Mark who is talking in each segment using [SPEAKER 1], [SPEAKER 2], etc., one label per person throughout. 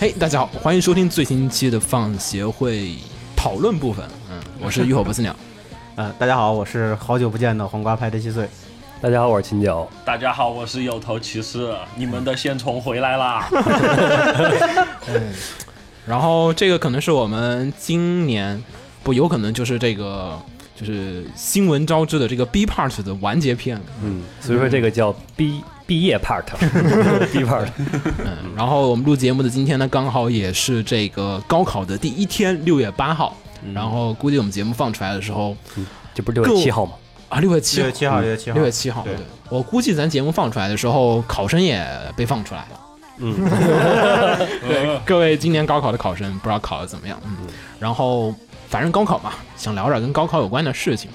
[SPEAKER 1] 嘿、大家好，欢迎收听最新一期的放协会讨论部分。嗯，我是浴火不死 鸟。
[SPEAKER 2] 呃，大家好，我是好久不见的黄瓜派的七岁。
[SPEAKER 3] 大家好，我是秦九。
[SPEAKER 4] 大家好，我是有头骑士，你们的线虫回来啦！
[SPEAKER 1] 然后这个可能是我们今年不有可能就是这个就是新闻招致的这个 B part 的完结篇。
[SPEAKER 3] 嗯，所以说这个叫毕毕业 part，毕 part。
[SPEAKER 1] 嗯，然后我们录节目的今天呢，刚好也是这个高考的第一天，六月八号。然后估计我们节目放出来的时候
[SPEAKER 3] 这不是六月七
[SPEAKER 1] 够
[SPEAKER 3] 号吗？
[SPEAKER 1] 啊，六月七
[SPEAKER 2] 六
[SPEAKER 1] 号
[SPEAKER 2] 月，七号，六月七号，
[SPEAKER 1] 六月七号。
[SPEAKER 2] 对
[SPEAKER 1] 对，我估计咱节目放出来的时候，考生也被放出来了。
[SPEAKER 3] 嗯
[SPEAKER 4] 对，
[SPEAKER 1] 各位今年高考的考生，不知道考的怎么样？嗯，然后反正高考嘛，想聊点跟高考有关的事情，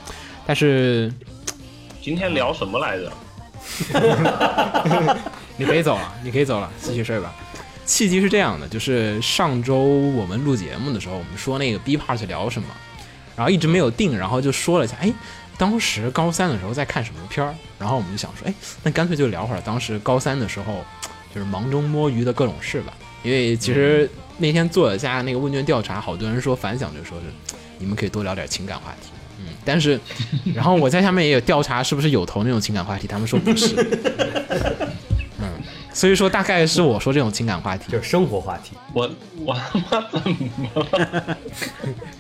[SPEAKER 1] 但是
[SPEAKER 4] 今天聊什么来着？
[SPEAKER 1] 你可以走了，你可以走了，继续睡吧。契机是这样的，就是上周我们录节目的时候，我们说那个 B part 聊什么，然后一直没有定，然后就说了一下，哎，当时高三的时候在看什么片儿，然后我们就想说，哎，那干脆就聊会儿当时高三的时候，就是忙中摸鱼的各种事吧。因为其实那天做了一下那个问卷调查，好多人说反响就说是，你们可以多聊点情感话题。嗯，但是，然后我在下面也有调查，是不是有投那种情感话题？他们说不 是，嗯所以说大概是我说这种情感话题，
[SPEAKER 3] 就是生活话题。
[SPEAKER 4] 我我他妈怎么了？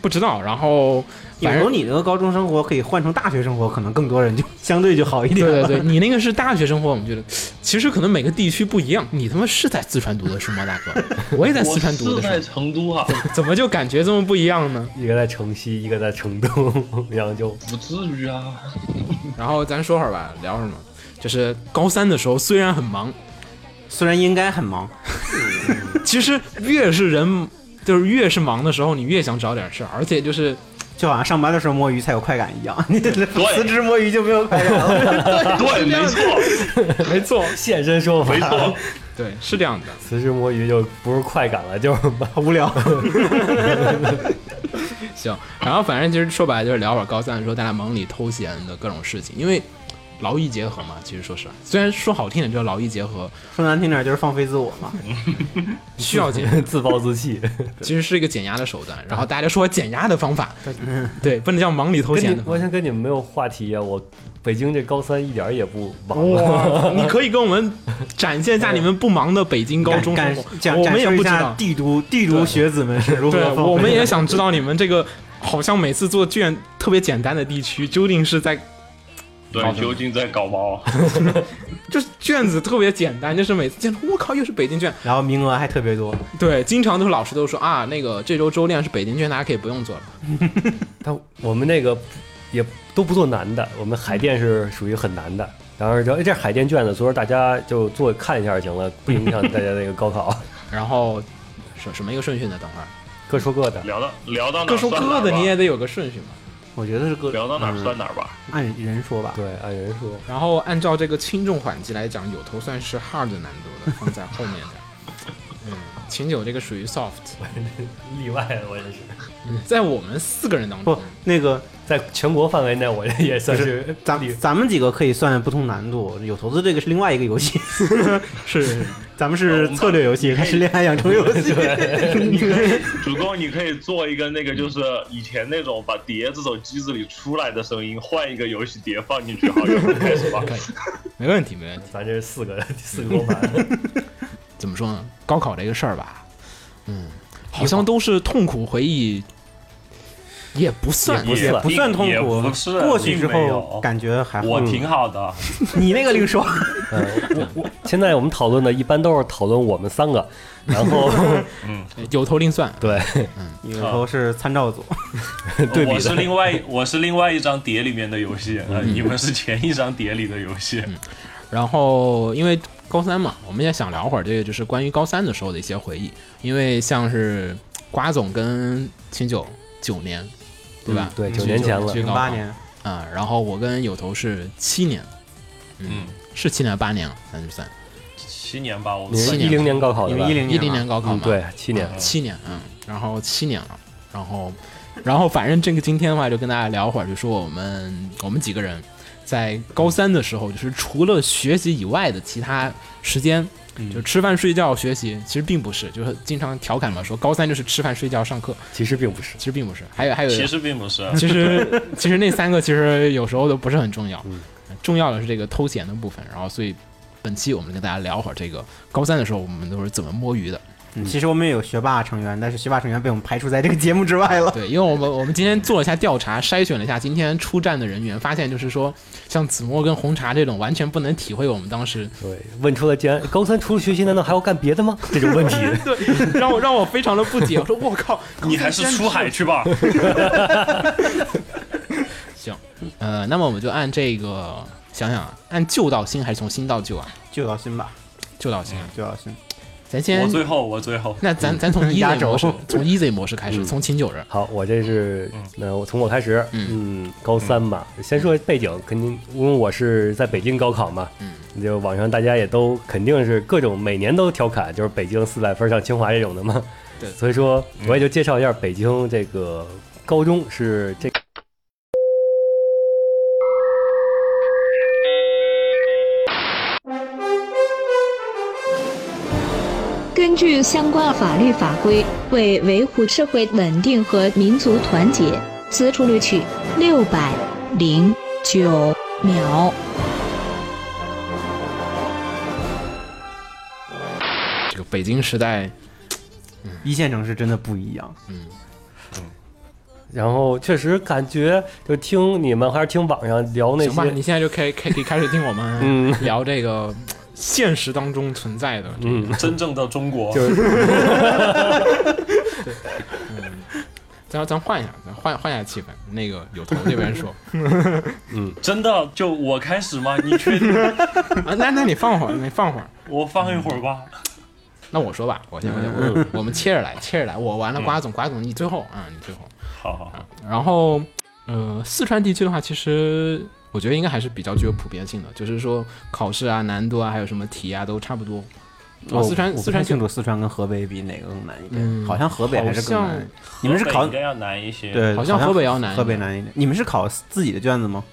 [SPEAKER 1] 不知道。然后
[SPEAKER 2] 有
[SPEAKER 1] 反
[SPEAKER 2] 时候
[SPEAKER 1] 正
[SPEAKER 2] 你那个高中生活可以换成大学生活，可能更多人就 相对就好一点。
[SPEAKER 1] 对对对，你那个是大学生活，我们觉得其实可能每个地区不一样。你他妈是在四川读的书吗，大哥？我也 在
[SPEAKER 4] 我
[SPEAKER 1] 四川读
[SPEAKER 4] 是
[SPEAKER 1] 的
[SPEAKER 4] 在
[SPEAKER 1] 书，
[SPEAKER 4] 成都啊，
[SPEAKER 1] 怎么就感觉这么不一样呢？
[SPEAKER 3] 一个在城西，一个在成都， 然后就
[SPEAKER 4] 不至 于啊。
[SPEAKER 1] 然后咱说会儿吧，聊什么？就是高三的时候虽然很忙，
[SPEAKER 2] 虽然应该很忙，
[SPEAKER 1] 其实越是人就是越是忙的时候，你越想找点事儿，而且就是
[SPEAKER 2] 就好像上班的时候摸鱼才有快感 一样，你 辞
[SPEAKER 4] 对
[SPEAKER 2] 职摸鱼就没有快感了。
[SPEAKER 4] 对，没错，
[SPEAKER 1] 没错，
[SPEAKER 3] 现身说法
[SPEAKER 4] 没。错。
[SPEAKER 1] 对，是这样的。
[SPEAKER 3] 辞职摸鱼就不是快感了，就是
[SPEAKER 2] 好无聊，
[SPEAKER 1] 行，然后反正就是说白了就是聊会儿高三的时候大家忙里偷闲的各种事情，因为劳逸结合嘛。其实说实话，虽然说好听点叫劳逸结合，
[SPEAKER 2] 说难听点就是放飞自我嘛。
[SPEAKER 1] 需要减，
[SPEAKER 3] 自暴自弃。
[SPEAKER 1] 其实是一个减压的手段。然后大家说减压的方法，对，不能叫忙里偷
[SPEAKER 3] 跟
[SPEAKER 1] 闲
[SPEAKER 3] 你
[SPEAKER 1] 的，方
[SPEAKER 3] 我
[SPEAKER 1] 法。
[SPEAKER 3] 先跟你们没有话题啊！我北京这高三一点儿也不
[SPEAKER 1] 哦
[SPEAKER 3] 忙了。
[SPEAKER 1] 哇，你可以跟我们展现一下你们不忙的北京高中
[SPEAKER 2] 感
[SPEAKER 1] 生
[SPEAKER 2] 感
[SPEAKER 1] 活，
[SPEAKER 2] 讲
[SPEAKER 1] 我
[SPEAKER 2] 展
[SPEAKER 1] 们也
[SPEAKER 2] 示
[SPEAKER 1] 不
[SPEAKER 2] 一
[SPEAKER 1] 知
[SPEAKER 2] 下
[SPEAKER 1] 道，
[SPEAKER 2] 帝都帝都学子们是如何
[SPEAKER 1] 对，
[SPEAKER 2] 放飞的。
[SPEAKER 1] 我们也想知道你们这个好像每次做卷特别简单的地区，究竟是在
[SPEAKER 4] 对，究竟在搞毛？啊
[SPEAKER 1] 就是卷子特别简单，就是每次见我靠又是北京卷，
[SPEAKER 2] 然后名额还特别多，
[SPEAKER 1] 对，经常都是老师都说啊，那个这周周练是北京卷，大家可以不用做了。
[SPEAKER 3] 但我们那个也都不做难的，我们海淀是属于很难的。然后就哎，这是海淀卷子，所以说大家就做看一下就行了，不影响大家那个高考。
[SPEAKER 1] 然后什什么一个顺序呢？等会儿
[SPEAKER 3] 各说各的，
[SPEAKER 4] 聊到聊到哪
[SPEAKER 1] 各
[SPEAKER 4] 儿
[SPEAKER 1] 说
[SPEAKER 4] 算哪
[SPEAKER 1] 各
[SPEAKER 4] 儿吧
[SPEAKER 1] 的，你也得有个顺序嘛。
[SPEAKER 2] 我觉得是个嗯
[SPEAKER 4] 聊到哪儿算哪儿吧。
[SPEAKER 2] 按人说吧。
[SPEAKER 3] 对，按人说。
[SPEAKER 1] 然后按照这个轻重缓急来讲，有头算是 hard 难度的，放在后面的。 嗯，秦九这个属于 soft，
[SPEAKER 3] 例外了，我也是，
[SPEAKER 1] 在我们四个人当
[SPEAKER 2] 不
[SPEAKER 1] 中，，
[SPEAKER 2] 那个
[SPEAKER 3] 在全国范围内，我这也算是
[SPEAKER 2] 咱
[SPEAKER 3] 例
[SPEAKER 2] 咱们几个可以算不同难度，有投资这个是另外一个 游戏，
[SPEAKER 1] 是
[SPEAKER 2] 咱们是策略游戏，它是恋爱养成游戏。
[SPEAKER 4] 主公，你可以做一个那个，就是以前那种把碟子从机子里出来的声音，换一个游戏碟放进去，好了，开始 吧。
[SPEAKER 1] 可以，没问题，没问题。
[SPEAKER 3] 咱这是四个四个罗盘，
[SPEAKER 1] 怎么说呢？高考这个事儿吧，嗯，好像都是痛苦回忆也不算
[SPEAKER 3] 不
[SPEAKER 2] 也
[SPEAKER 3] 算
[SPEAKER 2] 不算痛
[SPEAKER 4] 也
[SPEAKER 2] 苦
[SPEAKER 4] 不是，
[SPEAKER 2] 过去之
[SPEAKER 4] 并没有
[SPEAKER 2] 后感觉还好。
[SPEAKER 1] 嗯
[SPEAKER 4] 我挺 好的，
[SPEAKER 2] 你那个 另说，
[SPEAKER 3] 呃，我我现在我们讨论的一般都是讨论我们三个，然后。
[SPEAKER 1] 有头另算
[SPEAKER 3] 对
[SPEAKER 2] 你那头是参照组，
[SPEAKER 3] 对比
[SPEAKER 4] 我是
[SPEAKER 3] 的，
[SPEAKER 4] 另外我是另外一张碟里面的游戏，
[SPEAKER 1] 嗯
[SPEAKER 4] 呃，你们是前一张碟里的游戏，
[SPEAKER 1] 然后因为高三嘛，我们也想聊会儿这个，就是关于高三的时候的一些回忆。因为像是瓜总跟秦九九年，对吧？
[SPEAKER 3] 对，
[SPEAKER 2] 嗯
[SPEAKER 3] 九年前了
[SPEAKER 1] 去，
[SPEAKER 2] 零
[SPEAKER 1] 高
[SPEAKER 2] 八
[SPEAKER 1] 考
[SPEAKER 2] 年，
[SPEAKER 1] 啊、然后我跟有头是七年，嗯，
[SPEAKER 4] 嗯，
[SPEAKER 1] 是七年还是八年了，咱就算
[SPEAKER 4] 七年吧，我
[SPEAKER 3] 你
[SPEAKER 1] 七
[SPEAKER 3] 是
[SPEAKER 1] 年
[SPEAKER 3] 一零年高考
[SPEAKER 2] 你
[SPEAKER 3] 的
[SPEAKER 2] 们
[SPEAKER 3] 吧
[SPEAKER 2] 一？零
[SPEAKER 1] 一零
[SPEAKER 2] 年
[SPEAKER 1] 年高考
[SPEAKER 3] 嗯，
[SPEAKER 1] 嘛，
[SPEAKER 3] 对，七年。
[SPEAKER 1] 七年，嗯，然后七年了，然后，然后反正这个今天的话就跟大家聊会儿，就说我们我们几个人在高三的时候，就是除了学习以外的其他时间，就吃饭睡觉学习，其实并不是，就是经常调侃嘛，说高三就是吃饭睡觉上课，
[SPEAKER 3] 其实并不是，
[SPEAKER 1] 其实并不是，还有还有，
[SPEAKER 4] 其实并不是，
[SPEAKER 1] 其实其实那三个其实有时候都不是很重要
[SPEAKER 3] 嗯，
[SPEAKER 1] 重要的是这个偷闲的部分，然后所以。本期我们跟大家聊会儿这个高三的时候我们都是怎么摸鱼的，
[SPEAKER 2] 嗯其实我们也有学霸成员，但是学霸成员被我们排除在这个节目之外了。
[SPEAKER 1] 对，因为我们我们今天做了一下调查，筛选了一下今天出战的人员，发现就是说，像子墨跟红茶这种完全不能体会我们当时，
[SPEAKER 3] 对，问出了竟然高三除了学习，难道还要干别的吗？这种问 题，
[SPEAKER 1] 对，让我让我非常的不解。我说我靠，
[SPEAKER 4] 你还是出海去吧，
[SPEAKER 1] 行，呃，那么我们就按这个想想，啊，按旧到新还是从新到旧啊？
[SPEAKER 2] 就到新吧，
[SPEAKER 1] 旧到新啊，
[SPEAKER 2] 就到新。
[SPEAKER 1] 咱
[SPEAKER 4] 嗯我
[SPEAKER 1] 先，
[SPEAKER 4] 最后我最后，
[SPEAKER 1] 那咱咱从
[SPEAKER 2] 压
[SPEAKER 1] easy
[SPEAKER 2] 轴
[SPEAKER 1] 模式，从 easy 模式开始，
[SPEAKER 3] 嗯
[SPEAKER 1] 从秦九人，
[SPEAKER 3] 好，我这是
[SPEAKER 4] 嗯
[SPEAKER 3] 那我从我开始，
[SPEAKER 1] 嗯
[SPEAKER 3] 嗯，高三吧，先说背景，肯定因为我是在北京高考嘛，
[SPEAKER 1] 嗯，
[SPEAKER 3] 就网上大家也都肯定是各种每年都调侃，就是北京四百分上清华这种的嘛，
[SPEAKER 1] 对
[SPEAKER 3] 所以说我也就介绍一下北京这个高中是这个
[SPEAKER 5] 根据相关法律法规，为维护社会稳定和民族团结，此处略去六百零九秒。
[SPEAKER 1] 这个北京时代，
[SPEAKER 2] 一线城市真的不一样，
[SPEAKER 1] 嗯，
[SPEAKER 3] 然后确实感觉就听你们还是听网上聊那
[SPEAKER 1] 行吧，
[SPEAKER 3] 些
[SPEAKER 1] 你，现在就开开可以开始听我们
[SPEAKER 3] 嗯
[SPEAKER 1] 聊这个现实当中存在的
[SPEAKER 3] 嗯，
[SPEAKER 4] 真正的中国
[SPEAKER 3] 就，是
[SPEAKER 1] 咱咱换一下，咱换换一下气氛。那个有头这边说
[SPEAKER 4] 真的就我开始吗？你确定？
[SPEAKER 1] 啊，那那你放会儿，你放会儿，
[SPEAKER 4] 我放一会儿吧。
[SPEAKER 1] 那我说吧，我先我先我我们切着来，切着来。我完了，瓜总瓜总，你最后啊、你最后。
[SPEAKER 4] 好好好，
[SPEAKER 1] 然后，呃，四川地区的话，其实我觉得应该还是比较具有普遍性的，就是说考试啊、难度啊，还有什么题啊，都差不多。哦，
[SPEAKER 2] 我
[SPEAKER 1] 四川
[SPEAKER 2] 我不
[SPEAKER 1] 四川
[SPEAKER 2] 太清楚四川跟河北比哪个更难一
[SPEAKER 1] 嗯
[SPEAKER 2] 点，好像河北还是更
[SPEAKER 1] 好
[SPEAKER 2] 难
[SPEAKER 1] 像。
[SPEAKER 2] 你们是
[SPEAKER 4] 河北
[SPEAKER 2] 考
[SPEAKER 4] 应该要难一些，，
[SPEAKER 2] 对，
[SPEAKER 1] 好像河北要难一点
[SPEAKER 2] 呃河北难一点。你们是考自己的卷子吗？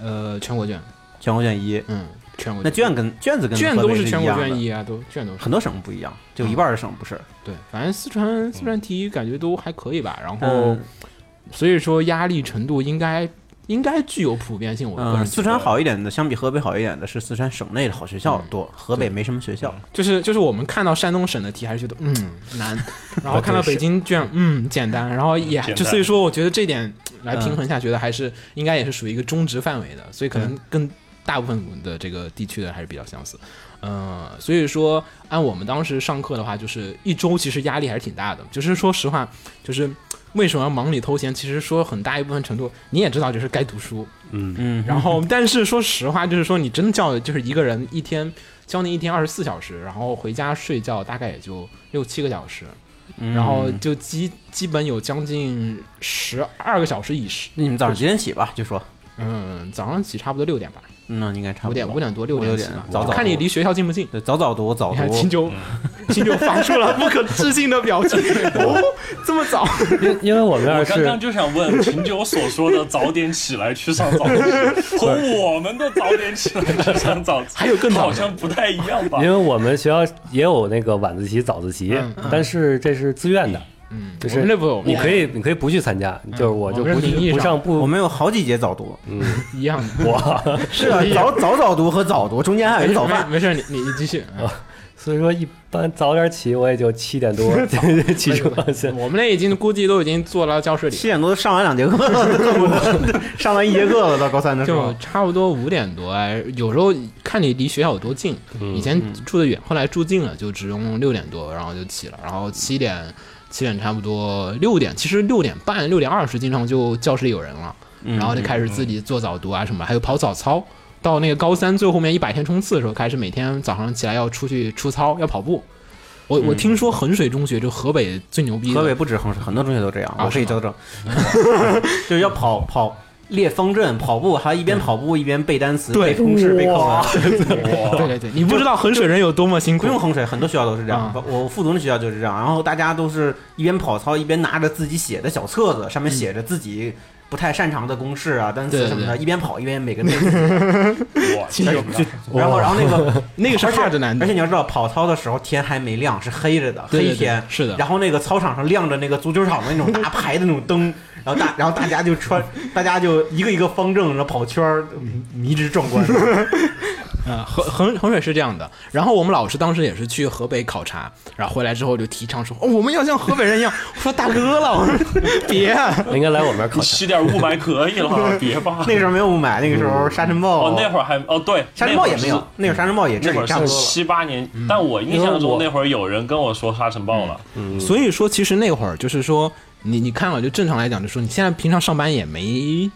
[SPEAKER 1] 呃，全国卷，
[SPEAKER 2] 全国卷一，
[SPEAKER 1] 嗯，全国
[SPEAKER 2] 那卷跟卷子跟
[SPEAKER 1] 卷
[SPEAKER 2] 河
[SPEAKER 1] 都
[SPEAKER 2] 北
[SPEAKER 1] 是全国
[SPEAKER 2] 样的
[SPEAKER 1] 卷一啊，都卷都是
[SPEAKER 2] 很多省不一样，
[SPEAKER 1] 嗯
[SPEAKER 2] 就一半的省不是。
[SPEAKER 1] 对，反正四川四川题感觉都还可以吧。然后
[SPEAKER 2] 嗯，
[SPEAKER 1] 所以说压力程度应该应该具有普遍性。我个人觉
[SPEAKER 2] 嗯，
[SPEAKER 1] 得嗯
[SPEAKER 2] 四川好一点的，相比河北好一点的是四川省内的好学校多，河北没什么学校。
[SPEAKER 1] 就是就是我们看到山东省的题还是觉得嗯 难，然后看到北京卷嗯简单，然后也
[SPEAKER 4] 简单嗯
[SPEAKER 1] 就所以说我觉得这点来平衡下，觉得还是应该也是属于一个中值范围的，所以可
[SPEAKER 4] 嗯
[SPEAKER 1] 能跟大部分的这个地区的还是比较相似。嗯，所以说按我们当时上课的话，就是一周其实压力还是挺大的。就是说实话，就是为什么要忙里偷闲？其实说很大一部分程度你也知道，就是该读书，
[SPEAKER 3] 嗯，
[SPEAKER 2] 嗯，
[SPEAKER 1] 然 后，但是说实话，就是说你真的叫就是一个人一天教你一天二十四小时，然后回家睡觉大概也就六七个小时，
[SPEAKER 2] 嗯
[SPEAKER 1] 然后就基基本有将近十二个小时以时。
[SPEAKER 2] 那你们早上几点起吧？就说，
[SPEAKER 1] 嗯，早上起差不多六点吧，
[SPEAKER 2] 嗯，那应该差
[SPEAKER 1] 五
[SPEAKER 2] 不
[SPEAKER 1] 点
[SPEAKER 2] 多。
[SPEAKER 1] 五点多六
[SPEAKER 2] 五六
[SPEAKER 1] 起
[SPEAKER 2] 点
[SPEAKER 1] 吧，
[SPEAKER 2] 早早
[SPEAKER 1] 看你离学校近不近。
[SPEAKER 2] 对，早早读，早嗯
[SPEAKER 1] 你
[SPEAKER 2] 读
[SPEAKER 1] 看，秦九，秦九发出了不可置信的表 情。哦，这么早？
[SPEAKER 3] 因因为我们那
[SPEAKER 4] 我
[SPEAKER 3] 儿
[SPEAKER 4] 刚
[SPEAKER 3] 是
[SPEAKER 4] 刚就想问秦九所说的早点起来去上早自习，和我们的早点起来去上早自习，
[SPEAKER 1] 还有更早
[SPEAKER 4] 好
[SPEAKER 1] 的
[SPEAKER 4] 像不太一样吧
[SPEAKER 3] 因？为我们学校也有那个晚自习、早自习
[SPEAKER 1] 嗯嗯，
[SPEAKER 3] 但是这是自愿的，
[SPEAKER 1] 嗯，
[SPEAKER 3] 就是
[SPEAKER 1] 我们这不有
[SPEAKER 3] 你可以，你可以不去参加，就是我就
[SPEAKER 1] 嗯我们
[SPEAKER 3] 不
[SPEAKER 1] 是名义
[SPEAKER 3] 去不
[SPEAKER 1] 上
[SPEAKER 3] 上
[SPEAKER 2] 我
[SPEAKER 3] 不，
[SPEAKER 2] 们有好几节早读，
[SPEAKER 3] 嗯，
[SPEAKER 1] 一样的。
[SPEAKER 3] 我
[SPEAKER 2] 是啊，早早早读和早读中间还有一个早饭。
[SPEAKER 1] 没没事，你你继 续。嗯
[SPEAKER 3] 所以说一般早点起，我也就七点多 起床 先。
[SPEAKER 1] 我们那已经估计都已经坐到教室里
[SPEAKER 2] 七点多上完两节课 了，上完一节课了，到高三的时
[SPEAKER 1] 就
[SPEAKER 2] 候，
[SPEAKER 1] 差不多五点多，哎，有时候看你离学校有多近，以前住的远，后来住近了，就只用六点多，然后就起了，然后七点七点差不多六点，其实六点半六点二十经常就教室里有人了，
[SPEAKER 2] 嗯
[SPEAKER 1] 然后就开始自己做早读啊什么，还有跑早操。到那个高三最后面一百天冲刺的时候，开始每天早上起来要出去出操，要跑步。我我听说衡水中学就嗯河北最牛逼的，
[SPEAKER 2] 河北不止衡水，很多中学都这样，
[SPEAKER 1] 啊
[SPEAKER 2] 我可以
[SPEAKER 1] 是吗
[SPEAKER 2] 纠正， 就是要跑跑列方阵，跑步还一边跑步一边背单词，
[SPEAKER 1] 对
[SPEAKER 2] 背公式、背课文。
[SPEAKER 1] 对对对，你不知道衡水人有多么辛苦
[SPEAKER 2] 不。用衡水，很多学校都是这样
[SPEAKER 1] 啊。
[SPEAKER 2] 我附中的学校就是这样，然后大家都是一边跑操一边拿着自己写的小册子，上面写着自己不太擅长的公式啊、单词什么
[SPEAKER 1] 对对
[SPEAKER 2] 的，
[SPEAKER 1] 对
[SPEAKER 2] 一边跑一边每个人背自己。
[SPEAKER 4] 哇，
[SPEAKER 1] 其实
[SPEAKER 2] 哎
[SPEAKER 1] 有
[SPEAKER 2] 然后，然后那个
[SPEAKER 1] 那个是
[SPEAKER 2] 而且
[SPEAKER 1] 跨着难
[SPEAKER 2] 而
[SPEAKER 1] 的
[SPEAKER 2] 且，你要知道，跑操的时候天还没亮，是黑着的，
[SPEAKER 1] 对对
[SPEAKER 2] 黑天
[SPEAKER 1] 对是的
[SPEAKER 2] 然后那个操场上亮着那个足球场的那种大牌的那种灯，然后大然后大家就穿，大家就一个一个方正，然后跑圈儿，迷之壮 观。
[SPEAKER 1] 啊，衡衡衡水是这样的。然后我们老师当时也是去河北考察，然后回来之后就提倡说，哦，我们要像河北人一样。我说大哥了，我说别啊、
[SPEAKER 3] 应该来我们这儿考
[SPEAKER 4] 你
[SPEAKER 3] 察。
[SPEAKER 4] 吸点雾霾可以了，别吧。
[SPEAKER 2] 那个时候没有雾霾，那个时候沙尘暴，
[SPEAKER 4] 哦，那会儿还哦对，
[SPEAKER 2] 沙尘暴也没有，那会儿沙尘暴也这
[SPEAKER 4] 那会
[SPEAKER 2] 里
[SPEAKER 4] 儿
[SPEAKER 2] 差不
[SPEAKER 4] 是
[SPEAKER 2] 多了。
[SPEAKER 4] 七八年，
[SPEAKER 1] 嗯
[SPEAKER 4] 但我印象
[SPEAKER 3] 因为我
[SPEAKER 4] 中那会儿有人跟我说沙尘暴了，
[SPEAKER 2] 嗯
[SPEAKER 1] 所以说，其实那会儿就是说，你你看了，就正常来讲，就说你现在平常上班也没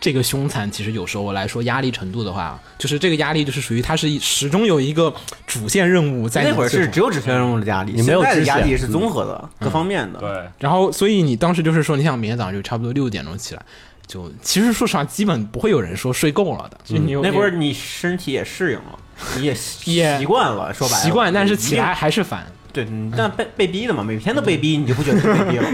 [SPEAKER 1] 这个凶残。其实有时候来说，压力程度的话，就是这个压力就是属于它是始终有一个主线任务在你
[SPEAKER 2] 那会儿
[SPEAKER 1] 最
[SPEAKER 2] 是
[SPEAKER 1] 后
[SPEAKER 2] 只有只学生物的压力，
[SPEAKER 3] 你没有
[SPEAKER 2] 现在的
[SPEAKER 3] 知识
[SPEAKER 2] 压力
[SPEAKER 3] 啊
[SPEAKER 2] 是综合的，各方面
[SPEAKER 1] 嗯
[SPEAKER 2] 的。
[SPEAKER 4] 嗯对。
[SPEAKER 1] 然后，所以你当时就是说，你想明天早上就差不多六点钟起来，就其实说实话，基本不会有人说睡够了的。就你有
[SPEAKER 2] 那
[SPEAKER 1] 你
[SPEAKER 2] 会
[SPEAKER 1] 有
[SPEAKER 2] 儿你身体也适应了，你也习
[SPEAKER 1] 也
[SPEAKER 2] 习惯了，说白了
[SPEAKER 1] 习惯，但是起
[SPEAKER 2] 你
[SPEAKER 1] 来还是烦。
[SPEAKER 2] 对，
[SPEAKER 1] 嗯
[SPEAKER 2] 你但被被逼的嘛，每天都被逼，你就不觉得是被逼 了。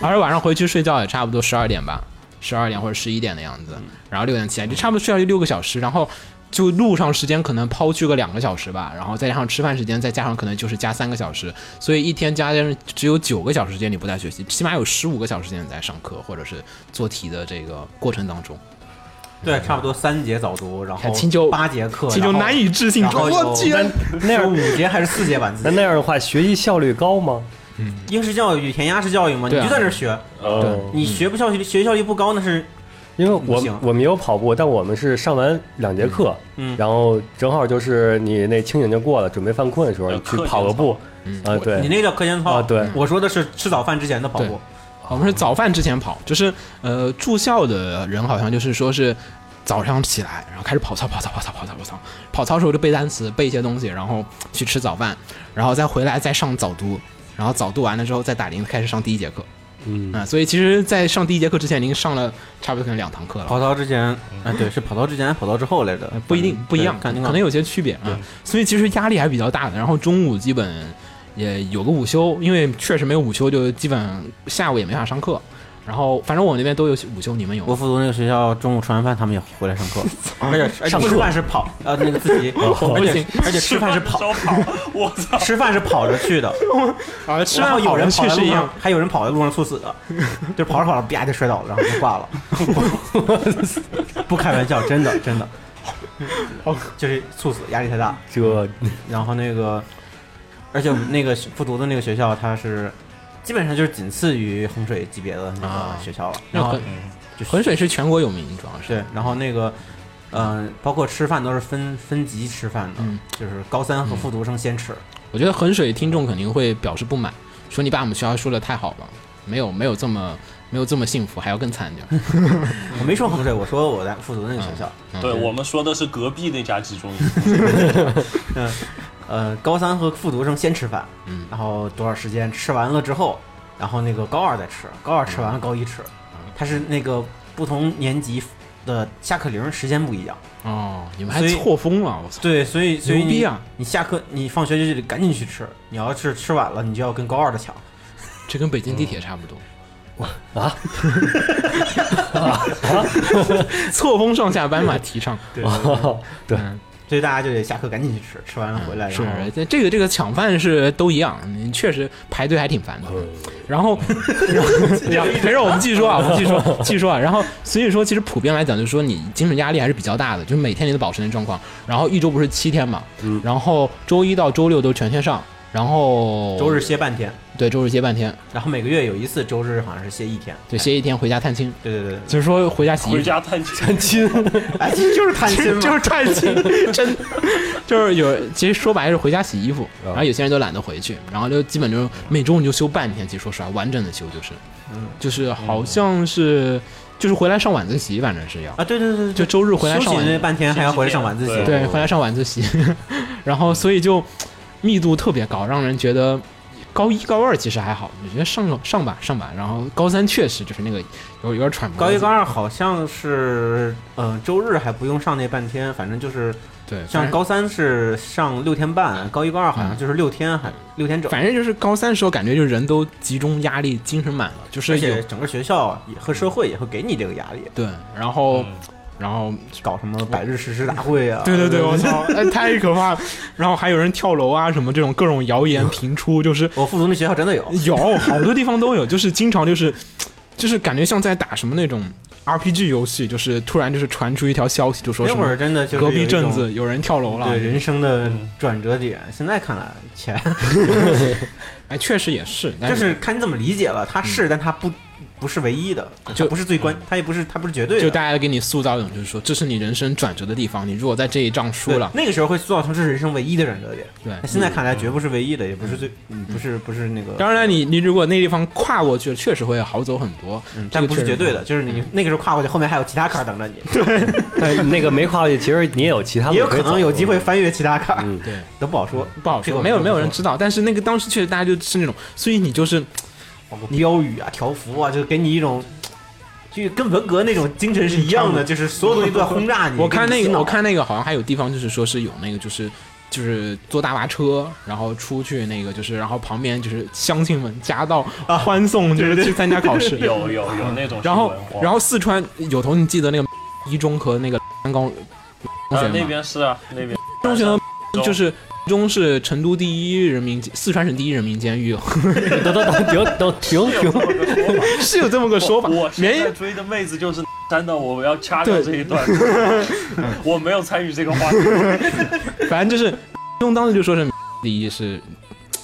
[SPEAKER 1] 而晚上回去睡觉也差不多十二点吧，十二点或者十一点的样子，然后六点起来就差不多睡觉就六个小时，然后就路上时间可能抛去个两个小时吧，然后再加上吃饭时间，再加上可能就是加三个小时，所以一天加加上只有九个小时时间你不在学习，起码有十五个小时时间你在上课或者是做题的这个过程当中，
[SPEAKER 2] 对，差不多三节早读，然后
[SPEAKER 1] 看青州
[SPEAKER 2] 八节课，
[SPEAKER 1] 这就难以置信，
[SPEAKER 2] 然后
[SPEAKER 1] 我居然嗯
[SPEAKER 2] 那是五节还是四节晚自
[SPEAKER 3] 那
[SPEAKER 2] 习？
[SPEAKER 3] 那样的话，学习效率高吗？
[SPEAKER 2] 应试教育、填鸭式教育嘛，你
[SPEAKER 1] 对啊嗯
[SPEAKER 2] 就在那儿学，
[SPEAKER 3] 哦，
[SPEAKER 2] 你学不效率，学习效率不高那是
[SPEAKER 3] 因为
[SPEAKER 2] 不
[SPEAKER 3] 我
[SPEAKER 2] 行
[SPEAKER 3] 我们也有跑步，但我们是上完两节课，
[SPEAKER 2] 嗯
[SPEAKER 3] 然后正好就是你那清醒就过了，准备犯困的时候
[SPEAKER 4] 呃
[SPEAKER 3] 你去
[SPEAKER 4] 课
[SPEAKER 3] 跑个
[SPEAKER 4] 间
[SPEAKER 3] 步
[SPEAKER 1] 嗯，
[SPEAKER 3] 啊，
[SPEAKER 2] 你
[SPEAKER 3] 对，
[SPEAKER 2] 那个叫课间操嗯
[SPEAKER 3] 啊对
[SPEAKER 2] 我说的是吃早饭之前的跑
[SPEAKER 1] 对
[SPEAKER 2] 步，
[SPEAKER 1] 啊我们是早饭之前跑，就是呃住校的人好像就是说是早上起来，然后开始跑操跑操跑操跑操跑操，跑操的时候就背单词背一些东西，然后去吃早饭，然后再回来再上早读，然后早读完了之后再打铃开始上第一节课。
[SPEAKER 3] 嗯
[SPEAKER 1] 啊、所以其实，在上第一节课之前，您上了差不多可能两堂课了。
[SPEAKER 2] 跑操之前，啊对，是跑操之前，跑操之后来着
[SPEAKER 1] 嗯呃，不一定不一样，
[SPEAKER 2] 看
[SPEAKER 1] 可
[SPEAKER 2] 情
[SPEAKER 1] 能
[SPEAKER 2] 况。
[SPEAKER 1] 有些区别啊。所以其实压力还比较大的。然后中午基本也有个午休，因为确实没有午休，就基本下午也没法上课。然后反正我那边都有午休，你们有
[SPEAKER 2] 我
[SPEAKER 1] 吗？
[SPEAKER 2] 附中那个学校中午吃完饭，他们也回来 上课，而且而且
[SPEAKER 1] 上课哦
[SPEAKER 2] 吃饭是跑，呃，那个自习，而且而且吃饭是 跑，
[SPEAKER 4] 烧跑，我操！
[SPEAKER 2] 吃饭是跑着去的，
[SPEAKER 1] 啊，吃
[SPEAKER 2] 然后
[SPEAKER 1] 饭
[SPEAKER 2] 有人跑
[SPEAKER 1] 确
[SPEAKER 2] 在
[SPEAKER 1] 实
[SPEAKER 2] 路
[SPEAKER 1] 一
[SPEAKER 2] 上
[SPEAKER 1] 样，，
[SPEAKER 2] 还有人跑在路上猝 死的，就是跑着跑着啪就摔倒了，然后就挂了。 不开玩笑，真的真 的，就是猝死，压力太大。
[SPEAKER 3] 这
[SPEAKER 2] 然后那个，而且我们那个复读的那个学校，它是基本上就是仅次于衡水级别的那
[SPEAKER 1] 啊
[SPEAKER 2] 个学校了。
[SPEAKER 1] 那
[SPEAKER 2] 然后嗯
[SPEAKER 1] 衡
[SPEAKER 2] 就是
[SPEAKER 1] 衡水是全国有名，主要是
[SPEAKER 2] 对，然后那个，嗯、包括吃饭都是分分级吃饭的，
[SPEAKER 1] 嗯
[SPEAKER 2] 就是高三和复读生先吃。
[SPEAKER 1] 我觉得衡水听众肯定会表示不满，说你把我们学校说的太好了，没有没有这么没有这么幸福，还要更惨点儿。
[SPEAKER 2] 我没说衡水，我说我在复读那个学校。
[SPEAKER 1] 嗯
[SPEAKER 4] 对我们说的是隔壁那家集中营，
[SPEAKER 2] 嗯，呃，高三和复读生先吃饭，
[SPEAKER 1] 嗯
[SPEAKER 2] 然后多少时间吃完了之后，然后那个高二再吃，高二吃完了高一吃，它是那个不同年级的下课铃时间不一样。
[SPEAKER 1] 哦，你们还
[SPEAKER 2] 所以
[SPEAKER 1] 错峰了，我操！
[SPEAKER 2] 对，所以所以
[SPEAKER 1] 牛逼
[SPEAKER 2] 你
[SPEAKER 1] 啊
[SPEAKER 2] 你下课你放学就得赶紧去吃，你要是吃晚了，你就要跟高二的抢。
[SPEAKER 1] 这跟北京地铁差不多。
[SPEAKER 3] 啊
[SPEAKER 1] 错峰上下班嘛，提倡。
[SPEAKER 3] 对
[SPEAKER 1] 嗯
[SPEAKER 2] 所以大家就得下课赶紧去吃，吃完了回来，
[SPEAKER 1] 是
[SPEAKER 2] 然后，
[SPEAKER 1] 这这个这个抢饭是都一样，你确实排队还挺烦
[SPEAKER 2] 嗯
[SPEAKER 1] 的。然后， 然后没事，我们继续说啊，我们继续说，继续说啊。然后，所以说，其实普遍来讲，就是说你精神压力还是比较大的，就是每天你都保持那状况。然后一周不是七天嘛，
[SPEAKER 3] 嗯
[SPEAKER 1] 然后周一到周六都全天上，然后
[SPEAKER 2] 周日歇半天，
[SPEAKER 1] 对周日歇半天，
[SPEAKER 2] 然后每个月有一次周日好像是歇一天，
[SPEAKER 1] 对，歇一天回家探亲，
[SPEAKER 2] 对对对
[SPEAKER 1] 就是说回家洗衣服
[SPEAKER 4] 回。家探亲，
[SPEAKER 3] 亲，
[SPEAKER 2] 对，哎，这 就是贪心嘛，
[SPEAKER 1] 就是探亲， 真的就是有，其实说白了是回家洗衣服，
[SPEAKER 2] 啊
[SPEAKER 1] 然后有些人就懒得回去，然后就基本就是每周你就休半天，其实说实话，完整的休就是，
[SPEAKER 2] 嗯
[SPEAKER 1] 就是好像是就是回来上晚自习，反正是要，
[SPEAKER 2] 啊，对对对，对
[SPEAKER 1] 就周日回来
[SPEAKER 2] 休
[SPEAKER 1] 上
[SPEAKER 2] 息
[SPEAKER 1] 晚
[SPEAKER 2] 那半天还要回来上晚自习，
[SPEAKER 4] 对
[SPEAKER 1] 对，回来上晚自习， 然后所以就密度特别高，让人觉得高一高二其实还好，我觉得上上吧上吧，然后高三确实就是那个有有点喘不过
[SPEAKER 2] 高
[SPEAKER 1] 气
[SPEAKER 2] 一高二好像是，嗯、周日还不用上那半天，反正就是
[SPEAKER 1] 对，反
[SPEAKER 2] 像
[SPEAKER 1] 正
[SPEAKER 2] 高三是上六天半，高一高二好像就是六天，
[SPEAKER 1] 嗯
[SPEAKER 2] 还六天整。
[SPEAKER 1] 反正就是高三时候感觉就是人都集中压力，精神满了，就是
[SPEAKER 2] 而
[SPEAKER 1] 有
[SPEAKER 2] 且整个学校也和社会也会给你这个压力，
[SPEAKER 1] 对，然后、
[SPEAKER 4] 嗯
[SPEAKER 1] 然后
[SPEAKER 2] 搞什么百日誓师大会 啊，
[SPEAKER 1] 对对对，我操，哎， 太可怕了！然后还有人跳楼啊，什么这种各种谣言频出， 就是
[SPEAKER 2] 我附中的学校真的有，
[SPEAKER 1] 有好多地方都有，就是经常就是就是感觉像在打什么那种 RPG 游戏，就是突然就是传出一条消息，就说
[SPEAKER 2] 那
[SPEAKER 1] 什
[SPEAKER 2] 会
[SPEAKER 1] 么
[SPEAKER 2] 儿真的就是
[SPEAKER 1] 隔壁
[SPEAKER 2] 有一
[SPEAKER 1] 镇
[SPEAKER 2] 种
[SPEAKER 1] 子啊有人跳楼了
[SPEAKER 2] 对，人生的转折点。现在看来，钱
[SPEAKER 1] 哎，确实也是，但
[SPEAKER 2] 就是看你怎么理解了，它是，但它不不是唯一的，它
[SPEAKER 1] 嗯就
[SPEAKER 2] 不是最关，它也不是它不是绝对的，啊
[SPEAKER 1] 就大家给你塑造一种，就是说这是你人生转折的地方，你如果在这一仗输
[SPEAKER 2] 对
[SPEAKER 1] 了，
[SPEAKER 2] 那个时候会塑造成这是人生唯一的转折点。
[SPEAKER 1] 对
[SPEAKER 2] 那哎现在看来绝不是唯一的，也不是最，嗯，不是不是那个，
[SPEAKER 1] 嗯当然你你如果那地方跨过去了，确实会好走很多，
[SPEAKER 2] 嗯，
[SPEAKER 1] 这
[SPEAKER 2] 但
[SPEAKER 1] 个
[SPEAKER 2] 不是
[SPEAKER 1] 确实嗯
[SPEAKER 2] 绝对的，
[SPEAKER 1] 好
[SPEAKER 2] 就是你那个时候跨过去，后面还有其他坎儿等着你，
[SPEAKER 3] 但是呃那个没跨过去，其实你也有其他路
[SPEAKER 2] 也有
[SPEAKER 3] 可以
[SPEAKER 2] 可能
[SPEAKER 3] 走
[SPEAKER 2] 有机会翻越其他坎儿，
[SPEAKER 3] 嗯
[SPEAKER 1] 对。
[SPEAKER 2] 都不好说，
[SPEAKER 1] 不好
[SPEAKER 2] 这个
[SPEAKER 1] 说，没嗯有没有人
[SPEAKER 2] 知
[SPEAKER 1] 知道。但是那个当时确实大家就是那种，所以你就是
[SPEAKER 2] 道标语啊、条幅啊，就给你一种。就跟文革那种精神是一样的，就是所有东西都在轰炸 你。
[SPEAKER 1] 我看那
[SPEAKER 2] 给你洗
[SPEAKER 1] 个
[SPEAKER 2] 脑
[SPEAKER 1] 我看那个好像还有地方就是说是有那个就是就是坐大巴车，然后出去那个就是然后旁边就是乡亲们夹道啊欢送，就是去参加考 试。
[SPEAKER 4] 有有有那种新闻，
[SPEAKER 1] 然后
[SPEAKER 4] 哇
[SPEAKER 1] 然后四川有头，你记 得那个一中和那个高中
[SPEAKER 4] 啊
[SPEAKER 1] 学
[SPEAKER 4] 那
[SPEAKER 1] 吗？
[SPEAKER 4] 边是啊，那边
[SPEAKER 1] 中学呢
[SPEAKER 4] 中
[SPEAKER 1] 就是。中是成都第一人民四川省第一人民监狱，哦
[SPEAKER 3] 等等等停等停
[SPEAKER 4] 有这
[SPEAKER 3] 停，
[SPEAKER 4] 么个说法
[SPEAKER 1] 是有这么个说法
[SPEAKER 4] 我我。
[SPEAKER 1] 原
[SPEAKER 4] 现
[SPEAKER 1] 因
[SPEAKER 4] 在追的妹子就是 真的，我要掐掉
[SPEAKER 1] 对
[SPEAKER 4] 这 一段。我没有参与这个话题，
[SPEAKER 1] 反正就是，用当时就说是第一是，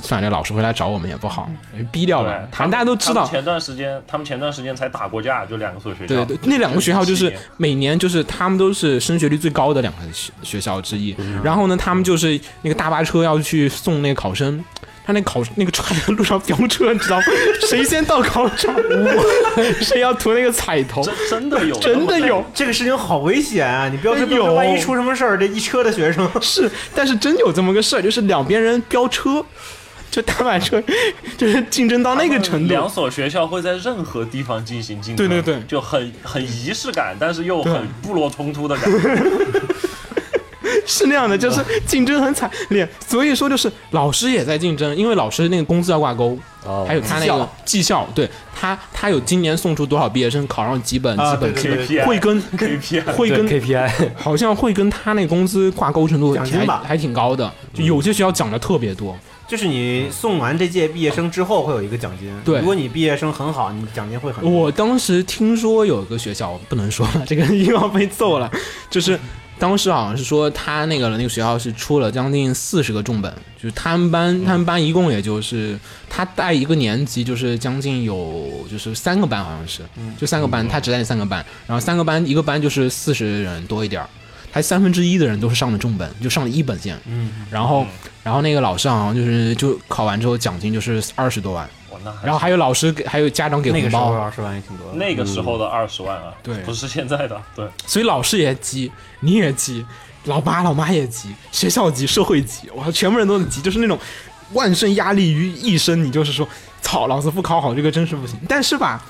[SPEAKER 1] 算了，老师回来找我们也不好，逼掉了
[SPEAKER 4] 对。
[SPEAKER 1] 反正大家都知
[SPEAKER 4] 他们
[SPEAKER 1] 道，
[SPEAKER 4] 前段时间，他们前段时间才打过架，就两个所学校。
[SPEAKER 1] 对对，那两个学校就
[SPEAKER 4] 这
[SPEAKER 1] 是
[SPEAKER 4] 几年
[SPEAKER 1] 每年就是他们都是升学率最高的两个学学校之一。然后呢，他们就是那个大巴车要去送那个考生。他那考那个车还在路上飙车，你知道吗？ 谁先到考场，谁要涂那个彩头，
[SPEAKER 4] 真真的有，
[SPEAKER 1] 真的有。
[SPEAKER 2] 这个事情好危险啊！你标志标
[SPEAKER 1] 有
[SPEAKER 2] 志，万一出什么事儿，这一车的学生
[SPEAKER 1] 是，但是真有这么个事儿，就是两边人飙车，就大板车，就是竞争到那个程度。
[SPEAKER 4] 嗯两所学校会在任何地方进行竞争，
[SPEAKER 1] 对对对
[SPEAKER 4] 就很很仪式感，但是又
[SPEAKER 1] 对
[SPEAKER 4] 很部落冲突的感觉。
[SPEAKER 1] 是那样的，就是竞争很惨烈，所以说就是老师也在竞争，因为老师那个工资要挂钩，
[SPEAKER 3] 哦
[SPEAKER 1] 还有他那个绩效，对他他有今年送出多少毕业生考上几本
[SPEAKER 2] 啊
[SPEAKER 1] 几本
[SPEAKER 2] 对对
[SPEAKER 1] 是
[SPEAKER 2] 对
[SPEAKER 4] KPI
[SPEAKER 1] 会跟
[SPEAKER 4] KPI
[SPEAKER 1] 会
[SPEAKER 3] 对
[SPEAKER 1] 跟
[SPEAKER 3] KPI
[SPEAKER 1] 好像会跟他那个工资挂钩程度
[SPEAKER 2] 奖金
[SPEAKER 1] 还
[SPEAKER 2] 吧
[SPEAKER 1] 还挺高的，就有些学校讲的特别多，
[SPEAKER 2] 就是你送完这届毕业生之后会有一个奖金，
[SPEAKER 1] 对
[SPEAKER 2] 如果你毕业生很好，你奖金会很多。
[SPEAKER 1] 我当时听说有个学校，我不能说了，这个又要被揍了。就是当时好像是说他那个那个学校是出了将近四十个重本，就是他们班
[SPEAKER 2] 嗯
[SPEAKER 1] 他们班一共也就是他带一个年级就是将近有就是三个班好像是，
[SPEAKER 2] 嗯
[SPEAKER 1] 就三个班，他只带三个班，然后三个班一个班就是四十人多一点儿。还三分之一的人都是上了重本，就上了一本线，
[SPEAKER 2] 嗯，
[SPEAKER 1] 然后，然后那个老师好像就是就考完之后奖金就是二十多万，
[SPEAKER 4] 哇，那还
[SPEAKER 1] 然后还有老师给还有家长给
[SPEAKER 2] 那
[SPEAKER 1] 红
[SPEAKER 2] 个时
[SPEAKER 1] 包
[SPEAKER 2] 候，二十万也挺多的。
[SPEAKER 4] 那个时候的二十万啊，
[SPEAKER 1] 对
[SPEAKER 4] 不是现在的，对，
[SPEAKER 1] 所以老师也急，你也急，老爸老妈也急，学校急，社会急，哇，全部人都很急，就是那种万身压力于一身。你就是说，操，老子不考好这个真是不行。但是吧，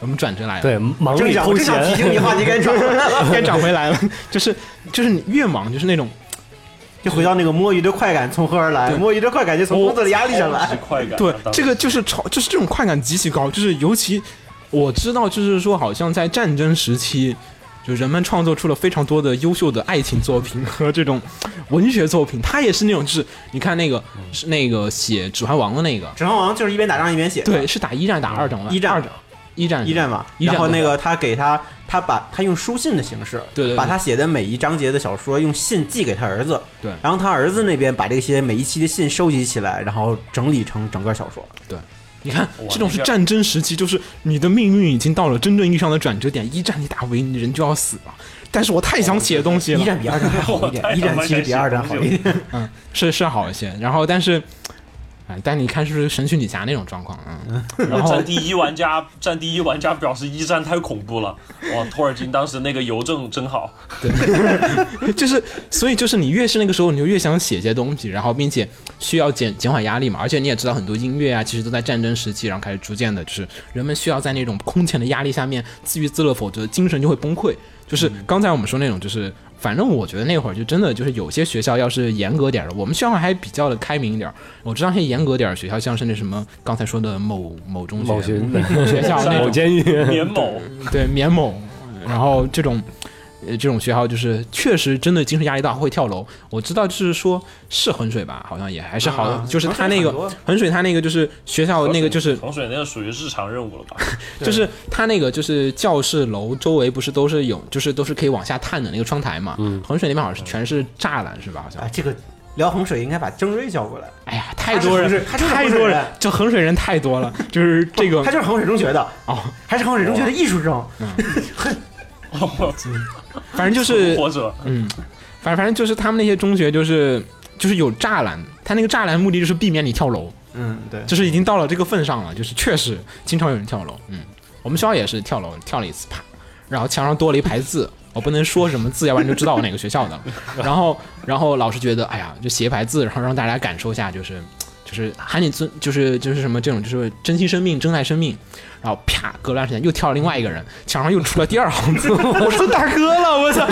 [SPEAKER 1] 我们转折来了，
[SPEAKER 3] 对忙
[SPEAKER 2] 正
[SPEAKER 3] 里
[SPEAKER 2] 想
[SPEAKER 3] 偷
[SPEAKER 2] 我正想提
[SPEAKER 3] 闲，
[SPEAKER 2] 醒你话题该转了，
[SPEAKER 1] 该转回来了，就是就是你越忙就是那种
[SPEAKER 2] 就回到那个摸鱼的快感从何而来？
[SPEAKER 1] 对
[SPEAKER 2] 摸鱼的快感就从工作的压力上
[SPEAKER 4] 超
[SPEAKER 2] 来
[SPEAKER 4] 级。快感啊。
[SPEAKER 1] 对，
[SPEAKER 4] 当时
[SPEAKER 1] 这个就是超，就是这种快感极其高，就是尤其我知道，就是说好像在战争时期，就人们创作出了非常多的优秀的爱情作品和这种文学作品。他也是那种，就是你看那个
[SPEAKER 2] 嗯
[SPEAKER 1] 是那个写《指环王》的那个，
[SPEAKER 2] 指环王就是一边打仗一边写，
[SPEAKER 1] 对，，是打一战打二战吧？
[SPEAKER 2] 一战
[SPEAKER 1] 二战，一战
[SPEAKER 2] 一战嘛。
[SPEAKER 1] 一战
[SPEAKER 2] 然后
[SPEAKER 1] 嘛
[SPEAKER 2] 那个他给他，他把他用书信的形式，
[SPEAKER 1] 对对对
[SPEAKER 2] 把他写的每一章节的小说用信寄给他儿子，
[SPEAKER 1] 对
[SPEAKER 2] 然后他儿子那边把这些每一期的信收集起来，然后整理成整个小说。
[SPEAKER 1] 你看，
[SPEAKER 4] 哇
[SPEAKER 1] 这种是
[SPEAKER 4] 这
[SPEAKER 1] 战争时期，就是你的命运已经到了真正意义上的转折点。一战你打维尼人就要死了，但是我太想写东西
[SPEAKER 2] 一
[SPEAKER 1] 了，
[SPEAKER 2] 战比二战还好 一
[SPEAKER 4] 我太
[SPEAKER 2] 点，一战其实比二战好一点。
[SPEAKER 1] 嗯，是是好一些。然后，但是，哎，但你看是不是神曲女侠那种状况啊？嗯然后
[SPEAKER 4] 战地一玩家，战地一玩家表示一战太恐怖了，哇，托尔金当时那个邮政真好，
[SPEAKER 1] 就是，所以就是你越是那个时候，你就越想写些东西，然后并且需要减减缓压力嘛。而且你也知道，很多音乐啊，其实都在战争时期，然后开始逐渐的，就是人们需要在那种空前的压力下面自娱自乐，否则精神就会崩溃。就是刚才我们说那种，就是反正我觉得那会儿就真的就是有些学校要是严格点儿的，我们学校还比较的开明一点儿。我知道那些严格点儿的学校，像是那什么刚才说的某某中学、
[SPEAKER 3] 某学
[SPEAKER 1] 学校那
[SPEAKER 3] 某
[SPEAKER 1] 种，
[SPEAKER 3] 监狱，
[SPEAKER 4] 棉某，
[SPEAKER 1] 对缅某，然后这种呃这种学校就是确实真的精神压力大会跳楼。我知道就是说是衡水吧，好像也还是好，
[SPEAKER 2] 啊
[SPEAKER 1] 就是他
[SPEAKER 2] 衡水
[SPEAKER 1] 那
[SPEAKER 2] 很
[SPEAKER 1] 个
[SPEAKER 2] 多
[SPEAKER 1] 衡水他那个就是学校那个就是
[SPEAKER 4] 衡水那个属于日常任务了吧？
[SPEAKER 1] 就是他那个就是教室楼周围不是都是有就是都是可以往下探的那个窗台嘛，
[SPEAKER 2] 嗯
[SPEAKER 1] 衡水那边好像是全是栅栏是吧？好像
[SPEAKER 2] 啊，这个聊衡水应该把郑瑞叫过来，
[SPEAKER 1] 哎呀太多人
[SPEAKER 2] 他就是
[SPEAKER 1] 太
[SPEAKER 2] 衡水他就是衡水
[SPEAKER 1] 多人
[SPEAKER 2] 人，
[SPEAKER 1] 就衡水人太多了， 就是这个
[SPEAKER 2] 他就是衡水中学的，
[SPEAKER 1] 哦，
[SPEAKER 2] 还是衡水中学的艺术生。
[SPEAKER 1] 反正就是
[SPEAKER 4] 或者
[SPEAKER 1] 嗯，反正反正就是他们那些中学就是就是有栅栏，他那个栅栏目的就是避免你跳楼，
[SPEAKER 2] 嗯，对，
[SPEAKER 1] 就是已经到了这个份上了，就是确实经常有人跳楼。嗯，我们学校也是跳楼，跳了一次啪，然后墙上多了一排字，我不能说什么字，要不然就知道我哪个学校的 了。然后然后老师觉得哎呀，就写一排字，然后让大家感受一下，就是就是喊你尊，就是就是什么这种，就是珍惜生命，珍爱生命。然后啪，隔了段时间又跳了另外一个人，墙上又出了第二行 字，我说大哥了，我操！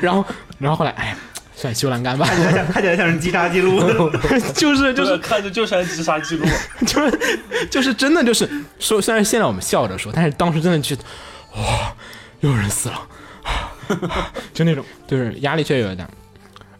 [SPEAKER 1] 然后然后后来哎呀，算修栏杆吧，
[SPEAKER 2] 看起来像看起来像是击杀记录。
[SPEAKER 1] 就是就
[SPEAKER 4] 就是是看着就像自 杀记录，
[SPEAKER 1] 就是就是真的就是说，虽然现在我们笑着说，但是当时真的觉得，哇，又有人死 了，就那种，就是压力确实有点大。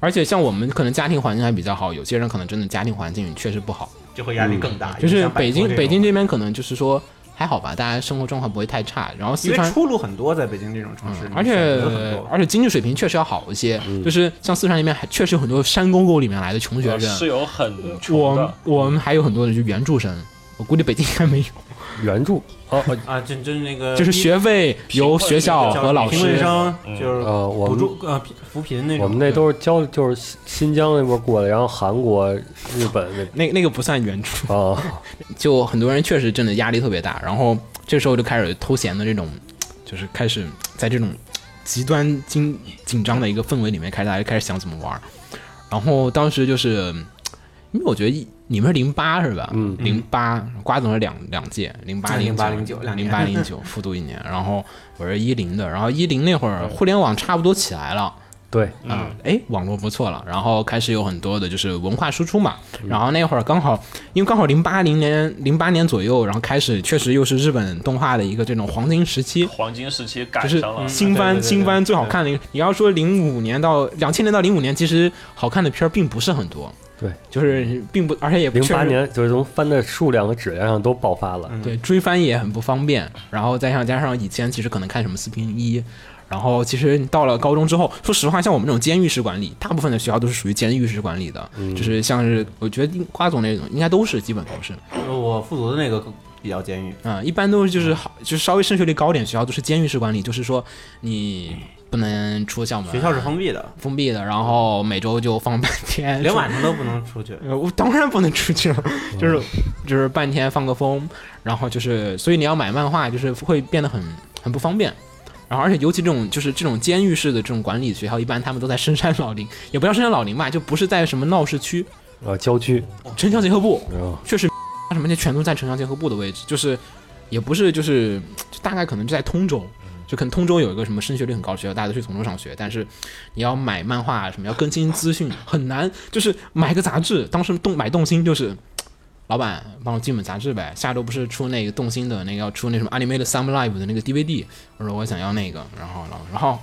[SPEAKER 1] 而且像我们可能家庭环境还比较好，有些人可能真的家庭环境确实不好。
[SPEAKER 2] 就会压力更大。
[SPEAKER 1] 嗯就是北京北京
[SPEAKER 2] 这，
[SPEAKER 1] 这边可能就是说还好吧，大家生活状况不会太差。然后四
[SPEAKER 2] 因为
[SPEAKER 1] 川
[SPEAKER 2] 出路很多，在北京这种城市，
[SPEAKER 1] 嗯而且
[SPEAKER 2] 选择很多嗯
[SPEAKER 1] 而且经济水平确实要好一些，就是像四川那边还确实有很多山沟沟里面来的穷学
[SPEAKER 2] 哦
[SPEAKER 1] 生，
[SPEAKER 4] 是有很穷
[SPEAKER 1] 我
[SPEAKER 4] 的，
[SPEAKER 1] 我们还有很多的就原住生，我估计北京应该没有。
[SPEAKER 3] 原著哦哦
[SPEAKER 2] 啊，就就是那个
[SPEAKER 1] 呃就是
[SPEAKER 2] 一
[SPEAKER 1] 学费由学校
[SPEAKER 2] 叫
[SPEAKER 1] 和老
[SPEAKER 2] 贫困
[SPEAKER 1] 师，
[SPEAKER 2] 生
[SPEAKER 4] 嗯
[SPEAKER 2] 就是
[SPEAKER 3] 呃，我
[SPEAKER 2] 补
[SPEAKER 3] 们
[SPEAKER 2] 助呃贫扶贫那
[SPEAKER 3] 我
[SPEAKER 2] 种
[SPEAKER 3] 们。那都是交就是新新疆那波过来，然后韩国、日本那
[SPEAKER 1] 那那个不算援助，
[SPEAKER 3] 啊，
[SPEAKER 1] 就很多人确实真的压力特别大，然后这时候就开始偷闲的这种，就是开始在这种极端紧紧张的一个氛围里面，开始大家开始想怎么玩儿，然后当时就是。因为我觉得一你们是零八是吧？
[SPEAKER 3] 嗯
[SPEAKER 1] 零八瓜总是两两届，零八啊零
[SPEAKER 2] 08 09两
[SPEAKER 1] 零
[SPEAKER 2] 年
[SPEAKER 1] 八零九复读一年，然后我是一零的，然后一零那会儿互联网差不多起来了，
[SPEAKER 3] 对，
[SPEAKER 1] 嗯，哎，网络不错了，然后开始有很多的就是文化输出嘛，然后那会儿刚好，因为刚好零八零年零八年左右，然后开始确实又是日本动画的一个这种黄金时期，
[SPEAKER 4] 黄金时期赶
[SPEAKER 1] 就是
[SPEAKER 4] 上了，
[SPEAKER 1] 新
[SPEAKER 2] 对对
[SPEAKER 1] 番
[SPEAKER 2] 对
[SPEAKER 1] 新番
[SPEAKER 2] 对
[SPEAKER 1] 最好看的一个。你要说零五年到两千年到零五年，其实好看的片儿并不是很多，
[SPEAKER 3] 对，
[SPEAKER 1] 就是并不，而且也不
[SPEAKER 3] 零
[SPEAKER 1] 确
[SPEAKER 3] 八
[SPEAKER 1] 实
[SPEAKER 3] 年就是从翻的数量和质量上都爆发了。
[SPEAKER 2] 嗯
[SPEAKER 1] 对追番也很不方便，然后再上加上以前其实可能看什么四平一，然后其实你到了高中之后，说实话，像我们这种监狱式管理，大部分的学校都是属于监狱式管理的，
[SPEAKER 2] 嗯
[SPEAKER 1] 就是像是我觉得瓜总那种应该都是基本都是，
[SPEAKER 2] 我复读的那个比较监狱，
[SPEAKER 1] 嗯，一般都是就是好就是稍微升学率高点学校都是监狱式管理，就是说你不能出校门，
[SPEAKER 2] 学校是封闭的，
[SPEAKER 1] 封闭的，然后每周就放半天，
[SPEAKER 2] 连晚上都不能出去。
[SPEAKER 1] 呃，我当然不能出去了，就是 就是半天放个风，然后就是，所以你要买漫画，就是会变得很很不方便。然后，而且尤其这种就是这种监狱式的这种管理学校，一般他们都在深山老林，也不叫深山老林吧，就不是在什么闹市区，
[SPEAKER 3] 呃，郊区，
[SPEAKER 1] 城乡结合部
[SPEAKER 3] 然
[SPEAKER 2] 嗯
[SPEAKER 3] 后
[SPEAKER 1] 确实什么那全都在城乡结合部的位置，就是也不是就是就大概可能就在通州，就可能通州有一个什么升学率很高的学校，大家都去通州上学，但是你要买漫画什么要更新资讯很难，就是买个杂志，当时动买动心就是。老板帮我进本杂志呗，下周不是出那个动心的那个要出那什么 Animated Summer Live 的那个 DVD，我说我想要那个，然后老然后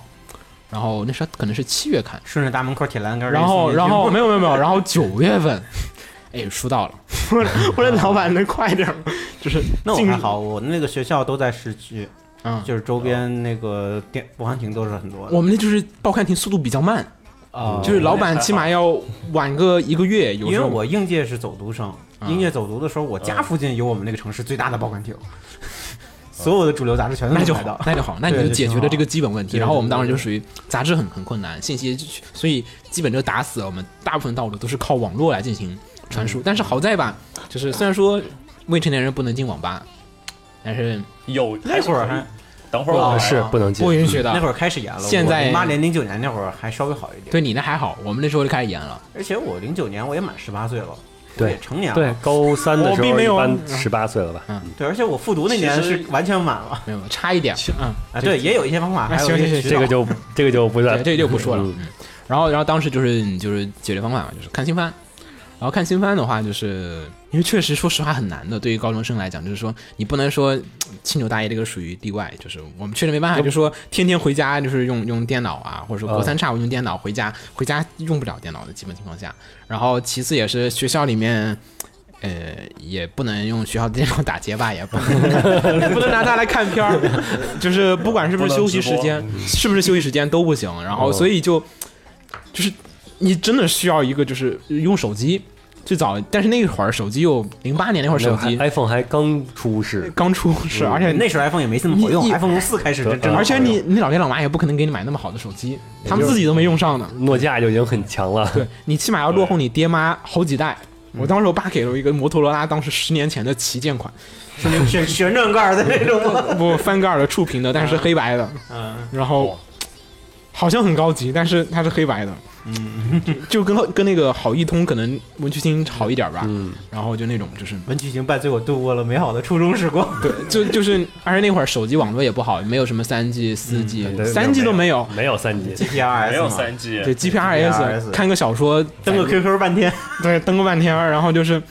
[SPEAKER 1] 然后那时候可能是七月看，
[SPEAKER 2] 顺着大门口铁栏杆儿一
[SPEAKER 1] 然
[SPEAKER 2] 送
[SPEAKER 1] 后
[SPEAKER 2] 进去，
[SPEAKER 1] 然后没有没有没有，然后九月份，哎出道了，我说我说老板能快点吗？就是
[SPEAKER 2] 那我
[SPEAKER 1] 进
[SPEAKER 2] 还好，我那个学校都在市区，
[SPEAKER 1] 嗯，
[SPEAKER 2] 就是周边那个电报刊亭都是很多的。
[SPEAKER 1] 我们那就是报刊亭速度比较慢，
[SPEAKER 2] 啊
[SPEAKER 1] 就是老板起码要晚个一个月，有
[SPEAKER 2] 因
[SPEAKER 1] 时
[SPEAKER 2] 为
[SPEAKER 1] 候
[SPEAKER 2] 我应届是走读生，
[SPEAKER 1] 嗯
[SPEAKER 2] 应届走读的时候，我
[SPEAKER 1] 啊
[SPEAKER 2] 家附近有我们那个城市最大的报刊亭， 所有的主流杂志全都
[SPEAKER 1] 那就
[SPEAKER 2] 能买
[SPEAKER 1] 好
[SPEAKER 2] 到，。
[SPEAKER 1] 那就好，那你
[SPEAKER 2] 对
[SPEAKER 1] 就
[SPEAKER 2] 就
[SPEAKER 1] 解
[SPEAKER 2] 挺
[SPEAKER 1] 决了这
[SPEAKER 2] 好
[SPEAKER 1] 个基本问题。
[SPEAKER 2] 对
[SPEAKER 1] 然后我们
[SPEAKER 2] 对
[SPEAKER 1] 当时就
[SPEAKER 2] 对
[SPEAKER 1] 属于杂志很很困难，信息所以基本就打死了。我们大部分道路都是靠网络来进行传输，但是好在吧，就是虽然说未成年人不能进网吧，但是
[SPEAKER 4] 有
[SPEAKER 2] 那会儿还
[SPEAKER 4] 等会儿我来
[SPEAKER 3] 呃是
[SPEAKER 4] 啊
[SPEAKER 3] 不能进
[SPEAKER 1] 不。允许的。
[SPEAKER 2] 那会儿开始严了，
[SPEAKER 1] 现在
[SPEAKER 2] 我零八年零九年那会儿还稍微好一点，
[SPEAKER 1] 对你那还好，我们那时候就开始严了。
[SPEAKER 2] 而且我零九年我也满十八岁了，
[SPEAKER 3] 对
[SPEAKER 2] 我也成年了，
[SPEAKER 3] 对，高三的时
[SPEAKER 1] 我
[SPEAKER 3] 候
[SPEAKER 1] 并没
[SPEAKER 3] 一
[SPEAKER 1] 有
[SPEAKER 3] 般十八岁了吧？
[SPEAKER 2] 对，而且我复读那年
[SPEAKER 4] 其实
[SPEAKER 2] 是完全满了
[SPEAKER 1] 没有，差一点。嗯，
[SPEAKER 2] 啊，对，也有一些方法，
[SPEAKER 1] 哎
[SPEAKER 2] 还有
[SPEAKER 1] 行
[SPEAKER 2] 一
[SPEAKER 1] 行
[SPEAKER 2] 些
[SPEAKER 1] 行
[SPEAKER 2] 渠
[SPEAKER 3] 这
[SPEAKER 2] 道
[SPEAKER 3] 个就这个就不
[SPEAKER 1] 对，
[SPEAKER 3] 算，
[SPEAKER 1] 这个就不说了。
[SPEAKER 3] 嗯
[SPEAKER 1] 嗯，然后，然后当时就是就是解决方法嘛，就是看新番。然后看新番的话，就是因为确实说实话很难的，对于高中生来讲，就是说你不能说清酒大爷这个属于例外，就是我们确实没办法，就是说天天回家就是用用电脑啊，或者说隔三差五用电脑回家，回家用不了电脑的基本情况下。然后其次也是学校里面。呃，也不能用学校的电脑打结巴，也不能也不能拿它来看片儿，就是不管是不是
[SPEAKER 4] 不能
[SPEAKER 1] 休息
[SPEAKER 4] 直播
[SPEAKER 1] 时间，是不是休息时间都不行。然后所以就就是你真的需要一个就是用手机，最早，但是那会儿手机又零八年那会儿手
[SPEAKER 3] 那
[SPEAKER 1] 机
[SPEAKER 3] 还 iPhone 还刚出
[SPEAKER 2] 嗯
[SPEAKER 3] 世，
[SPEAKER 1] 刚出是，而且
[SPEAKER 2] 对那时候 iPhone 也没这么好用
[SPEAKER 1] 你你
[SPEAKER 2] ，iPhone 从四开始
[SPEAKER 3] 对
[SPEAKER 2] 真正
[SPEAKER 1] 而且
[SPEAKER 2] 好用
[SPEAKER 1] 你你老爹老妈也不可能给你买那么好的手机，他们自己都没用上呢。
[SPEAKER 3] 诺基亚就已经很强了。
[SPEAKER 1] 对你起码要落后你爹妈好几代。我当时我爸给了我一个摩托罗拉，当时十年前的旗舰款，
[SPEAKER 2] 旋旋旋转盖儿的那种吗？
[SPEAKER 1] 不翻盖儿的触屏的，但是黑白的，
[SPEAKER 2] 嗯，
[SPEAKER 1] 然后好像很高级，但是它是黑白的，嗯，就跟跟那个好易通可能文曲星好一点吧，
[SPEAKER 3] 嗯，
[SPEAKER 1] 然后就那种就是
[SPEAKER 2] 文曲星伴随我度过了美好的初中时光。
[SPEAKER 1] 对，就就是，而且那会儿手机网络也不好，没有什么三 G、四 G
[SPEAKER 3] 对、
[SPEAKER 1] 三 G 都没有。
[SPEAKER 3] 没有三 G，
[SPEAKER 2] GPRS
[SPEAKER 4] 没
[SPEAKER 2] 嘛
[SPEAKER 4] 有三 G，
[SPEAKER 1] 对 GPRS，
[SPEAKER 2] GPRS
[SPEAKER 1] 看个小说，
[SPEAKER 2] 登个 QQ 半天，
[SPEAKER 1] 对，登个半天，然后就是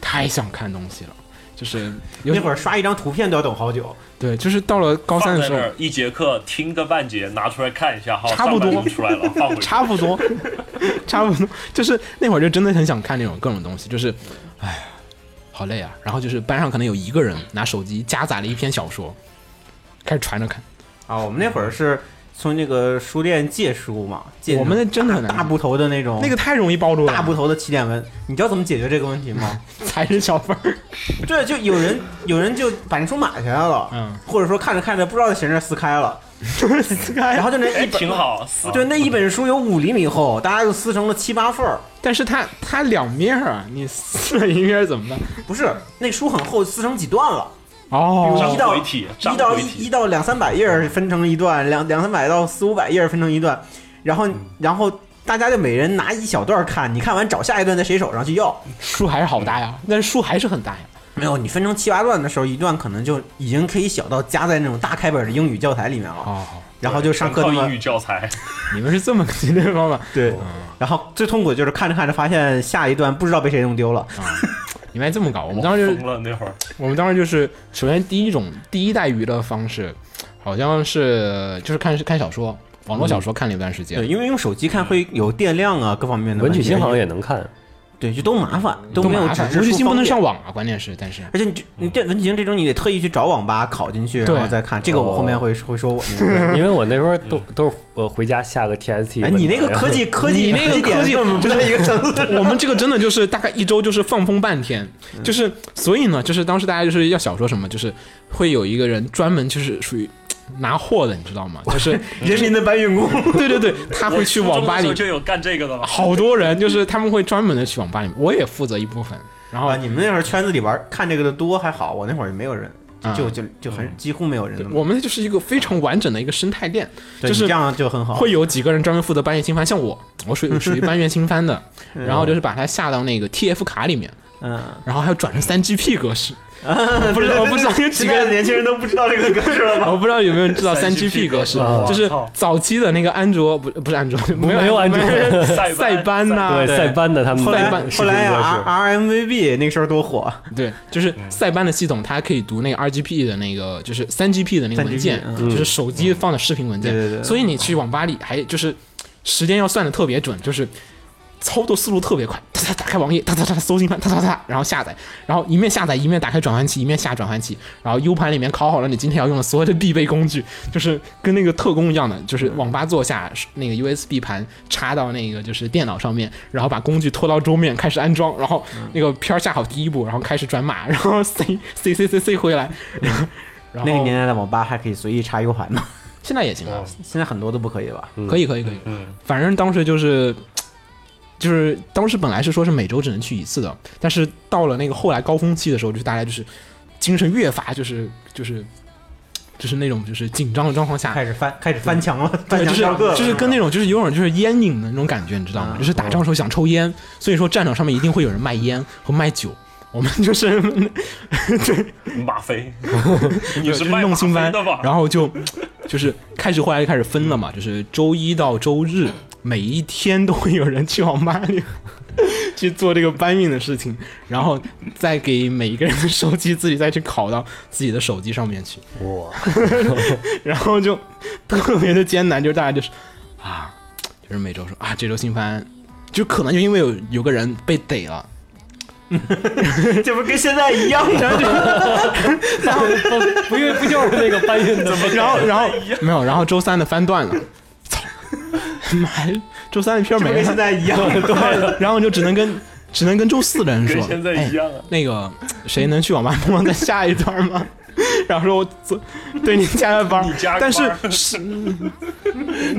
[SPEAKER 1] 太想看东西了，就是有
[SPEAKER 2] 那会儿刷一张图片都要等好久。
[SPEAKER 1] 对，就是到了高三
[SPEAKER 4] 放
[SPEAKER 1] 的
[SPEAKER 4] 在
[SPEAKER 1] 时
[SPEAKER 4] 那
[SPEAKER 1] 候，
[SPEAKER 4] 儿一节课听个半节，拿出来看一下，好，
[SPEAKER 1] 差不多
[SPEAKER 4] 上半部出来了，放回去。
[SPEAKER 1] 差不多，差不多，就是那会儿就真的很想看那种各种东西，就是，哎，好累啊。然后就是班上可能有一个人拿手机夹杂了一篇小说，开始传着看，
[SPEAKER 2] 啊，我们那会儿是从那个书店借书嘛，借
[SPEAKER 1] 我们那真的很难
[SPEAKER 2] 哎大部头的那种，
[SPEAKER 1] 那个太容易暴露了，
[SPEAKER 2] 大部头的起点文，你知道怎么解决这个问 题吗？
[SPEAKER 1] 才是小分儿，
[SPEAKER 2] 这就有人有人就把那书买下来了，
[SPEAKER 1] 嗯，
[SPEAKER 2] 或者说看着看着不知道在谁那儿撕开了，撕开，然后就那
[SPEAKER 4] 哎，
[SPEAKER 2] 一本，
[SPEAKER 4] 挺好，四
[SPEAKER 2] 就那一本书有五厘米厚，大家就撕成了七八份儿。
[SPEAKER 1] 但是它它两面儿啊，你撕了一面儿怎么办？
[SPEAKER 2] 不是，那书很厚，撕成几段了，
[SPEAKER 1] 哦
[SPEAKER 2] 一到
[SPEAKER 4] 章回体
[SPEAKER 2] 一到
[SPEAKER 4] 章回
[SPEAKER 2] 一
[SPEAKER 4] 体
[SPEAKER 2] 一到两三百页儿分成一段，两两三百到四五百页儿分成一段，然
[SPEAKER 1] 嗯
[SPEAKER 2] 后然后大家就每人拿一小段儿看，你看完找下一段在谁手上去要。
[SPEAKER 1] 书还是好大呀，但是书还是很大呀。
[SPEAKER 2] 没有，你分成七八段的时候，一段可能就已经可以小到加在那种大开本的英语教材里面了，
[SPEAKER 1] 哦，
[SPEAKER 2] 然后就上课那
[SPEAKER 4] 靠
[SPEAKER 2] 么
[SPEAKER 4] 英语教材，
[SPEAKER 1] 你们是这么个 解决方法？
[SPEAKER 2] 对，然后最痛苦的就是看着看着发现下一段不知道被谁弄丢了，
[SPEAKER 1] 嗯你们还这么搞？我们当时
[SPEAKER 4] 疯
[SPEAKER 1] 就
[SPEAKER 4] 了那会儿。
[SPEAKER 1] 我们当时就是，首先第一种第一代娱乐方式，好像是就是看看小说，网络小说看了一段时
[SPEAKER 2] 对，
[SPEAKER 1] 间。
[SPEAKER 2] 因为用手机看会有电量啊各方面的
[SPEAKER 3] 文曲
[SPEAKER 2] 题
[SPEAKER 3] 星好像也能看，
[SPEAKER 2] 对，就都麻烦，都
[SPEAKER 1] 都
[SPEAKER 2] 没有
[SPEAKER 1] 麻
[SPEAKER 2] 纸
[SPEAKER 1] 烦，
[SPEAKER 2] 质
[SPEAKER 1] 文
[SPEAKER 2] 书
[SPEAKER 1] 曲星不能
[SPEAKER 2] 方便
[SPEAKER 1] 上网啊，关键是，但是
[SPEAKER 2] 而且你这你这文曲星这种，你得特意去找网吧考进去，
[SPEAKER 1] 对
[SPEAKER 2] 然后再看。这个我后面会会说我那个。
[SPEAKER 3] 因为我那时候都都是呃回家下个 TST。
[SPEAKER 2] 哎，你那个科技科技
[SPEAKER 1] 你那个科技
[SPEAKER 2] 点根本不在一个层次。
[SPEAKER 1] 我们这个真的就是大概一周就是放风半天，
[SPEAKER 2] 嗯
[SPEAKER 1] 就是所以呢，就是当时大家就是要小说什么，就是会有一个人专门就是属于拿货的，你知道 吗？就是
[SPEAKER 2] 人民的搬运工，
[SPEAKER 1] 对对对，他会去网吧
[SPEAKER 4] 我初中的时候
[SPEAKER 1] 里，
[SPEAKER 4] 就有干这个的了。
[SPEAKER 1] 好多人就是他们会专门的去网吧里，我也负责一部分，然后
[SPEAKER 2] 啊，你们那会儿圈子里玩儿看这个的多还好，我那会儿也没有人，
[SPEAKER 1] 啊
[SPEAKER 2] 就就就很几乎没有人
[SPEAKER 1] 对
[SPEAKER 2] 了。
[SPEAKER 1] 我们就是一个非常完整的一个生态链，
[SPEAKER 2] 对
[SPEAKER 1] 就是
[SPEAKER 2] 你这样就很好。
[SPEAKER 1] 会有几个人专门负责搬运新番，像我，我属于属于搬运新番的，然后就是把它下到那个 TF 卡里面，
[SPEAKER 2] 嗯，
[SPEAKER 1] 然后还要转成三 GP 格式，
[SPEAKER 2] 不
[SPEAKER 1] 知道 我不知道有几个
[SPEAKER 2] 年轻人都不知道这个歌是了 吧？
[SPEAKER 1] 我不知道有没有人知道三 GP
[SPEAKER 4] GP
[SPEAKER 1] 格式
[SPEAKER 3] 格式，
[SPEAKER 1] 就是
[SPEAKER 2] 哇靠
[SPEAKER 1] 早期的那个安卓，不不是安卓，
[SPEAKER 3] 没有安卓
[SPEAKER 4] 塞
[SPEAKER 1] 塞班呐、
[SPEAKER 3] 对
[SPEAKER 2] 对
[SPEAKER 3] 塞班的他们
[SPEAKER 2] 后来
[SPEAKER 3] 那个视
[SPEAKER 2] 后
[SPEAKER 3] 频
[SPEAKER 2] 来
[SPEAKER 3] 格
[SPEAKER 2] 啊
[SPEAKER 3] 式
[SPEAKER 2] ，R M V B 那时候多火，
[SPEAKER 1] 对，就是塞班的系统，它可以读那个 RGP 的那个，就是三 GP 的那个文件
[SPEAKER 2] 3GP，，
[SPEAKER 3] 嗯
[SPEAKER 1] 就是手机放的视频文件。
[SPEAKER 2] 嗯对对对
[SPEAKER 1] 所以你去网吧里，还就是时间要算的特别准，就是操作思路特别快，哒哒打开网页，哒哒哒搜新番，哒哒哒，然后下载，然后一面下载一面打开转换器，一面下转换器，然后 U 盘里面拷好了你今天要用的所有的必备工具，就是跟那个特工一样的，就是网吧坐下，那个 USB 盘插到那个就是电脑上面，然后把工具拖到桌面开始安装，然后
[SPEAKER 2] 嗯
[SPEAKER 1] 那个片儿下好第一步，然后开始转码，然后 C C C C C 回来，然后然后
[SPEAKER 2] 嗯那个年代的网吧还可以随意插 U 盘呢，
[SPEAKER 1] 现在也行啊，
[SPEAKER 2] 现在很多都不可以吧？
[SPEAKER 3] 嗯
[SPEAKER 1] 可以可以可以，反正当时就是。就是当时本来是说是每周只能去一次的，但是到了那个后来高峰期的时候，就是大家就是精神越发就是就是就是那种就是紧张的状况下，
[SPEAKER 2] 开始翻开始翻墙了，
[SPEAKER 1] 对，
[SPEAKER 2] 翻
[SPEAKER 1] 就
[SPEAKER 2] 墙上
[SPEAKER 1] 是
[SPEAKER 2] 课了，
[SPEAKER 1] 就是跟那种就是有种就是烟瘾的那种感觉，你知道吗？
[SPEAKER 2] 啊
[SPEAKER 1] 就是打仗的时候想抽烟，所以说战场上面一定会有人卖烟和卖酒。我们就是
[SPEAKER 4] 吗 啡，你是卖
[SPEAKER 1] 弄
[SPEAKER 4] 吗
[SPEAKER 1] 清
[SPEAKER 4] 啡
[SPEAKER 1] 班
[SPEAKER 4] 的吧，？
[SPEAKER 1] 然后就就是开始后来就开始分了嘛，就是周一到周日每一天都会有人去网吧里 去做这个搬运的事情，然后再给每一个人的手机自己再去拷到自己的手机上面去。
[SPEAKER 3] 哇，
[SPEAKER 1] 然后就特别的艰难，就是大家就是啊，就是每周说啊，这周新番，就可能就因为有有个人被逮了，
[SPEAKER 2] 这不跟现在 一样吗？
[SPEAKER 3] 不因为不就是那个搬运的吗？
[SPEAKER 1] 然后然
[SPEAKER 2] 哎
[SPEAKER 1] 后没有，然后周三的番断了，操，妈，周三的片儿
[SPEAKER 2] 这不
[SPEAKER 1] 没
[SPEAKER 2] 跟现
[SPEAKER 1] 了，
[SPEAKER 2] 在一样 吗？
[SPEAKER 1] 然后就只能跟只能跟周四的人
[SPEAKER 4] 跟
[SPEAKER 1] 说，
[SPEAKER 4] 现在
[SPEAKER 1] 哎
[SPEAKER 4] 一样啊。
[SPEAKER 1] 那个谁能去网吧帮忙再下一段吗？ 然后说我昨对你加个班儿，
[SPEAKER 4] 你加个
[SPEAKER 1] 但是
[SPEAKER 4] 班儿
[SPEAKER 1] 实，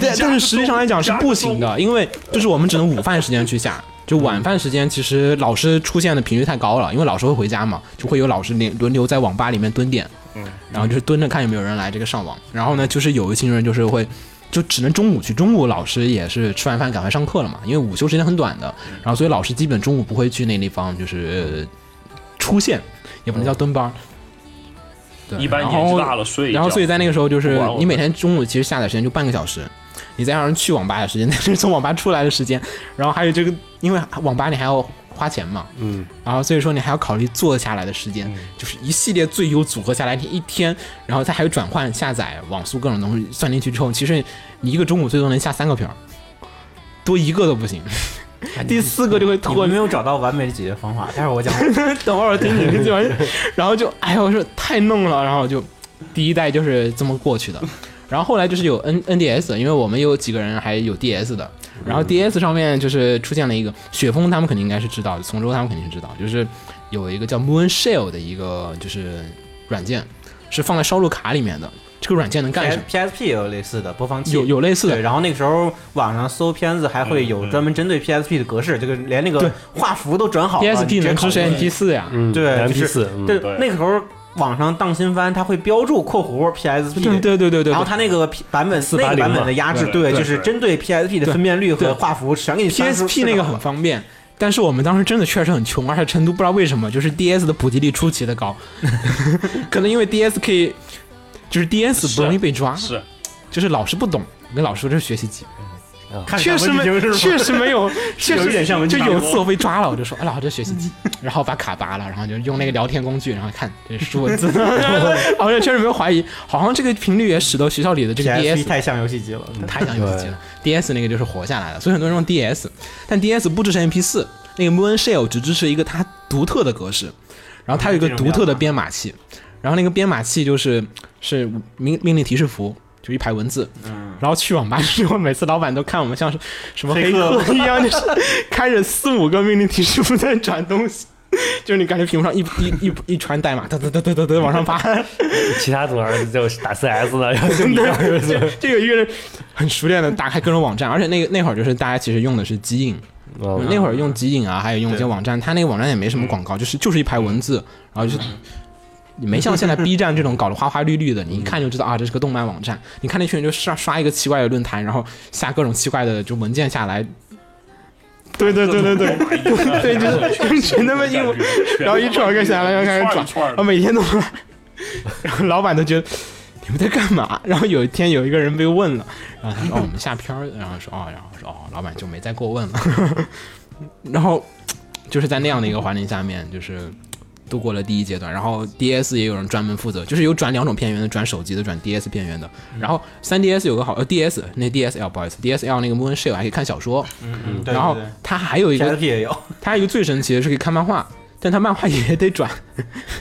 [SPEAKER 1] 但但是实际上来讲是不行的，因为就是我们只能午饭时间去下，就晚饭时间其实老师出现的频率太高了，因为老师会回家嘛，就会有老师轮轮流在网吧里面蹲点，
[SPEAKER 4] 嗯
[SPEAKER 1] 然后就是蹲着看有没有人来这个上网，然后呢就是有一群人就是会。就只能中午去，中午老师也是吃完饭赶快上课了嘛，因为午休时间很短的，然后所以老师基本中午不会去那地方，就是出现，也不能叫蹲班儿。对，
[SPEAKER 4] 一般
[SPEAKER 1] 然
[SPEAKER 4] 年纪
[SPEAKER 1] 后
[SPEAKER 4] 大了睡一觉，
[SPEAKER 1] 哎然后所以在那个时候就是
[SPEAKER 4] 不管我
[SPEAKER 1] 你每天中午其实下载时间就半个小时，你再让人去网吧的时间， 再是从网吧出来的时间，然后还有这个，因为网吧你还要花钱嘛，
[SPEAKER 3] 嗯，
[SPEAKER 1] 然后所以说你还要考虑坐下来的时间，就是一系列最优组合下来，你一天，然后它还有转换、下载、网速各种东西算进去之后，其实你一个中午最多能下三个片儿，多一个都不行，第四个就会
[SPEAKER 2] 我
[SPEAKER 1] 拖
[SPEAKER 2] 没有找到完美的解决方法，待会儿我讲。
[SPEAKER 1] 等会儿我听你这玩意儿，然后就哎呦，我说太弄了，然后就第一代就是这么过去的，然后后来就是有 N NDS，因为我们有几个人还有 DS 的，然后 DS 上面就是出现了一个雪峰，他们肯定应该是知道，从州他们肯定是知道，就是有一个叫 Moon Shell 的一个就是软件，是放在烧录卡里面的，这个软件能 干什么？
[SPEAKER 2] P S P 也有类似的播放器，
[SPEAKER 1] 有有类似的
[SPEAKER 2] 哎对，，然后那个时候网上搜片子还会有专门针对 PSP 的格式，这个连那个画幅都转好了
[SPEAKER 1] DSP 能支持
[SPEAKER 2] n
[SPEAKER 1] MP 四呀，
[SPEAKER 3] 嗯
[SPEAKER 2] 对
[SPEAKER 3] ，M
[SPEAKER 2] 就
[SPEAKER 3] P
[SPEAKER 2] 是
[SPEAKER 3] 四，
[SPEAKER 2] 对
[SPEAKER 3] 嗯，，
[SPEAKER 2] 那个时候网上当新番，它会标注括弧 PSP，
[SPEAKER 1] 对对对对对
[SPEAKER 2] 然后它那个 P- 版本
[SPEAKER 3] 480
[SPEAKER 2] 那个版本的压制，
[SPEAKER 4] 嘛
[SPEAKER 2] 对，
[SPEAKER 4] 对对
[SPEAKER 2] 就是针对 PSP 的分辨率
[SPEAKER 1] 对
[SPEAKER 2] 和画幅全给你翻出
[SPEAKER 1] PSP 那个很方便，但是我们当时真的确实很穷，而且成都不知道为什么，就是 DS 的普及率出奇的高， 可能因为 DS 可以，就是 DS
[SPEAKER 2] 啊
[SPEAKER 4] 是
[SPEAKER 1] 不容易被抓，
[SPEAKER 4] 是
[SPEAKER 1] 就是老师不懂，跟老师说这是学习机，
[SPEAKER 2] 嗯看
[SPEAKER 1] 确实没
[SPEAKER 2] 小文具精是吧
[SPEAKER 1] 确实没 有，确实
[SPEAKER 2] 有一点像文具
[SPEAKER 1] 就
[SPEAKER 2] 大
[SPEAKER 1] 有
[SPEAKER 2] 哥
[SPEAKER 1] 一次我被抓了，我就说，哎，老师这是学习 机，然后把卡拔了，然后就用那个聊天工具，然后看这是文字， 好像确实没有怀疑，好像这个频率也使得学校里的这个 DS
[SPEAKER 2] PSP 太像游戏机了，
[SPEAKER 1] 太像游戏机了。DS 那个就是活下来了，所以很多人用 DS，但 DS 不支持 MP 4那个 Moon Shell 只支持一个它独特的格式，然后它有一个独特的编码器，然后那个编码器就是是命命令提示符。就一排文字，然后去网吧的时候，每次老板都看我们像是什么嗯黑客一样，就是开着四五个命令提示符在转东西，就是你感觉屏幕上一一一一串代码，哒哒哒哒哒哒往上爬，
[SPEAKER 3] 其他总儿就是打 C S 的，然后就你这儿
[SPEAKER 1] 就 就有一个人很熟练的打开各种网站，而且那个那会儿就是大家其实用的是机影，
[SPEAKER 3] 嗯
[SPEAKER 1] 那会儿用极影啊，还有用一些网站，它那个网站也没什么广告，就是就是一排文字，然后就是。你没像现在 B 站这种搞得花花绿绿的，你一看就知道啊，这是个动漫网站。你看那群人就刷刷一个奇怪的论坛，然后下各种奇怪的就文件下来，对对对对 对，
[SPEAKER 4] 对
[SPEAKER 1] 对就是全他妈英文，然后一串一个下来，然后开始转，
[SPEAKER 4] 转
[SPEAKER 1] 然后每天都来，然后 老板都觉得你们在干嘛？然后有一天有一个人被问了，然后他说哦我们下片儿，然后说哦，然后说哦老板就没再过问了， 然后就是在那样的一个环境下面，就是。度过了第一阶段，然后 DS 也有人专门负责，就是有转两种片源的，转手机的，转 DS 片源的。
[SPEAKER 2] 嗯
[SPEAKER 1] 然后 3DS 有个好，呃，DS 那 DSL 不好意思，DSL 那个 Moon Shell 还可以看小说，
[SPEAKER 2] 嗯，对
[SPEAKER 1] 然后它还有一个
[SPEAKER 2] PSP 也有，
[SPEAKER 1] 它还有一个最神奇的是可以看漫画，但它漫画也得转。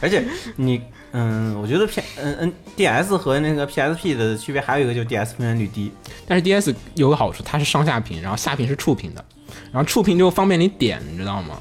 [SPEAKER 2] 而且你，嗯，我觉得 P 嗯嗯 DS 和那个 PSP 的区别还有一个就是 DS 分辨率低，
[SPEAKER 1] 但是 DS 有个好处，它是上下屏，然后下屏是触屏的，然后触屏就方便你点，你知道吗？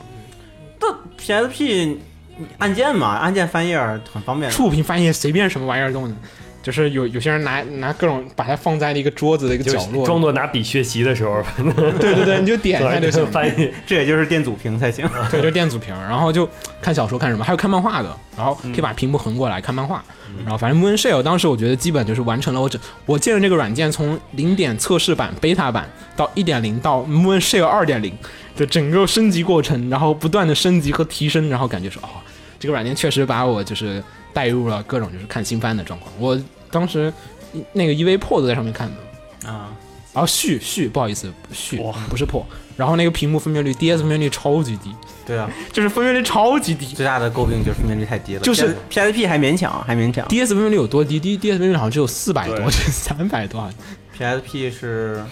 [SPEAKER 2] 但 PSP 你按键嘛，按键翻页儿很方便的。
[SPEAKER 1] 触屏翻页随便什么玩意儿都能，就是有有些人拿拿各种把它放在一个桌子的一个
[SPEAKER 3] 就
[SPEAKER 1] 角
[SPEAKER 3] 是
[SPEAKER 1] 落，
[SPEAKER 3] 装作拿笔学习的时候，
[SPEAKER 1] 对对对，你就点一下就行 了。
[SPEAKER 3] 翻译
[SPEAKER 2] 这也就是电阻屏才行。
[SPEAKER 1] 对，就是电子屏，然后就看小说看什么，还有看漫画的，然后可以把屏幕横过来看漫画，然后反正 Moon Shell 当时我觉得基本就是完成了我整我见了这个软件从零点测试版 beta 版到一点零到 Moon Shell 二点零的整个升级过程，然后不断的升级和提升，然后感觉说哦，这个软件确实把我就是带入了各种就是看新番的状况，我当时那个 EV Pro 都在上面看的。
[SPEAKER 2] 啊，
[SPEAKER 1] 然后续续，不好意思，续
[SPEAKER 4] 哇
[SPEAKER 1] 不是破。然后那个屏幕分辨率，DS 分辨率超级低，
[SPEAKER 2] 对啊，
[SPEAKER 1] 就是分辨率超级低。
[SPEAKER 2] 最大的诟病就是分辨率太低了，
[SPEAKER 1] 就是
[SPEAKER 2] PSP 还勉强，还勉强
[SPEAKER 1] DS 分辨率有多低？D DS 分辨率好像只有四百多，
[SPEAKER 4] 对
[SPEAKER 1] 这三百多好像，
[SPEAKER 2] ，PSP 是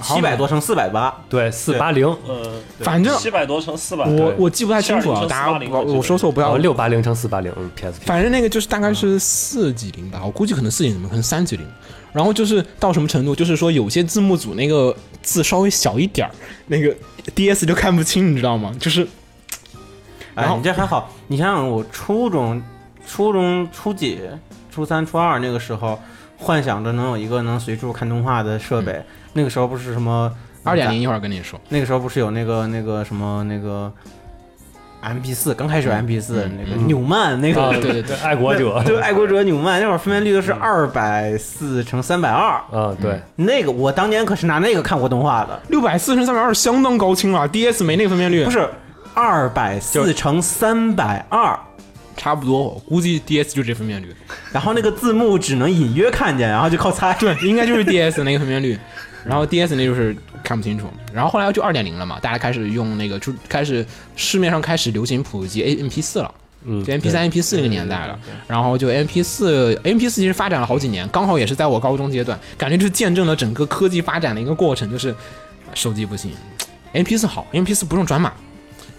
[SPEAKER 2] 七百多乘四百八，
[SPEAKER 3] 对四八零，
[SPEAKER 4] 呃，
[SPEAKER 1] 反正
[SPEAKER 4] 七百多乘四百，
[SPEAKER 1] 我我记不太清楚了，
[SPEAKER 4] 72
[SPEAKER 1] 大家
[SPEAKER 4] 乘480
[SPEAKER 1] 我我说错，不
[SPEAKER 3] 然
[SPEAKER 1] 要
[SPEAKER 3] 后。哦六八零乘四八零，PSP 嗯
[SPEAKER 1] 反正那个就是大概是四几零吧，我估计可能四几零，可能三几零。然后就是到什么程度，就是说有些字幕组那个字稍微小一点儿，那个 DS 就看不清，你知道吗？就是然
[SPEAKER 2] 哎，
[SPEAKER 1] 后
[SPEAKER 2] 你这还好，你想想我初中、初中初几、初三、初二那个时候，幻想着能有一个能随处看动画的设备，那个时候不是什么
[SPEAKER 1] 二点零，一会儿跟你说。
[SPEAKER 2] 那个时候不是有那个那个什么那个 MP 四，刚开始 MP 四、
[SPEAKER 1] 嗯
[SPEAKER 2] 那个
[SPEAKER 1] 嗯
[SPEAKER 2] 纽曼那个。
[SPEAKER 3] 啊，
[SPEAKER 1] 对对对，
[SPEAKER 3] 爱国者，
[SPEAKER 2] 对，爱国者纽曼那会儿分辨率都是二百四乘三百二，
[SPEAKER 3] 啊对，
[SPEAKER 2] 那个我当年可是拿那个看过动画的，
[SPEAKER 1] 六百四乘三百二相当高清了，DS 没那个分辨率，
[SPEAKER 2] 不是二百四乘三百二，
[SPEAKER 1] 差不多，我估计 DS 就这分辨率。
[SPEAKER 2] 然后那个字幕只能隐约看见，然后就靠 猜。
[SPEAKER 1] 对，应该就是 DS 那个分辨率，然后 DS 那就是看不清楚，然后后来就二点零了嘛，大家开始用那个就开始市面上开始流行普及 AMP 四了。
[SPEAKER 3] 嗯
[SPEAKER 1] 就 M P 三、M P 四那个年代了，然后就 M P 四、M P 四其实发展了好几年，刚好也是在我高中阶段，感觉就是见证了整个科技发展的一个过程，就是手机不行，M P 四好，M P 四不用转码，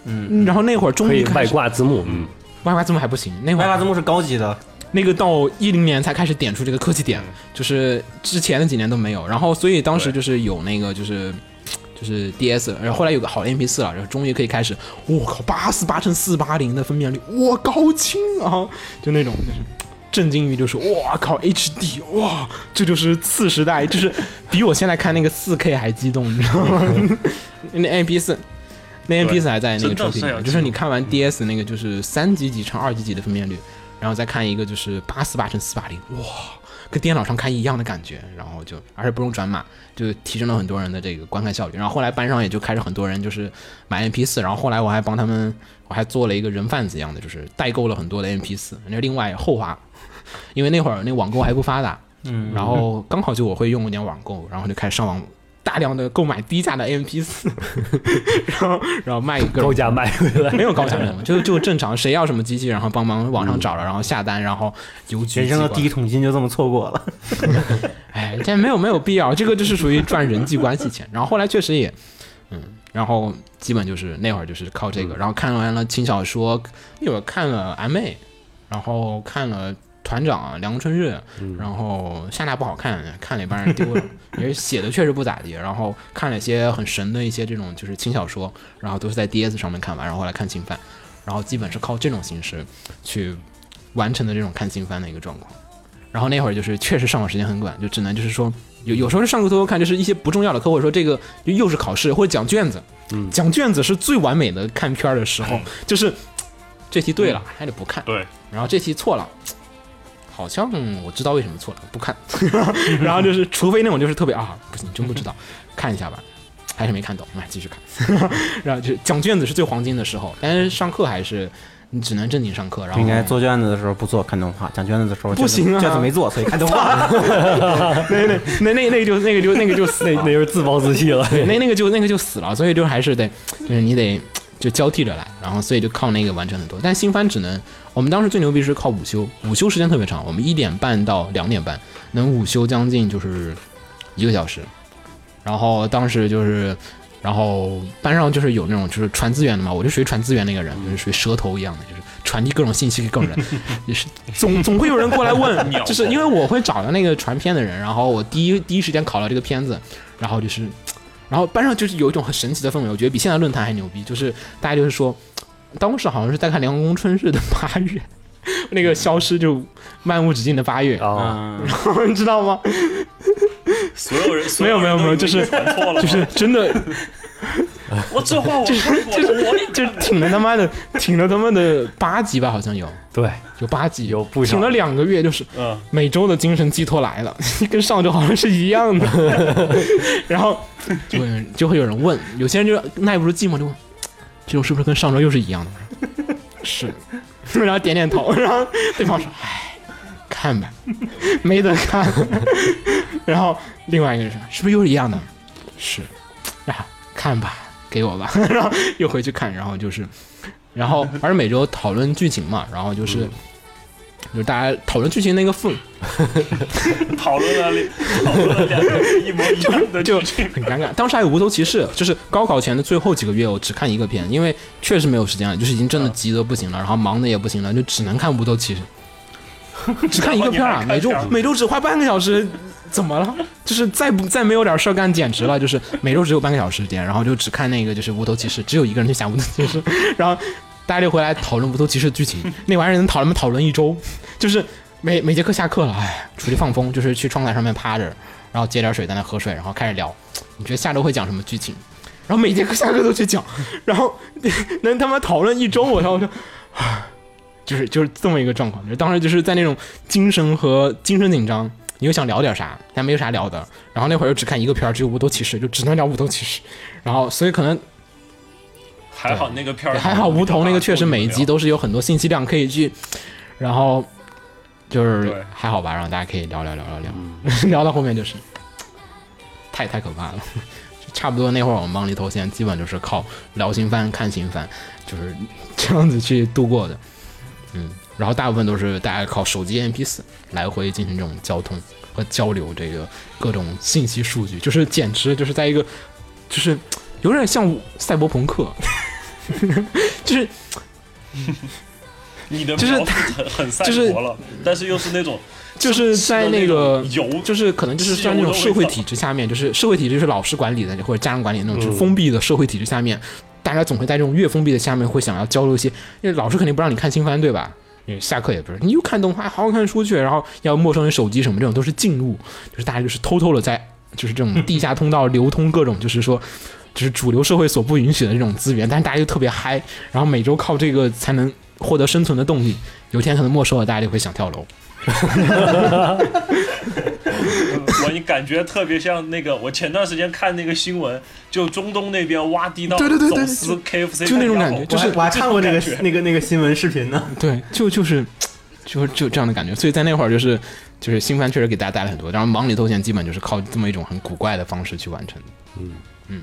[SPEAKER 1] 嗯，然后那会儿终
[SPEAKER 3] 可
[SPEAKER 1] 于
[SPEAKER 3] 以
[SPEAKER 1] 开
[SPEAKER 3] 外
[SPEAKER 1] 始，
[SPEAKER 3] 挂字幕，嗯，
[SPEAKER 1] 外挂字幕还不行，那会
[SPEAKER 2] 外
[SPEAKER 1] 儿
[SPEAKER 2] 挂字幕是高级的，
[SPEAKER 1] 那个到一零年才开始点出这个科技点，就是之前的几年都没有。然后所以当时就是有那个就是就是 DS，然后后来有个好的 MP 四了，然后终于可以开始，我靠，八四八乘四八零的分辨率，哇，高清啊，就那种就是。震惊于就是哇靠 HD 哇，这就是次时代，就是比我现在看那个四 K 还激动，你知道 吗？那 MP 四，那 MP 四还在那个
[SPEAKER 4] 真的
[SPEAKER 1] 抽屉里
[SPEAKER 4] 是有
[SPEAKER 1] 面，
[SPEAKER 4] 进
[SPEAKER 1] 就是你看完 DS 那个就是三级几乘二级几的分辨率，然后再看一个就是八四八乘四八零，哇，跟电脑上看一样的感觉，然后就而且不用转码，就提升了很多人的这个观看效率。然后后来班上也就开始很多人就是买 MP 四，然后后来我还帮他们，我还做了一个人贩子一样的，就是代购了很多的 MP 四。那另外后话，因为那会儿那网购还不发达，嗯，然后刚好就我会用一点网购，然后就开始上网。大量的购买低价的 MP 四， 然后然后卖 各种
[SPEAKER 3] 高价卖回 来，
[SPEAKER 1] 没有高价值嘛，就就正常，谁要什么机器，然后帮忙网上找了，然后下单，然后邮局
[SPEAKER 2] 人生的
[SPEAKER 1] 寄过来
[SPEAKER 2] 第一桶金就这么错过了。
[SPEAKER 1] 哎，这没有没有必要，这个就是属于赚人际关系钱。然后后来确实也，嗯，然后基本就是那会儿就是靠这个，然后看完了轻小说，那会儿看了 M A，然后看了。团长梁春日，然后夏娜不好看，看了也帮人丢了，因为写的确实不咋地。然后看了一些很神的一些这种就是轻小说，然后都是在 DS 上面看完，然后后来看新番，然后基本是靠这种形式去完成的这种看新番的一个状况。然后那会儿就是确实上网时间很短，就只能就是说有有时候是上课偷偷看，就是一些不重要的课，或者说这个就又是考试或者讲卷子，
[SPEAKER 3] 嗯
[SPEAKER 1] 讲卷子是最完美的看片儿的时候，就是嘖这题对了、还得不看，
[SPEAKER 4] 对，
[SPEAKER 1] 然后这题错了。嘖好像我知道为什么 错了，不看。然后就是，除非那种就是特别啊，不行，真不知道，看一下吧。嘖还是没看懂，哎，继续看。 然后就讲卷子是最黄金的时候，但是上课还是你只能正经上课，然后
[SPEAKER 2] 应该做卷子的时候不做看动画，讲卷子的时候
[SPEAKER 1] 不行啊
[SPEAKER 2] 卷子没做，所以看动 画。
[SPEAKER 1] 那那那那那个就那个就那个就死
[SPEAKER 3] 那那就是自暴自弃了。
[SPEAKER 1] 对，那那个就那个就死了，所以就还是得，就是你得就交替着来，然后所以就靠那个完成很多。但新番只能，我们当时最牛逼是靠午休，午休时间特别长，我们一点半到两点半能午休将近就是一个小时，然后当时就是。然后班上就是有那种就是传资源的嘛，我就属于传资源那个人，就是属于舌头一样的，就是传递各种信息给各种人，也是总总会有人过来问，就是因为我会找到那个传片的人，然后我第一第一时间考了这个片子，然后就是然后班上就是有一种很神奇的氛围，我觉得比现在论坛还牛逼，就是大家就是说，当时好像是在看《凉宫春日》的八月， 那个消失就漫无止境的八月，
[SPEAKER 3] 啊，
[SPEAKER 2] 嗯，
[SPEAKER 1] 你知道吗？
[SPEAKER 4] 所 有人所
[SPEAKER 1] 没有
[SPEAKER 4] 人
[SPEAKER 1] 没有没有
[SPEAKER 4] 都以为
[SPEAKER 1] 就是
[SPEAKER 4] 传错了，
[SPEAKER 1] 就是真的，
[SPEAKER 4] 我这话我看过，我也
[SPEAKER 1] 就挺了他妈的，挺了他妈的八集吧，好像有
[SPEAKER 3] 对，
[SPEAKER 1] 有八集，
[SPEAKER 3] 有不少
[SPEAKER 1] 挺了两个月，就是
[SPEAKER 4] 嗯，
[SPEAKER 1] 每周的精神寄托来了， 跟上周好像是一样的。 然后就会有人就会有人问，有些人就耐不住寂寞就问，这周是不是跟上周又是一样的？ 是，然后点点头，然后对方说：“唉，看吧，没得看。” 然后另外一个人说：“是不是又是一样的？”是，啊，看吧，给我吧， 然后又回去看，然后就是，然后而每周讨论剧情嘛，然后就是。就是大家讨论剧情那个氛
[SPEAKER 4] 讨论了两讨论了两个一模一样的
[SPEAKER 1] 就
[SPEAKER 4] 剧情，
[SPEAKER 1] 很尴尬。当时还有无头骑士，就是高考前的最后几个月，我只看一个片，因为确实没有时间了，就是已经真的急得不行了，然后忙的也不行了，就只能看无头骑士，只看一个片 儿啊，每周每周只花半个小时。怎么了？就是再不再没有点事儿干，简直了！就是每周只有半个小时时间，然后就只看那个就是无头骑士，只有一个人去想无头骑士， 然后大家就回来讨论无头骑士剧情，那玩意儿能讨论讨论一周，就是每每节课下课了，哎，出去放风，就是去窗台上面趴着，然后接点水在那喝水，然后开始聊，你觉得下周会讲什么剧情？然后每节课下课都去讲，然后能他妈讨论一周，我操！我就，唉 就是就是这么一个状况。就是当时就是在那种精神和精神紧张，你又想聊点啥，但没有啥聊的。然后那会儿又只看一个片儿，只有《无头骑士》，就只能聊《无头骑士》。然后所以可能
[SPEAKER 4] 还好那个片儿
[SPEAKER 1] 还好无头那个确实每一集都是有很多信息量可以去，然后就是
[SPEAKER 4] 对
[SPEAKER 1] 还好吧，然后大家可以聊聊聊聊聊， 聊到后面就是太太可怕了。 就差不多那会儿我们忙里偷闲，基本就是靠聊新番、看新番，就是 这样子去度过的。嗯，然后大部分都是大家靠手机 MP 四来回进行这种交通和交流，这个各种信息数据，就是简直就是在一个就是有点像赛博朋克， 就是
[SPEAKER 4] 你的
[SPEAKER 1] 就是
[SPEAKER 4] 描述很很赛
[SPEAKER 1] 就是
[SPEAKER 4] 博了，但是又是那种
[SPEAKER 1] 就是在那个
[SPEAKER 4] 是那种油
[SPEAKER 1] 就是可能就是在那种社会体制下面，就是社会体制就是老师管理的或者家长管理的那种，就是封闭的社会体制下面，大家总会在这种越封闭的下面会想要交流一些，因为老师肯定不让你看新番，对吧？因为下课也不是，你又看动画，好好看书去，然后要没收你手机什么，这种都是禁入，就是大家就是偷偷的在就是这种地下通道流通各种，就是说。就是主流社会所不允许的这种资源，但是大家又特别嗨，然后每周靠这个才能获得生存的动力。有一天可能没收了，大家就会想跳楼。
[SPEAKER 4] 我你感觉特别像那个，我前段时间看那个新闻，就中东那边挖地 道
[SPEAKER 1] 对对对对
[SPEAKER 4] 走私 KFC，
[SPEAKER 1] 就那种感觉
[SPEAKER 4] 汉堡
[SPEAKER 1] 就是
[SPEAKER 2] 我还我还看过那个
[SPEAKER 4] 这种感觉
[SPEAKER 2] 那个那个新闻视频呢。
[SPEAKER 1] 对，就就是就是就这样的感觉。所以在那会儿就是就是新番确实给大家带来很多，然后忙里偷闲基本就是靠这么一种很古怪的方式去完成的。
[SPEAKER 3] 嗯
[SPEAKER 1] 嗯，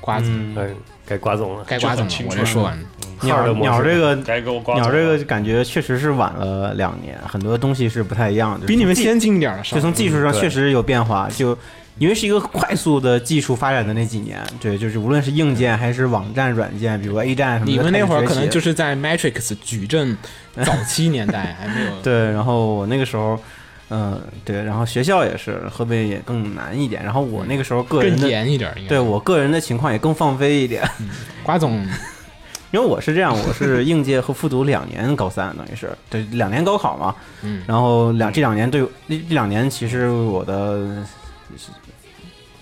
[SPEAKER 1] 瓜子、
[SPEAKER 2] 嗯，
[SPEAKER 3] 哎，该瓜总了。
[SPEAKER 1] 该瓜怎
[SPEAKER 4] 就很
[SPEAKER 1] 么
[SPEAKER 4] 青
[SPEAKER 1] 我
[SPEAKER 4] 春
[SPEAKER 1] 这说完了，
[SPEAKER 3] 哈尔
[SPEAKER 2] 鸟
[SPEAKER 3] 的模式啊
[SPEAKER 2] 鸟这个
[SPEAKER 4] 该给我刮
[SPEAKER 2] 鸟
[SPEAKER 4] 走
[SPEAKER 2] 这
[SPEAKER 4] 了
[SPEAKER 2] 个感觉确实是晚了两年，很多东西是不太一样的，
[SPEAKER 1] 比你们
[SPEAKER 2] 就是
[SPEAKER 1] 先进一点了，是
[SPEAKER 2] 就
[SPEAKER 1] 吧？
[SPEAKER 2] 从技术
[SPEAKER 3] 嗯
[SPEAKER 2] 上
[SPEAKER 3] 对
[SPEAKER 2] 确实有变化，就因为是一个快速的技术发展的那几年，对，就是无论是硬件还是网站、软件，比如 A 站什么的，
[SPEAKER 1] 你们那会儿可
[SPEAKER 2] 开始
[SPEAKER 1] 能
[SPEAKER 2] 学习
[SPEAKER 1] 就是在 Matrix 矩阵早期年代，还没有
[SPEAKER 2] 对，然后我那个时候。嗯，对，然后学校也是，后面也更难一点。然后我那个时候个人
[SPEAKER 1] 更
[SPEAKER 2] 的，
[SPEAKER 1] 严一点，应该
[SPEAKER 2] 对我个人的情况也更放飞一点，
[SPEAKER 1] 瓜总
[SPEAKER 2] 因为我是这样，我是 应届和复读两年高三，等于是对两年高考嘛。
[SPEAKER 1] 嗯
[SPEAKER 2] 然后两这两年对这这两年其实我的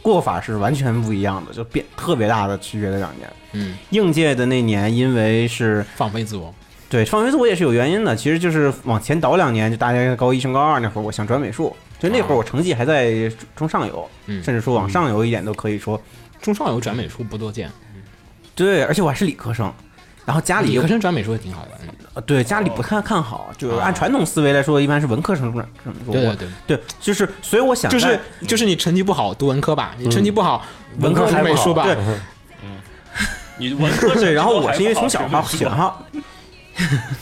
[SPEAKER 2] 过法是完全不一样的，就变特别大的区别的两年。
[SPEAKER 1] 嗯
[SPEAKER 2] 应届的那年，因为是
[SPEAKER 1] 放飞自我，
[SPEAKER 2] 对放学自我也是有原因的，其实就是往前倒两年，就大家高一升高二那会儿，我想转美术，就那会儿我成绩还在中上游，
[SPEAKER 1] 啊嗯
[SPEAKER 2] 甚至说往上游一点都可以说
[SPEAKER 1] 中上游转美术不多见，
[SPEAKER 2] 对，而且我还是理科生，然后家里
[SPEAKER 1] 理
[SPEAKER 2] 又
[SPEAKER 1] 科生转哦美术也挺好的。嗯
[SPEAKER 2] 呃对家里不看看好，就是按传统思维来说，一般是文科生转转
[SPEAKER 1] 对对对，
[SPEAKER 2] 对，就是所以我想
[SPEAKER 1] 就是
[SPEAKER 2] 在嗯
[SPEAKER 1] 就是你成绩不好读文科吧，你成绩不好
[SPEAKER 2] 文科
[SPEAKER 1] 科读
[SPEAKER 2] 还不
[SPEAKER 1] 美术吧
[SPEAKER 2] 好，对
[SPEAKER 4] 你文科生
[SPEAKER 2] 对，然后我是因为从小
[SPEAKER 4] 好
[SPEAKER 2] 哈喜欢哈，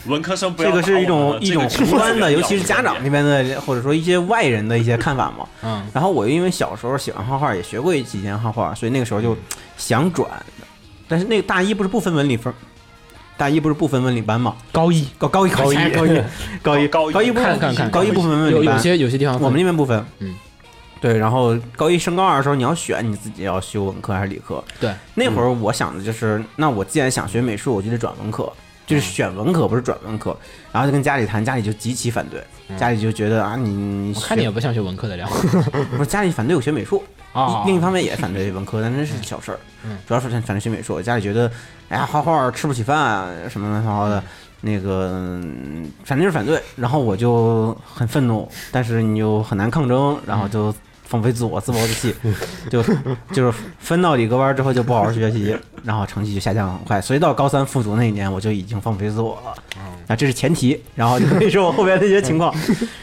[SPEAKER 4] 文科生不要
[SPEAKER 2] 这个是一种
[SPEAKER 4] 打我们
[SPEAKER 2] 一种
[SPEAKER 4] 这个
[SPEAKER 2] 宏观的，
[SPEAKER 4] 是
[SPEAKER 2] 尤其是家长那边的，或者说一些外人的一些看法嘛。
[SPEAKER 1] 嗯，
[SPEAKER 2] 然后我因为小时候喜欢画画，也学过几年画画，所以那个时候就想转，但是那个大一不是不分文理分，大一不是不分文理班嘛？
[SPEAKER 1] 高一
[SPEAKER 2] 高高一高一
[SPEAKER 1] 高一
[SPEAKER 2] 高一
[SPEAKER 4] 高
[SPEAKER 2] 高一不
[SPEAKER 1] 看看看
[SPEAKER 2] 高一不分 文
[SPEAKER 1] 有
[SPEAKER 2] 理
[SPEAKER 1] 有
[SPEAKER 2] 班，
[SPEAKER 1] 些有些地方
[SPEAKER 2] 我们那边不分。
[SPEAKER 1] 嗯，
[SPEAKER 2] 对。然后高一升高二的时候，你要选你自己要修文科还是理科。
[SPEAKER 1] 对，嗯
[SPEAKER 2] 那会儿我想的就是，那我既然想学美术，我就得转文科，就
[SPEAKER 1] 嗯
[SPEAKER 2] 是选文科，不是转文科。然后就跟家里谈，家里就极其反对，家里就觉得啊，你你
[SPEAKER 1] 嗯我看你也
[SPEAKER 2] 学
[SPEAKER 1] 不像学文科的 料
[SPEAKER 2] 不是家里反对我学美术，
[SPEAKER 1] 啊
[SPEAKER 2] 一另一方面也反对文科，但那是小事儿。
[SPEAKER 1] 嗯
[SPEAKER 2] 主要是反反对学美术，我家里觉得，哎呀，画画吃不起饭啊什么乱七八糟的，那个嗯反正就是反对。然后我就很愤怒，但是你又很难抗争，然
[SPEAKER 1] 嗯
[SPEAKER 2] 后就放飞自我，自暴自弃，就就是分到理科班之后就不好好学习，然后成绩就下降很快。所以到高三复读那一年，我就已经放飞自我了。
[SPEAKER 1] 哦
[SPEAKER 2] 啊，这是前提，然后就可以说我后边的一些情况。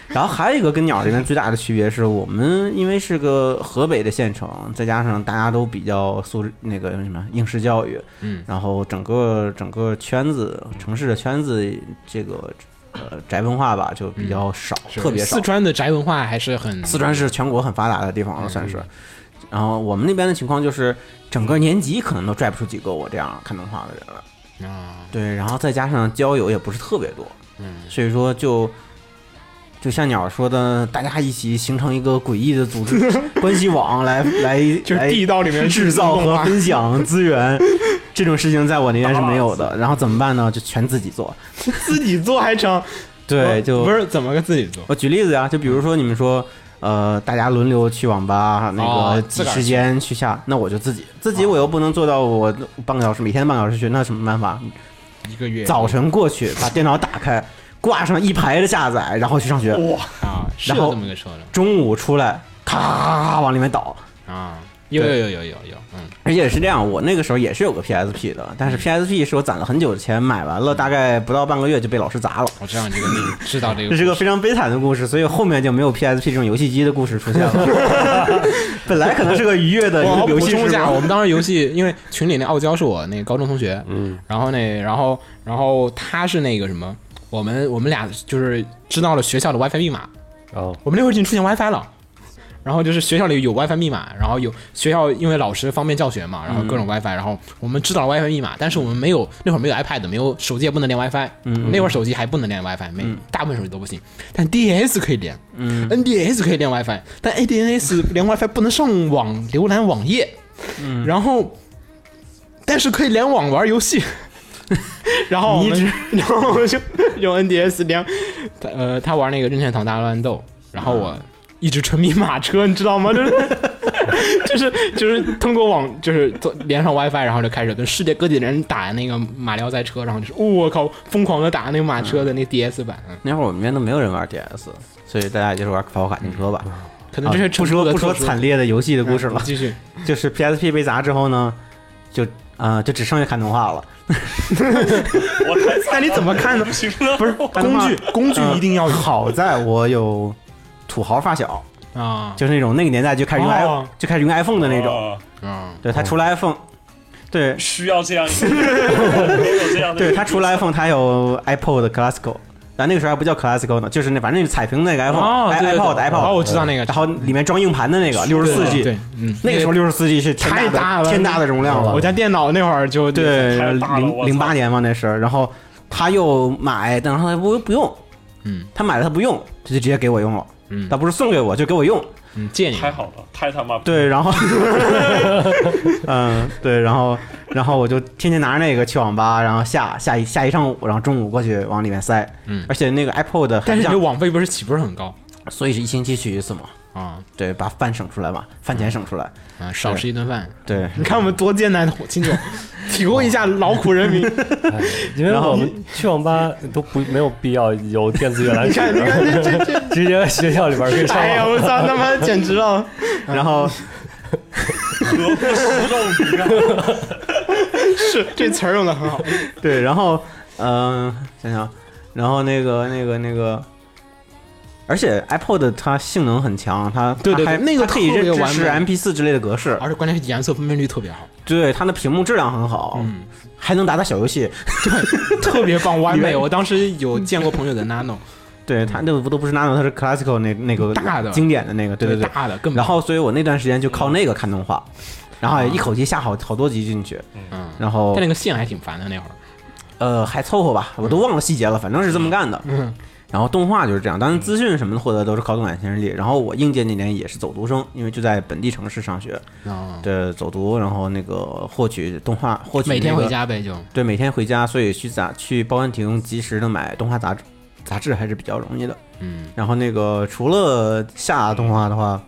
[SPEAKER 2] 然后还有一个跟鸟这边最大的区别是我们因为是个河北的县城，再加上大家都比较素质那个什么应试教育，
[SPEAKER 1] 嗯，
[SPEAKER 2] 然后整个整个圈子城市的圈子这个呃宅文化吧就比较少，
[SPEAKER 1] 嗯是
[SPEAKER 2] 特别少
[SPEAKER 1] 四。川的宅文化还是很
[SPEAKER 2] 四川是全国很发达的地
[SPEAKER 1] 嗯
[SPEAKER 2] 方了，算是。然后我们那边的情况就是，整个年级可能都拽不出几个我这样看动画的人来。
[SPEAKER 1] 啊，
[SPEAKER 2] 对，然后再加上交友也不是特别多，
[SPEAKER 1] 嗯，
[SPEAKER 2] 所以说就就像鸟说的，大家一起形成一个诡异的 组织关系网来来
[SPEAKER 1] 就是
[SPEAKER 2] 来
[SPEAKER 1] 地道里面
[SPEAKER 2] 哎制造和分享资源，这种事情在我那边是没有
[SPEAKER 1] 啊
[SPEAKER 2] 的。然后怎么办呢？就全自己做。哦
[SPEAKER 1] 自己做还成，
[SPEAKER 2] 对，就
[SPEAKER 1] 不是怎么个自己做，
[SPEAKER 2] 我举例子呀，就比如说你们说。呃，大家轮流去网吧，那个
[SPEAKER 1] 哦自
[SPEAKER 2] 挤
[SPEAKER 1] 个儿
[SPEAKER 2] 时间去下，那我就自己自己，我又不能做到我半个小时每天半个小时去，那什么办法？
[SPEAKER 1] 一个月
[SPEAKER 2] 早晨过去把电脑打开，挂上一排的下载，然后去上学。
[SPEAKER 1] 啊，是
[SPEAKER 2] 然后
[SPEAKER 1] 有这么个说的
[SPEAKER 2] 中午出来，咔往里面倒。
[SPEAKER 1] 啊，有有
[SPEAKER 2] 对
[SPEAKER 1] 有有有有，嗯，
[SPEAKER 2] 而且是这样，我那个时候也是有个 PSP 的，但是 PSP 是我攒了很久的钱买完了，大概不到半个月就被老师砸了。
[SPEAKER 1] 我知道 你这个你知道这个
[SPEAKER 2] 这是个非常悲惨的故事，所以后面就没有 PSP 这种游戏机的故事出现了。 本来可能是个愉悦的
[SPEAKER 1] 我要
[SPEAKER 2] 游
[SPEAKER 1] 补
[SPEAKER 2] 戏
[SPEAKER 1] 充
[SPEAKER 2] 时
[SPEAKER 1] 一下，
[SPEAKER 2] 光
[SPEAKER 1] 我们当时游戏，因为群里那傲娇是我那高中同学，嗯，然后那然后然后他是那个什么，我们我们俩就是知道了学校的 WiFi 密码，
[SPEAKER 3] 哦，
[SPEAKER 1] 我们那会儿已经出现 WiFi 了。然后就是学校里有 WiFi 密码，然后有学校因为老师方便教学嘛，然后各种 WiFi，、然后我们知道了 WiFi 密码，但是我们没有那会儿没有 iPad，没有手机也不能连 WiFi，、那会儿手机还不能连 WiFi，没、大部分手机都不行，但 DS 可以连，NDS 可以连 WiFi，但 ADNS 连 WiFi 不能上网浏览网页，然后但是可以联网玩游戏。然后我们，然后我们就用 NDS 连，他呃，他玩那个任天堂大乱斗，然后
[SPEAKER 2] 啊
[SPEAKER 1] 我一直沉迷马车，你知道吗？就是就是就是通过网，就是做连上 WiFi，然后就开始跟世界各地的人打那个马里奥赛车，然后就是哦我、靠，疯狂的打那个马车的那个 DS 版，嗯
[SPEAKER 2] 那会儿我们那边都没有人玩 DS，所以大家也就是玩跑跑卡丁车吧。啊
[SPEAKER 1] 可嗯能这是
[SPEAKER 2] 不说不说
[SPEAKER 1] 惨
[SPEAKER 2] 惨烈的游戏的故事了，
[SPEAKER 1] 嗯继 续。
[SPEAKER 2] 就是 PSP 被砸之后呢，就啊、就只剩下看动画了。
[SPEAKER 4] 我太
[SPEAKER 1] 那你怎么看 呢
[SPEAKER 4] 不 行了，
[SPEAKER 1] 不是工具，工具一定要有
[SPEAKER 2] 嗯好在我有土豪发小，
[SPEAKER 1] 啊，
[SPEAKER 2] 就是那种那个年代就开始用 i、
[SPEAKER 1] 哦
[SPEAKER 2] 就开始用 iPhone 的那种。
[SPEAKER 4] 哦
[SPEAKER 1] 啊，
[SPEAKER 2] 对他除了 iPhone，对
[SPEAKER 4] 需要这样 一个，没有这样的，
[SPEAKER 2] 对，他除了 iPhone，他有 iPod Classical。但那个时候还不叫 Classical 呢，就是那反正那彩屏那个 iPhone，i
[SPEAKER 1] 对对
[SPEAKER 2] iPod
[SPEAKER 1] 对
[SPEAKER 2] iPod，
[SPEAKER 1] 哦我知道那个
[SPEAKER 2] 然后里面装硬盘的那个六十四 G，
[SPEAKER 1] 对，嗯，
[SPEAKER 2] 那个时候六十四 G 是天
[SPEAKER 1] 太
[SPEAKER 2] 大
[SPEAKER 1] 大
[SPEAKER 2] 的
[SPEAKER 1] 了
[SPEAKER 2] 天大的容量了
[SPEAKER 1] 我。家电脑那会儿就，
[SPEAKER 2] 对，
[SPEAKER 4] 太大了
[SPEAKER 2] 零
[SPEAKER 4] 我操
[SPEAKER 2] 零八年嘛那是，然后他又买，但是他不不用，
[SPEAKER 1] 嗯，
[SPEAKER 2] 他买了他不用，他就直接给我用了，
[SPEAKER 1] 嗯
[SPEAKER 2] 他不是送给我，就给我用，
[SPEAKER 1] 嗯，借你
[SPEAKER 4] 太好了，太他妈
[SPEAKER 2] 对，然后，嗯，对，然后，然后我就天天拿着那个去网吧，然后下下一下一上午，然后中午过去往里面塞，
[SPEAKER 1] 嗯
[SPEAKER 2] 而且那个 iPod 的
[SPEAKER 1] 但
[SPEAKER 2] 含
[SPEAKER 1] 是你的
[SPEAKER 2] 量，
[SPEAKER 1] 网费不是起不是很高
[SPEAKER 2] 所以是一星期去一次嘛，
[SPEAKER 1] 啊
[SPEAKER 2] 对，把饭省出来嘛，饭钱省出来，
[SPEAKER 1] 啊，少吃一顿饭。
[SPEAKER 2] 嗯对，
[SPEAKER 1] 你看我们多艰难的 秦总，提供一下劳苦人民。
[SPEAKER 3] 因为
[SPEAKER 2] 然后
[SPEAKER 3] 我们去网吧都不没有必要有电子阅览
[SPEAKER 1] 你
[SPEAKER 3] 室，
[SPEAKER 1] 看，你看，这这这，
[SPEAKER 3] 直接学校里边可以上
[SPEAKER 1] 哎呀，
[SPEAKER 3] 网。
[SPEAKER 1] 我操，他妈简直了！
[SPEAKER 2] 然后，
[SPEAKER 4] 何不食 肉糜啊？
[SPEAKER 1] 是这词儿用的很好。
[SPEAKER 2] 对，然后嗯、想想，然后那个那个那个，而且 iPod 它性能很强，它
[SPEAKER 1] 对对
[SPEAKER 2] 它还
[SPEAKER 1] 对那个
[SPEAKER 2] 它可以
[SPEAKER 1] 特别
[SPEAKER 2] 认支
[SPEAKER 1] 完
[SPEAKER 2] 持
[SPEAKER 1] 美
[SPEAKER 2] MP 四之类的格式，
[SPEAKER 1] 而且关键是颜色分辨率特别好，
[SPEAKER 2] 对它的屏幕质量很好，
[SPEAKER 1] 嗯，
[SPEAKER 2] 还能打打小游戏。
[SPEAKER 1] 特别棒，完
[SPEAKER 2] 你
[SPEAKER 1] 美。
[SPEAKER 2] 们
[SPEAKER 1] 我当时有见过朋友的 Nano，
[SPEAKER 2] 对它那个不都不是 Nano，它是 Classical 那那个
[SPEAKER 1] 嗯大的
[SPEAKER 2] 经典的那个，对对对。
[SPEAKER 1] 大的嗯更
[SPEAKER 2] 然后，所以我那段时间就靠那个看动画，然后也一口气下好好多集进去，
[SPEAKER 1] 嗯，
[SPEAKER 2] 然后
[SPEAKER 1] 但那个线还挺烦的那会儿，
[SPEAKER 2] 呃，还凑合吧，我都忘了细节了，反正是这么干的。
[SPEAKER 1] 嗯，
[SPEAKER 2] 然后动画就是这样，当然资讯什么的获得都是靠动感新势力。然后我应届那年也是走读生，因为就在本地城市上学，
[SPEAKER 1] 啊，
[SPEAKER 2] 对，走读，然后那个获取动画，获取、
[SPEAKER 1] 每天回，家呗就，
[SPEAKER 2] 对，每天回家，所以去杂去报刊亭及时的买动画杂志，杂志还是比较容易的。
[SPEAKER 1] 嗯，
[SPEAKER 2] 然后那个除了下动画的话，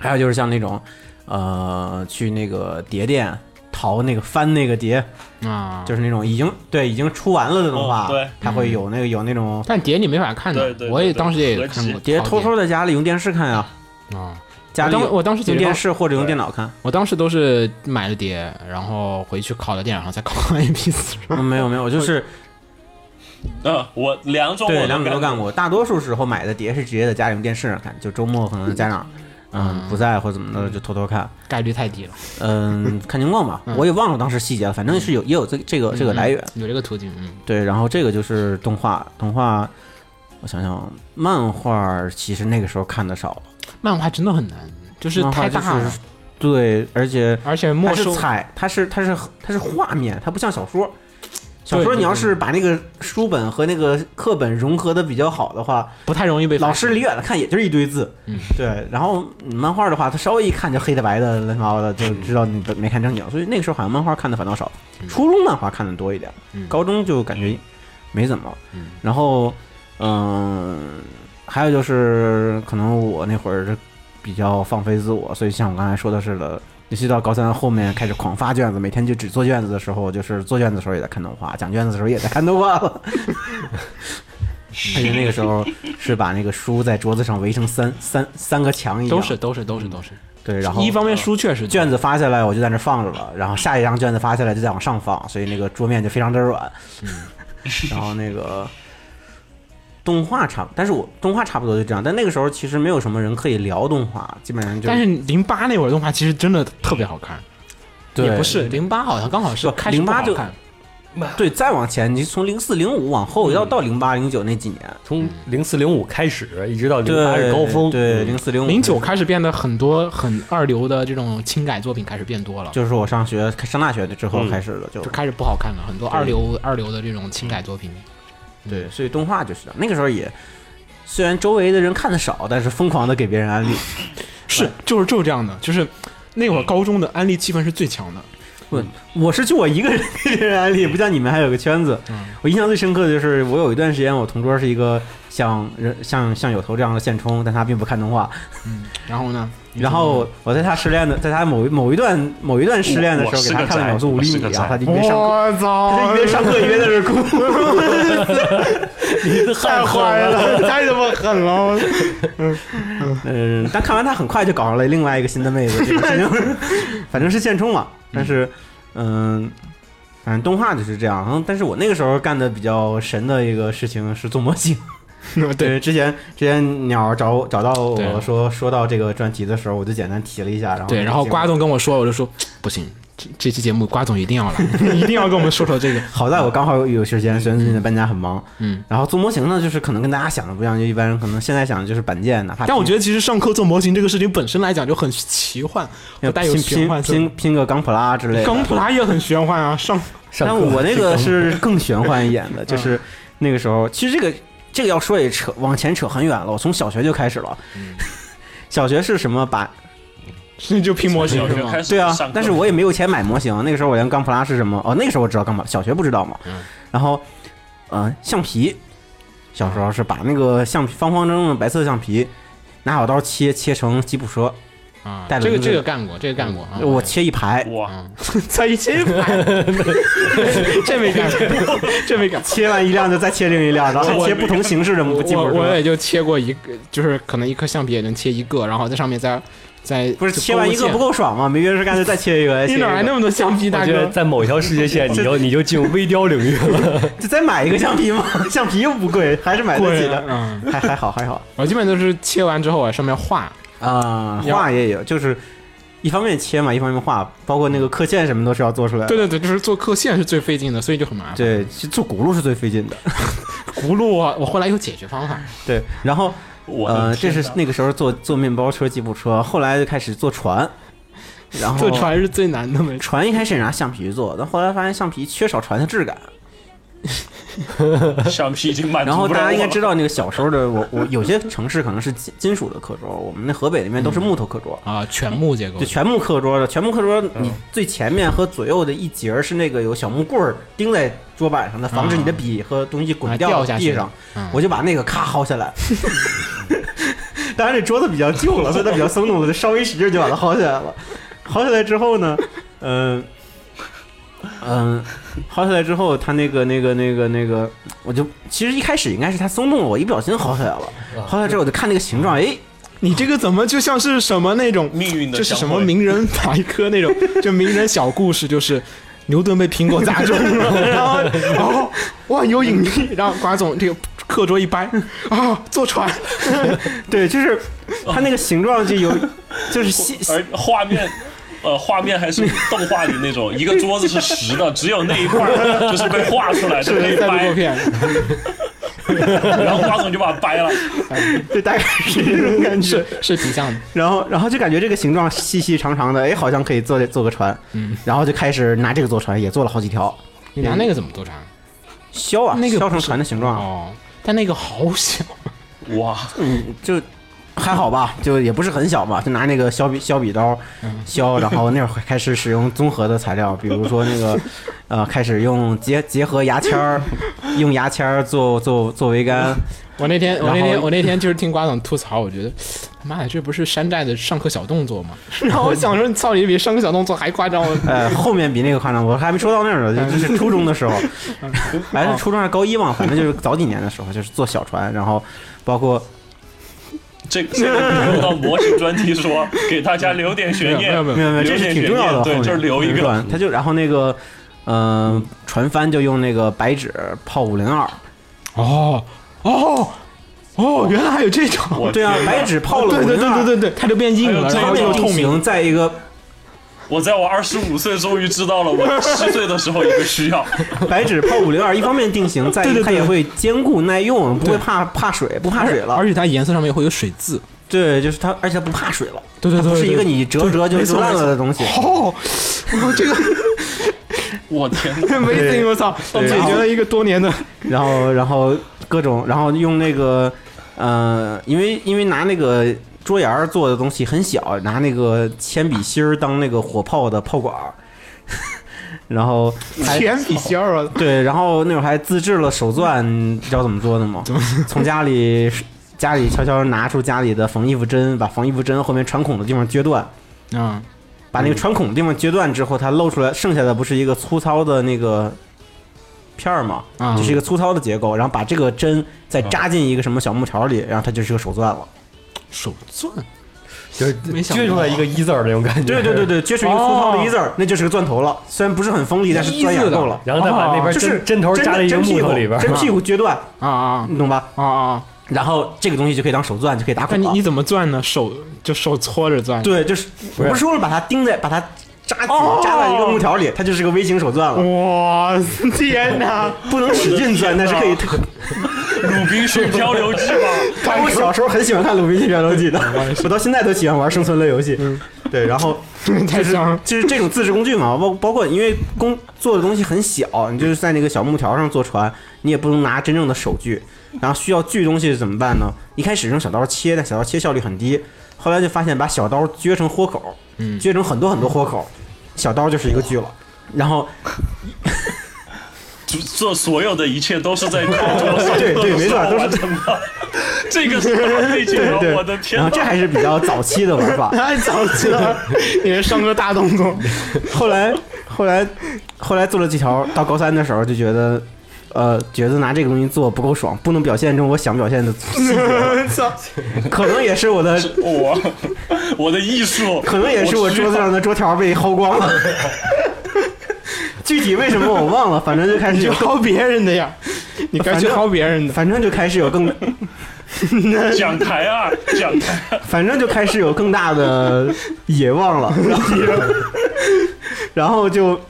[SPEAKER 2] 还有就是像那种，呃，去那个碟店淘那个翻那个碟，
[SPEAKER 1] 啊，
[SPEAKER 2] 就是那种已经对已经出完了的动画，
[SPEAKER 4] 哦对，
[SPEAKER 2] 它会有那个有那种
[SPEAKER 1] 但碟你没法看
[SPEAKER 4] 对
[SPEAKER 1] 的
[SPEAKER 4] 对，对
[SPEAKER 1] 我也
[SPEAKER 4] 对
[SPEAKER 1] 当时也
[SPEAKER 4] 合
[SPEAKER 1] 看
[SPEAKER 4] 集
[SPEAKER 1] 过
[SPEAKER 2] 碟，
[SPEAKER 1] 淘
[SPEAKER 2] 偷偷在家里用电视看呀、
[SPEAKER 1] 啊。
[SPEAKER 2] 家
[SPEAKER 1] 我
[SPEAKER 2] 里
[SPEAKER 1] 当
[SPEAKER 2] 有
[SPEAKER 1] 我当时
[SPEAKER 2] 用
[SPEAKER 1] 碟
[SPEAKER 2] 电
[SPEAKER 1] 放，
[SPEAKER 2] 视或者用电脑看。
[SPEAKER 1] 我当时都是买了碟，然后回去拷到电脑上，再拷 MP 四。
[SPEAKER 2] 嗯，没有没有，就是
[SPEAKER 4] 嗯，我两种
[SPEAKER 2] 对
[SPEAKER 4] 我
[SPEAKER 2] 两种都干
[SPEAKER 4] 干。
[SPEAKER 2] 过。大多数时候买的碟是直接在家里用电视上看，就周末可能家长嗯不在或者怎么的就偷偷看。
[SPEAKER 1] 概率太低了，
[SPEAKER 2] 嗯，嗯看情况吧，我也忘了当时细节了，反正是有也有这这 个这个来源。
[SPEAKER 1] 有这个途径，嗯，
[SPEAKER 2] 对，然后这个就是动画，动画，我想想，漫画其实那个时候看的少了，
[SPEAKER 1] 漫画真的很难，就是
[SPEAKER 2] 漫画
[SPEAKER 1] 太
[SPEAKER 2] 就
[SPEAKER 1] 大
[SPEAKER 2] 是
[SPEAKER 1] 了，
[SPEAKER 2] 对，而且
[SPEAKER 1] 而且没
[SPEAKER 2] 它是
[SPEAKER 1] 收
[SPEAKER 2] 彩，它是它是它是画面，它不像小说。小说
[SPEAKER 1] 对
[SPEAKER 2] 你要是把那个书本和那个课本融合的比较好的话，
[SPEAKER 1] 不太容易被发
[SPEAKER 2] 老师
[SPEAKER 1] 现
[SPEAKER 2] 离远了看也就是一堆字，
[SPEAKER 1] 嗯
[SPEAKER 2] 对。然后漫画的话，他稍微一看就黑的白的乱七八糟的，就知道你没看正经。所以那个时候好像漫画看的反倒少，初中漫画看的多一点，
[SPEAKER 1] 嗯
[SPEAKER 2] 高中就感觉没怎么。
[SPEAKER 1] 嗯
[SPEAKER 2] 然后，嗯、还有就是可能我那会儿是比较放飞自我，所以像我刚才说的似的。尤其到高三后面开始狂发卷子，每天就只做卷子的时候，就是做卷子的时候也在看动画，讲卷子的时候也在看动画 了。而且那个时候是把那个书在桌子上围成三三三个墙一样，
[SPEAKER 1] 都是都是都是都是，
[SPEAKER 2] 对，嗯然后
[SPEAKER 1] 一方面书确实
[SPEAKER 2] 卷子发下来我就在那放着了，然后下一张卷子发下来就再往上放，所以那个桌面就非常的软。嗯然后那个动画差不，但是我动画差不多就这样，但那个时候其实没有什么人可以聊动画，基本上就
[SPEAKER 1] 但是零八那会儿动画其实真的特别好看，
[SPEAKER 2] 对
[SPEAKER 1] 也不是零八好像刚好是
[SPEAKER 2] 不
[SPEAKER 1] 开始不
[SPEAKER 2] 08
[SPEAKER 1] 好
[SPEAKER 2] 就
[SPEAKER 1] 看，
[SPEAKER 2] 对再往前，你从零四零五往
[SPEAKER 1] 嗯
[SPEAKER 2] 后要到零八零九那几年，
[SPEAKER 3] 从零四零五开始，一直到零八
[SPEAKER 2] 对
[SPEAKER 3] 是高峰，
[SPEAKER 2] 对
[SPEAKER 3] 嗯
[SPEAKER 2] 零四零五
[SPEAKER 1] 零九开始变得很多很二流的这种轻改作品开始变多了，
[SPEAKER 2] 就是我上学上大学之后
[SPEAKER 3] 嗯
[SPEAKER 2] 开始的，就
[SPEAKER 1] 就开始不好看了，很多二流二流的这种轻改作品，嗯
[SPEAKER 2] 对，所以动画就是这样。那个时候也虽然周围的人看的少，但是疯狂的给别人安利。
[SPEAKER 1] 是就是就是这样的，就是那会儿高中的安利气氛是最强的，
[SPEAKER 2] 我我是就我一个人给别人 安利，不像你们还有个圈子。
[SPEAKER 4] 嗯
[SPEAKER 2] 我印象最深刻的就是我有一段时间，我同桌是一个像人像像有头这样的现充，但他并不看动画。
[SPEAKER 1] 嗯然后呢，
[SPEAKER 2] 然后我在他失恋的，在他某一某一段某一段失恋的时
[SPEAKER 4] 我
[SPEAKER 2] 候，
[SPEAKER 4] 是
[SPEAKER 2] 给他
[SPEAKER 4] 个
[SPEAKER 2] 看了
[SPEAKER 4] 宅
[SPEAKER 2] 《秒速五
[SPEAKER 4] 我
[SPEAKER 2] 厘
[SPEAKER 4] 是
[SPEAKER 2] 米
[SPEAKER 4] 个》，
[SPEAKER 2] 然后
[SPEAKER 4] 宅
[SPEAKER 2] 他就一边上
[SPEAKER 4] 哦
[SPEAKER 2] 课，
[SPEAKER 1] 操
[SPEAKER 2] 他就一边上课一边在这哭，
[SPEAKER 3] 嗯
[SPEAKER 1] 太坏了，太他妈狠了！
[SPEAKER 2] 嗯，但看完他很快就搞上了另外一个新的妹子，这个事 情反正是现充嘛。但是，嗯，反正动画就是这样。然后，但是我那个时候干的比较神的一个事情是做模 型。对，之前之前鸟儿找我找到我
[SPEAKER 1] 对
[SPEAKER 2] 说说到这个专题的时候，我就简单提了一下，然后
[SPEAKER 1] 对，然后瓜总跟我说，我就说不行，这这期节目瓜总一定要 来，一定要跟我们说说这个。
[SPEAKER 2] 好在我刚好有有时间，虽然最近的搬家很忙，
[SPEAKER 1] 嗯，
[SPEAKER 2] 然后做模型呢，就是可能跟大家想的不一样，就一般人可能现在想的就是板件，哪 怕
[SPEAKER 1] 但我
[SPEAKER 2] 拼
[SPEAKER 1] 觉得其实上课做模型这个事情本身来讲就很奇幻，
[SPEAKER 2] 要
[SPEAKER 1] 带有
[SPEAKER 2] 拼
[SPEAKER 1] 玄幻
[SPEAKER 2] 拼
[SPEAKER 1] 色彩
[SPEAKER 2] 拼拼个钢普拉之类的，
[SPEAKER 1] 钢普拉也很玄幻啊，上
[SPEAKER 3] 上
[SPEAKER 2] 但
[SPEAKER 3] 课
[SPEAKER 2] 我那个是更玄幻一点的，
[SPEAKER 1] 嗯
[SPEAKER 2] 就是那个时候，其实这个这个要说也扯往前扯很远了，我从小学就开始了。
[SPEAKER 1] 嗯
[SPEAKER 2] 小学是什么把？
[SPEAKER 1] 是就拼模型
[SPEAKER 4] 小
[SPEAKER 1] 是
[SPEAKER 4] 学
[SPEAKER 1] 吗
[SPEAKER 4] 开？始
[SPEAKER 2] 对啊
[SPEAKER 4] 上，课
[SPEAKER 2] 但是我也没有钱买模型。那个时候我连钢普拉是什么？哦，那个时候我知道钢普拉，小学不知道嘛。
[SPEAKER 1] 嗯
[SPEAKER 2] 然后，呃，橡皮，小时候是把那个橡皮方方正正的白色橡皮，拿小刀切切成吉普车，
[SPEAKER 1] 啊，
[SPEAKER 2] 带
[SPEAKER 1] 这个
[SPEAKER 2] 轮子
[SPEAKER 1] 这个干过，这个干过啊。嗯
[SPEAKER 2] 我切一排，
[SPEAKER 4] 哇，
[SPEAKER 1] 在一起拍， 这没 干过，这没干过。
[SPEAKER 2] 切完一辆就再切另一辆，然后还切不同形式的
[SPEAKER 1] 我
[SPEAKER 2] 吉普
[SPEAKER 1] 我
[SPEAKER 2] 车
[SPEAKER 1] 我。也就切过一个，就是可能一颗橡皮也能切一个，然后在上面再
[SPEAKER 6] 在
[SPEAKER 2] 不是切完一个不
[SPEAKER 1] 够，
[SPEAKER 2] 够爽吗？没别的事干就再切 一个，
[SPEAKER 1] 你
[SPEAKER 2] 切一
[SPEAKER 1] 哪来
[SPEAKER 2] 个，
[SPEAKER 1] 那么多橡皮，大
[SPEAKER 3] 我觉
[SPEAKER 1] 哥
[SPEAKER 3] 得？在某一条世界线，你就你就进入微雕领域了。
[SPEAKER 2] 就再买一个橡皮嘛， 橡皮又不贵，还 是买得起的，
[SPEAKER 1] 嗯，
[SPEAKER 2] 还还好 还好
[SPEAKER 1] 我基本都是切完之后啊，上面画，
[SPEAKER 2] 啊。画也有，就是一方面切嘛，一方面画，包括那个刻线什么都是要做出来的
[SPEAKER 1] 对。对对，就是做刻线是最费劲的，所以就很麻烦。
[SPEAKER 2] 对，其实做轱辘是最费劲的。
[SPEAKER 1] 轱辘啊，我后来有解决方法，
[SPEAKER 2] 对，然后
[SPEAKER 4] 我的
[SPEAKER 2] 呃，这
[SPEAKER 4] 天
[SPEAKER 2] 是
[SPEAKER 4] 哪
[SPEAKER 2] 那个时候做做面包车、吉普车，后来就开始做船，然后
[SPEAKER 1] 做船是最难的，没错。
[SPEAKER 2] 船一开始也拿橡皮做，但后来发现橡皮缺少船的质感。
[SPEAKER 4] 橡皮已经满足
[SPEAKER 2] 然后
[SPEAKER 4] 不
[SPEAKER 2] 大
[SPEAKER 4] 了
[SPEAKER 2] 家应该
[SPEAKER 4] 我了
[SPEAKER 2] 知道，那个小时候的我，我有些城市可能是金金属的课桌，我们那河北那边都是木头课桌。
[SPEAKER 1] 啊，全木结构
[SPEAKER 2] 就，全木课桌的，全木课桌，
[SPEAKER 1] 嗯
[SPEAKER 2] 你最前面和左右的一节儿是那个有小木棍儿钉在桌板上的，防止你的笔和东西滚
[SPEAKER 1] 嗯啊掉下
[SPEAKER 2] 到
[SPEAKER 1] 去
[SPEAKER 2] 地上
[SPEAKER 1] 嗯。
[SPEAKER 2] 我就把那个咔薅下来。 当然这桌子比较旧了，所以它比较松动，我就稍微使劲就把它薅下来了。薅下来之后呢，嗯、嗯，薅下来之后，它那个那个那个那个，我就其实一开始应该是它松动了，我一不小心薅下来了。薅下来之后我就看那个形状，哎，
[SPEAKER 1] 你这个怎么就像是什么那种
[SPEAKER 4] 命运的
[SPEAKER 1] 这是
[SPEAKER 4] 相
[SPEAKER 1] 什么
[SPEAKER 4] 会
[SPEAKER 1] 名人百科那 种，就名人小故事，就是牛顿被苹果 砸中了，然后然后哇有引力，然后瓜总这个课桌一 掰啊，坐船，
[SPEAKER 2] 对，就是它那个形状就有，就是细
[SPEAKER 4] 而画面。呃，画面还是动画里那种，一个桌子是实的，只有那一块儿就是被画出来的，可以
[SPEAKER 1] 在录
[SPEAKER 4] 掰，
[SPEAKER 1] 片，
[SPEAKER 4] 然后瓜总就把它掰了。
[SPEAKER 2] 对，大概是这种感觉
[SPEAKER 1] 是。是挺像的，
[SPEAKER 2] 然后，然后就感觉这个形状细细长长的，哎，好像可以做做个船。嗯，然后就开始拿这个做船，也做了好几条。
[SPEAKER 1] 你拿那个怎么坐船？
[SPEAKER 2] 削啊，
[SPEAKER 1] 那个
[SPEAKER 2] 削
[SPEAKER 1] 不
[SPEAKER 2] 成
[SPEAKER 1] 是
[SPEAKER 2] 船的形状啊，
[SPEAKER 1] 哦，但那个好小，
[SPEAKER 4] 哇，
[SPEAKER 2] 就还好吧，就也不是很小嘛，就拿那个削笔削笔刀
[SPEAKER 1] 嗯
[SPEAKER 2] 削。然后那会儿开始使用综合的材 料，比如说那个，呃，开始用结结合牙签儿，用牙签儿做做做桅杆。
[SPEAKER 1] 我那天，我那
[SPEAKER 2] 然
[SPEAKER 1] 天，
[SPEAKER 2] 后
[SPEAKER 1] 我那天就是听瓜总吐槽，我觉得，他妈的，这不是山寨的上课小动作吗？ 然后我想说，操你比上课小动作还夸张，我
[SPEAKER 2] 呃，后面比那个夸张，我还没说到那 儿呢，就就是初中的时候，还是初中还是高一嘛，反正就是早几年的时候，就是坐小船，然后包括
[SPEAKER 4] 这这个用到模型专题说，给大家留点悬
[SPEAKER 1] 没有
[SPEAKER 4] 念
[SPEAKER 1] 没。有
[SPEAKER 2] 没有没有，
[SPEAKER 4] 留
[SPEAKER 2] 这是
[SPEAKER 4] 点
[SPEAKER 2] 挺
[SPEAKER 4] 悬
[SPEAKER 2] 重要
[SPEAKER 4] 念
[SPEAKER 2] 的，
[SPEAKER 4] 对
[SPEAKER 2] 后面
[SPEAKER 4] 就是留一个
[SPEAKER 2] 段，他就然后那个。嗯、船帆就用那个白纸泡五零二，
[SPEAKER 1] 哦哦哦，原来还有这种，
[SPEAKER 4] 我
[SPEAKER 2] 对 啊
[SPEAKER 4] 天，哪
[SPEAKER 2] 白纸泡了
[SPEAKER 1] 对
[SPEAKER 2] 五
[SPEAKER 1] 对对
[SPEAKER 2] 零
[SPEAKER 1] 对
[SPEAKER 2] 二，
[SPEAKER 1] 对对，它就变硬了，
[SPEAKER 4] 还
[SPEAKER 1] 然
[SPEAKER 4] 有
[SPEAKER 1] 后
[SPEAKER 4] 这
[SPEAKER 1] 又
[SPEAKER 4] 种
[SPEAKER 1] 透明，，
[SPEAKER 2] 在一 个
[SPEAKER 4] 我在我二十五岁终于知道了，我七岁的时候有个需要，
[SPEAKER 2] 白纸泡五零二，一方面定型，再一个它也会坚固耐用，不会怕怕水，不怕水了
[SPEAKER 1] 而。且它颜色上面会有水渍，
[SPEAKER 2] 对，就是它，而且它不怕水了，
[SPEAKER 1] 对对
[SPEAKER 2] 它
[SPEAKER 1] 对，
[SPEAKER 2] 不是
[SPEAKER 1] 对
[SPEAKER 2] 一个你折折就
[SPEAKER 1] 没错
[SPEAKER 2] 折烂
[SPEAKER 1] 没错
[SPEAKER 2] 了的东西。
[SPEAKER 1] 哦，哦这个
[SPEAKER 4] 我天哪！
[SPEAKER 1] amazing，我操，
[SPEAKER 2] 对
[SPEAKER 1] 解决了一个多年的，
[SPEAKER 2] 然后然后各种，然后用那个呃，因为因为拿那个桌沿儿做的东西很小，拿那个铅笔芯儿当那个火炮的炮管儿， 然后还
[SPEAKER 1] 铅笔芯儿 啊，
[SPEAKER 2] 对，然后那会儿还自制了手钻，你知道怎么做的吗？从家里家里悄悄拿出家里的缝衣服针，把缝衣服针后面穿孔的地方撅断。
[SPEAKER 1] 嗯，
[SPEAKER 2] 把那个穿孔的地方撅断之后，它露出来，剩下的不是一个粗糙的那个片儿嘛，
[SPEAKER 1] 啊
[SPEAKER 2] 就是一个粗糙的结构，然后把这个针再扎进一个什么小木条里，然后它就是个手钻了。
[SPEAKER 1] 手钻，
[SPEAKER 3] 就是
[SPEAKER 1] 没想到
[SPEAKER 3] 撅出来一个一字儿那种感觉。
[SPEAKER 2] 对对对。对，撅出一个粗糙的一字儿，那就是个钻头了。虽然不是很锋利，但是钻眼够了。
[SPEAKER 3] 然后再把那边
[SPEAKER 2] 哦就
[SPEAKER 3] 针
[SPEAKER 2] 是
[SPEAKER 3] 针头
[SPEAKER 2] 真
[SPEAKER 3] 扎在
[SPEAKER 2] 的
[SPEAKER 3] 一个
[SPEAKER 2] 真
[SPEAKER 3] 木
[SPEAKER 2] 屁
[SPEAKER 3] 头
[SPEAKER 2] 股
[SPEAKER 3] 里边儿，
[SPEAKER 2] 真屁股撅断，
[SPEAKER 1] 啊啊
[SPEAKER 2] 你懂吧？
[SPEAKER 1] 啊啊！
[SPEAKER 2] 然后这个东西就可以当手钻，就可以打孔
[SPEAKER 1] 但你
[SPEAKER 2] 了
[SPEAKER 1] 你。怎么攥呢？手就手搓着攥，
[SPEAKER 2] 对，就是
[SPEAKER 3] 不
[SPEAKER 2] 我
[SPEAKER 3] 是
[SPEAKER 2] 不是说了把它钉在，把它扎紧
[SPEAKER 1] 哦
[SPEAKER 2] 扎在一个木条里，它就是个微型手钻了。
[SPEAKER 1] 哇，天哪！
[SPEAKER 2] 不能使劲钻，但是可以
[SPEAKER 4] 鲁滨逊漂流记吧，
[SPEAKER 2] 我小时候很喜欢看《鲁滨逊漂流记》的，我到现在都喜欢玩生存类游戏。
[SPEAKER 1] 嗯
[SPEAKER 2] 对，然后
[SPEAKER 1] 太香了，
[SPEAKER 2] 就是这种自制工具嘛，包包括因为工做的东西很小，你就是在那个小木条上做船，你也不能拿真正的手锯，然后需要锯东西怎么办呢？一开始用小刀切，但小刀切效率很低，后来就发现把小刀撅成豁口，撅成很多很多豁口，小刀就是一个锯了。然后，
[SPEAKER 4] 这这所有的一切都是在课桌 上
[SPEAKER 2] 对 对没错
[SPEAKER 4] 课桌上
[SPEAKER 2] 都
[SPEAKER 4] 完成的。 这个是大背景啊，
[SPEAKER 2] 对
[SPEAKER 4] 我的，天
[SPEAKER 2] 然后
[SPEAKER 4] 哪！
[SPEAKER 2] 这还是比较早期的玩法，
[SPEAKER 1] 太早期 了，也是上个大动作，
[SPEAKER 2] 后来，后来，后来做了几条，到高三的时候就觉得，呃，觉得拿这个东西做不够 爽，不能表现出我想表现的细节，
[SPEAKER 1] 操！
[SPEAKER 2] 可能也是我的
[SPEAKER 4] 我 我的艺术，
[SPEAKER 2] 可能也是我桌子上的桌条被薅光了。具体为什么我忘了，反正就开始
[SPEAKER 6] 你就
[SPEAKER 2] 有，
[SPEAKER 6] 薅别人的呀，你该去
[SPEAKER 2] 反正
[SPEAKER 6] 薅别人的。
[SPEAKER 2] 反正就开始有更，
[SPEAKER 4] 讲台啊，讲台，
[SPEAKER 2] 反正就开始有更大的 野望了，然后就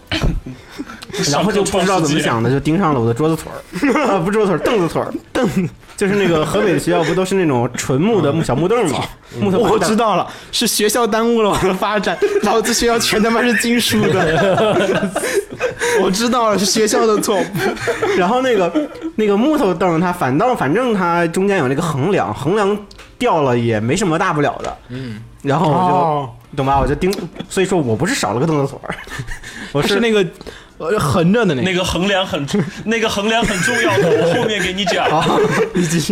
[SPEAKER 2] 然后就不知道怎么
[SPEAKER 4] 啊
[SPEAKER 2] 想的，就盯上了我的桌子腿儿， 不是桌子腿儿，凳子腿儿，凳 子就是那个河北的学校不都是那种纯木的木小木凳吗？木头板凳
[SPEAKER 6] 我知道了，是学校耽误了我的发展。老子学校全他妈是金属的， 我知道了，是学校的错。
[SPEAKER 2] 然后那个那个木头凳，它反倒反正它中间有那个横梁，横梁掉了也没什么大不了的。嗯，然后我就、
[SPEAKER 6] 哦
[SPEAKER 2] 懂吧，我就盯，所以说我不是少了个凳子腿儿，我
[SPEAKER 6] 是那个呃横着的那
[SPEAKER 4] 那
[SPEAKER 6] 个，
[SPEAKER 4] 个衡量很，那个衡量很重要的，我后面给你讲。
[SPEAKER 2] 啊，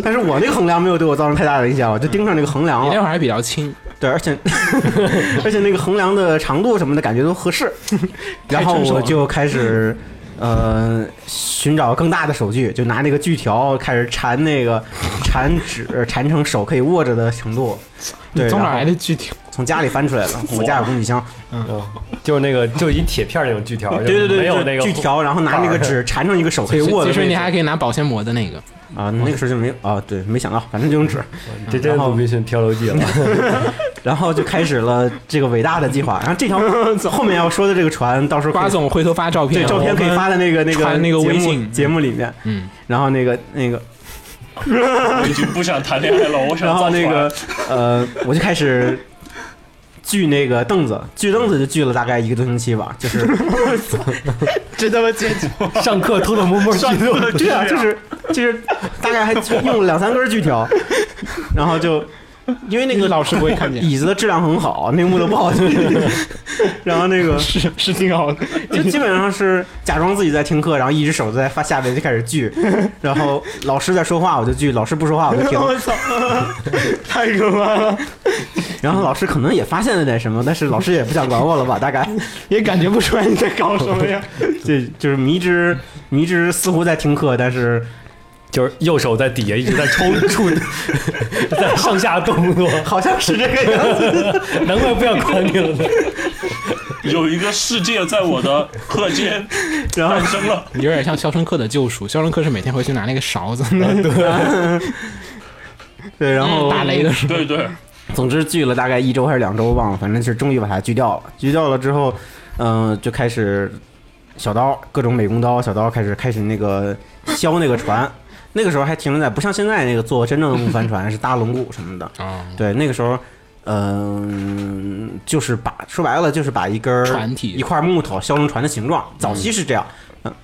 [SPEAKER 2] 但是我那个横梁没有对我造成太大的影响，我就盯上那个横梁
[SPEAKER 1] 你那
[SPEAKER 2] 了。
[SPEAKER 1] 会儿还比较轻，
[SPEAKER 2] 对，而且而且那个横梁的长度什么的感觉都合适，然后
[SPEAKER 1] 成熟
[SPEAKER 2] 我
[SPEAKER 1] 了
[SPEAKER 2] 就开始。呃，寻找更大的手锯，就拿那个锯条开始缠那个缠纸，缠成手可以握着的程度。对，
[SPEAKER 6] 你从哪
[SPEAKER 2] 然后
[SPEAKER 6] 儿来的锯条？
[SPEAKER 2] 从家里翻出来了，我家有工具箱。
[SPEAKER 3] 嗯就是那个就一铁片儿那种锯条，
[SPEAKER 2] 对对对，
[SPEAKER 3] 没有那个
[SPEAKER 2] 锯条，然后拿那个纸缠成一个手可以
[SPEAKER 1] 所
[SPEAKER 2] 握的
[SPEAKER 1] 以
[SPEAKER 2] 位
[SPEAKER 1] 说
[SPEAKER 2] 置
[SPEAKER 1] 你还可以拿保鲜膜的那个，
[SPEAKER 2] 啊，那个时候就没有啊，对，没想到，反正就用纸，
[SPEAKER 3] 这真鲁滨逊漂流记了。
[SPEAKER 2] 然后就开始了这个伟大的计划。然后这条后面要说的这个船，到时候可以
[SPEAKER 1] 瓜总回头发照
[SPEAKER 2] 对
[SPEAKER 1] 片，
[SPEAKER 2] 照片可以发在那个那个
[SPEAKER 1] 传那个
[SPEAKER 2] 节
[SPEAKER 1] 微
[SPEAKER 2] 目
[SPEAKER 1] 信
[SPEAKER 2] 节目里面，
[SPEAKER 1] 嗯，
[SPEAKER 2] 然后那个那个，
[SPEAKER 4] 我已经不想谈恋爱了，我想
[SPEAKER 2] 然后
[SPEAKER 4] 造
[SPEAKER 2] 那
[SPEAKER 4] 船
[SPEAKER 2] 个呃，我就开始。 锯那个凳子，锯凳子就锯了大概一个多星期吧，就是
[SPEAKER 6] 真他妈尖叫！
[SPEAKER 3] 上课偷偷摸摸
[SPEAKER 4] 上课的质
[SPEAKER 2] 对啊，
[SPEAKER 4] 量
[SPEAKER 2] 就是就是 大概还用了两三根锯条，然后就因为那个
[SPEAKER 6] 老师不会看见，
[SPEAKER 2] 椅子的质量很好，那个木头不好锯， 然后那个
[SPEAKER 6] 是是挺好的。
[SPEAKER 2] 就基本上是假装自己在听课，然后一只手在发下边就开始锯，然后老师在说话我就锯，老师不说话我就听。
[SPEAKER 6] 我操，太可怕了！
[SPEAKER 2] 然后老师可能也发现了点什么，但是老师也不想管我了吧？大概
[SPEAKER 6] 也感觉不出来你在搞什么呀？
[SPEAKER 2] 这就是迷之迷之似乎在听课，但是
[SPEAKER 3] 就是右手在底下一直在抽搐， 在上下动作，
[SPEAKER 2] 好像是这个 样子。
[SPEAKER 3] 难怪不想管你了呢。
[SPEAKER 4] 有一个世界在我的课间
[SPEAKER 2] 然后
[SPEAKER 4] 诞生了。
[SPEAKER 1] 有点像《肖申克的救赎》。肖申克是每天回去拿那个勺子，
[SPEAKER 2] 对，然后
[SPEAKER 1] 嗯打雷的时候。
[SPEAKER 4] 对对，
[SPEAKER 2] 总之锯了大概一周还是两周，忘了，反正是终于把它锯掉了。锯掉了之后，嗯、就开始小刀，各种美工刀，小刀开始开始那个削那个船。那个时候还停留在不像现在那个做真正的木帆船是搭轮毂什么的，
[SPEAKER 1] 啊，
[SPEAKER 2] 对，那个时候，嗯、就是把说白了就是把一根儿
[SPEAKER 1] 船体
[SPEAKER 2] 一块木头削成船的形状。早期是这样，
[SPEAKER 6] 嗯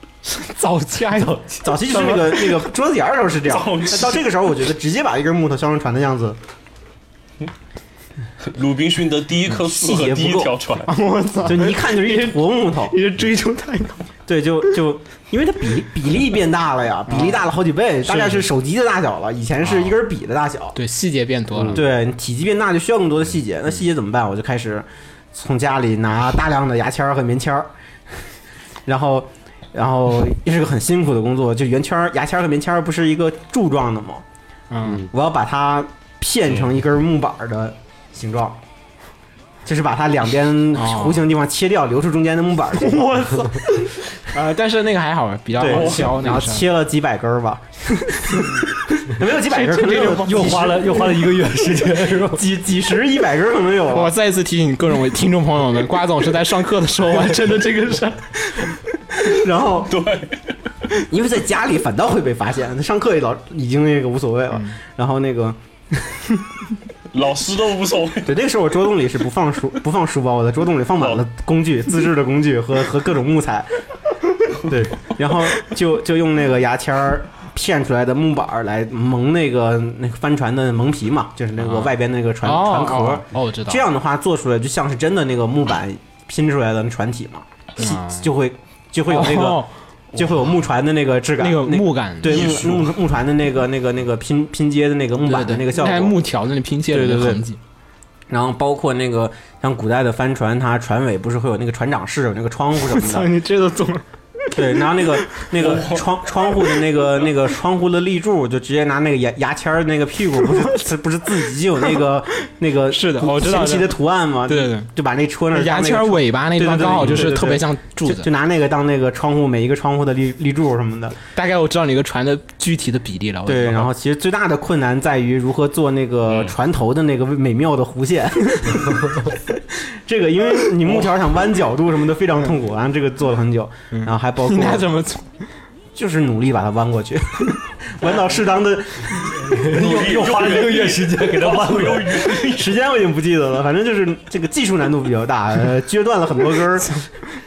[SPEAKER 6] 早期还有
[SPEAKER 2] 早期就是那个那个桌子沿儿的时候是这样，
[SPEAKER 4] 早期
[SPEAKER 2] 但到这个时候我觉得直接把一根木头削成船的样子
[SPEAKER 4] 鲁滨逊的第一棵树
[SPEAKER 2] 嗯
[SPEAKER 4] 和第一条船，
[SPEAKER 6] 我操，
[SPEAKER 2] 就你一看就是一坨木头，
[SPEAKER 6] 你的追求太高。
[SPEAKER 2] 对，就就因为它比比例变大了呀，比例大了好几倍，大概是手机的大小了，以前
[SPEAKER 6] 啊
[SPEAKER 2] 是一根笔的大小。
[SPEAKER 1] 对，细节变多了。
[SPEAKER 2] 嗯对，你体积变大就需要更多的细节，那细节怎么办？我就开始从家里拿大量的牙签儿和棉签儿，然后然后也是个很辛苦的工作，就圆圈儿、牙签儿和棉签儿不是一个柱状的吗？
[SPEAKER 1] 嗯，
[SPEAKER 2] 我要把它片成一根木板儿的形状。就是把它两边弧形的地方切掉，留出中间的木板儿的形状。我操！
[SPEAKER 1] 呃，但是那个还好，比较好
[SPEAKER 2] 对，
[SPEAKER 1] 削那
[SPEAKER 2] 然后
[SPEAKER 1] 个事儿。
[SPEAKER 2] 切了几百根儿吧， 没有几百根儿，可能
[SPEAKER 3] 又
[SPEAKER 2] 有
[SPEAKER 3] 又花了又花了一个月时间，是吧？
[SPEAKER 2] 几几十、一百根儿可能有啊
[SPEAKER 1] 我
[SPEAKER 2] 了。
[SPEAKER 1] 再一次提醒各种听众朋友们，瓜总是在上课的时候完成的这个事儿。
[SPEAKER 2] 然后
[SPEAKER 4] 对，
[SPEAKER 2] 因为在家里反倒会被发现，上课也老已经那个无所谓
[SPEAKER 1] 嗯
[SPEAKER 2] 了。然后那个
[SPEAKER 4] 老师都无所谓。
[SPEAKER 2] 对，那个时候我桌洞里是不放书 不放书包，我的桌洞里放满
[SPEAKER 1] 哦
[SPEAKER 2] 了工具，自制的工 具和和各种木材。对，然后就就用那个牙签儿片出来的木板儿来蒙那个那个帆船的蒙皮嘛，就是那个
[SPEAKER 1] 啊
[SPEAKER 2] 外边那个 船、
[SPEAKER 1] 哦
[SPEAKER 2] 船壳。
[SPEAKER 1] 哦，哦我知道
[SPEAKER 2] 这。样的话做出来就像是真的那个木板拼出来的船体嘛，
[SPEAKER 1] 啊
[SPEAKER 2] 就会就会有那个
[SPEAKER 1] 哦
[SPEAKER 2] 就会有木船的那个质感，
[SPEAKER 1] 那个木感，
[SPEAKER 2] 对木木木船的那个那个那个拼拼接的那个木
[SPEAKER 1] 对
[SPEAKER 2] 板的
[SPEAKER 1] 对
[SPEAKER 2] 那个效
[SPEAKER 1] 还
[SPEAKER 2] 果，
[SPEAKER 1] 木条的那拼接的
[SPEAKER 2] 对
[SPEAKER 1] 那
[SPEAKER 2] 对
[SPEAKER 1] 个
[SPEAKER 2] 对
[SPEAKER 1] 痕 迹，
[SPEAKER 2] 然后包括那个像古代的帆船，它船尾不是会有那个船长室有那个窗户什么
[SPEAKER 6] 操，
[SPEAKER 2] 的，
[SPEAKER 6] 你这都懂了。
[SPEAKER 2] 对，拿那个那个窗窗户的那个那个窗户的立柱，就直接拿那个牙牙签儿那个屁股，不是不是自己有那 个那个
[SPEAKER 6] 是的我知道
[SPEAKER 2] 神奇的图案吗？
[SPEAKER 6] 对对对，
[SPEAKER 2] 就把那戳那儿
[SPEAKER 6] 牙
[SPEAKER 2] 当那个
[SPEAKER 6] 签儿尾巴那地方
[SPEAKER 2] 对对对
[SPEAKER 6] 刚好就
[SPEAKER 2] 对
[SPEAKER 6] 是
[SPEAKER 2] 对
[SPEAKER 6] 特别像
[SPEAKER 2] 就
[SPEAKER 6] 柱子
[SPEAKER 2] 就，拿那个当那个窗户每一个窗户的立立柱什么的。
[SPEAKER 6] 大概我知道你一个船的具体的比例了。我
[SPEAKER 2] 对，
[SPEAKER 6] 觉得
[SPEAKER 2] 然后其实最大的困难在于如何做那个
[SPEAKER 6] 嗯
[SPEAKER 2] 船头的那个美妙的弧 线。这个因为你木条想弯角度什么的非常痛
[SPEAKER 6] 嗯
[SPEAKER 2] 苦，然后这个做了很久，然后还 包括
[SPEAKER 6] 你俩怎么做
[SPEAKER 2] 就是努力把它弯 过去，弯到适当的，又又 花了一个月时间给它弯过去。时间我已经不记得了，反正就是这个技术难度比较大， 呃，撅断了很多根儿，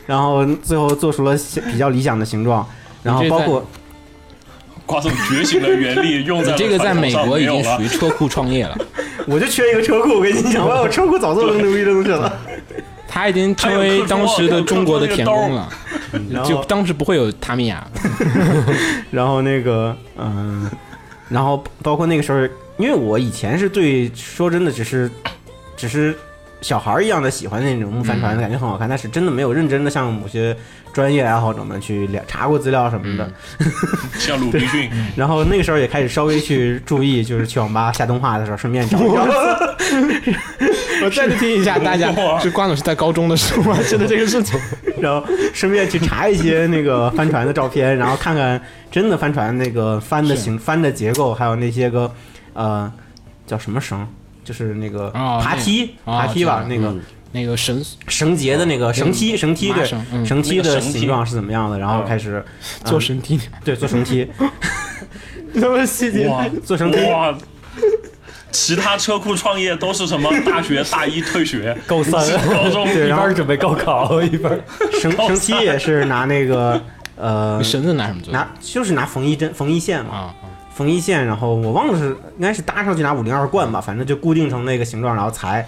[SPEAKER 2] 然后最后做出了比较理想的形状，然后
[SPEAKER 6] 你这
[SPEAKER 2] 包
[SPEAKER 6] 在
[SPEAKER 2] 括
[SPEAKER 4] 瓜总觉醒的原力用在
[SPEAKER 6] 你
[SPEAKER 4] 了
[SPEAKER 6] 呃这个在
[SPEAKER 4] 传统
[SPEAKER 6] 美
[SPEAKER 4] 上
[SPEAKER 6] 国已
[SPEAKER 4] 没有
[SPEAKER 6] 经
[SPEAKER 4] 了
[SPEAKER 6] 属于车库创 业了，
[SPEAKER 2] 我就缺一个车库，我跟你讲，我有车库早做成牛逼东西了。
[SPEAKER 6] 他已经成为当时的中国的田工了，
[SPEAKER 2] 然
[SPEAKER 6] 就
[SPEAKER 2] 后，
[SPEAKER 6] 当时不会有塔米 亚。
[SPEAKER 2] 然后那个，嗯、然后包括那个时候，因为我以前是对，说真的，只是，只是小孩儿一样的喜欢那种木帆船，感觉很好看，但是真的没有认真的像某些专业爱好者们去了查过资料什么的。
[SPEAKER 4] 像鲁滨 逊，
[SPEAKER 2] 然后那个时候也开始稍微去注意，就是去网吧下动画的时候，顺便找一找。
[SPEAKER 6] 我再听一下 大 家，就关总是在高中的时候发生的这个事 情。
[SPEAKER 2] 然后顺便去查一些那个帆船的照片，然后看看真的帆船那个帆的形、帆的结构，还有那些个呃叫什么绳，就是那个
[SPEAKER 6] 哦
[SPEAKER 2] 爬梯、
[SPEAKER 6] 那个哦
[SPEAKER 2] 爬梯吧，
[SPEAKER 6] 知道
[SPEAKER 2] 那个
[SPEAKER 6] 那个神
[SPEAKER 2] 绳结的那个绳梯、绳梯
[SPEAKER 6] 麻
[SPEAKER 2] 对
[SPEAKER 6] 绳嗯
[SPEAKER 2] 绳梯
[SPEAKER 4] 那
[SPEAKER 2] 的
[SPEAKER 4] 个绳梯
[SPEAKER 2] 形状是怎么样的，然后开始
[SPEAKER 6] 做
[SPEAKER 2] 哦
[SPEAKER 6] 神梯，
[SPEAKER 2] 对做绳梯，这么细节
[SPEAKER 4] 哇
[SPEAKER 2] 做绳梯
[SPEAKER 4] 哇！其他车库创业都是什么？大学大一 退学，
[SPEAKER 3] 高三，
[SPEAKER 4] 高中
[SPEAKER 2] 对，
[SPEAKER 3] 一
[SPEAKER 2] 然后
[SPEAKER 3] 边准备高考，一边
[SPEAKER 2] 绳绳梯也是拿那个呃
[SPEAKER 6] 绳子拿什么做的？
[SPEAKER 2] 拿就是拿缝衣针缝衣线嘛。
[SPEAKER 6] 啊，
[SPEAKER 2] 缝衣线，然后我忘了是应该是搭上去拿五零二灌吧，反正就固定成那个形状，然后裁。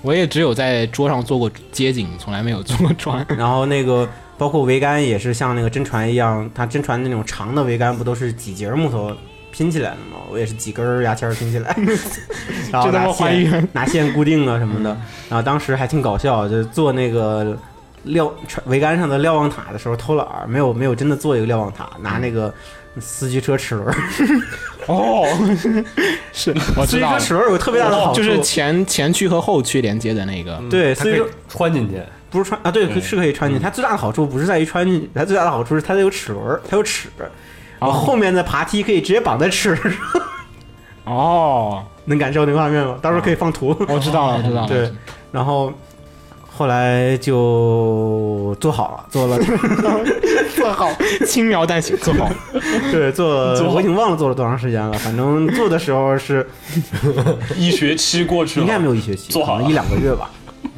[SPEAKER 6] 我也只有在桌上做过街景，从来没有做过船。
[SPEAKER 2] 然后那个包括桅杆也是像那个真船一样，它真船那种长的桅杆不都是几节木头拼起来的吗？我也是几根儿牙签儿拼起来， 然后
[SPEAKER 6] 这他
[SPEAKER 2] 拿
[SPEAKER 6] 妈还原
[SPEAKER 2] 线拿线固定啊什么的。
[SPEAKER 6] 嗯
[SPEAKER 2] 然后当时还挺搞笑，就是做那个瞭船桅杆上的瞭望塔的时候偷懒儿，没有没有真的做一个瞭望塔，拿那个。四驱车齿轮儿，
[SPEAKER 6] 哦， 是我
[SPEAKER 2] 四
[SPEAKER 6] 知
[SPEAKER 2] 驱
[SPEAKER 6] 道
[SPEAKER 2] 车
[SPEAKER 6] 了，
[SPEAKER 2] 齿轮儿有特别大的好处，
[SPEAKER 6] 就是前前驱和后驱连接的那个。
[SPEAKER 2] 对，
[SPEAKER 3] 他
[SPEAKER 2] 四驱
[SPEAKER 3] 可以
[SPEAKER 2] 车
[SPEAKER 3] 穿进去。
[SPEAKER 2] 不是穿啊，对，
[SPEAKER 4] 嗯
[SPEAKER 2] 是可以穿进去。它最大的好处不是在于穿进去，它最大的好处是它有齿轮儿，它有齿，哦
[SPEAKER 4] 哦
[SPEAKER 2] 然后后面的爬梯可以直接绑在齿上，
[SPEAKER 6] 哦，
[SPEAKER 2] 能感受那个画面吗？到时
[SPEAKER 4] 哦
[SPEAKER 2] 候可以放图。
[SPEAKER 6] 我知道了，我知道了。
[SPEAKER 2] 对，然后后来就做好了，做了，
[SPEAKER 6] 做好，轻描淡写 做好。
[SPEAKER 2] 对，做
[SPEAKER 4] 做
[SPEAKER 2] 了，
[SPEAKER 4] 好
[SPEAKER 2] 我已经忘了做了多长时间了，反正做的时候是
[SPEAKER 4] 一学期过去
[SPEAKER 2] 应该没
[SPEAKER 4] 了，
[SPEAKER 2] 有一学期，
[SPEAKER 4] 做好
[SPEAKER 2] 可能一两个月吧。嗯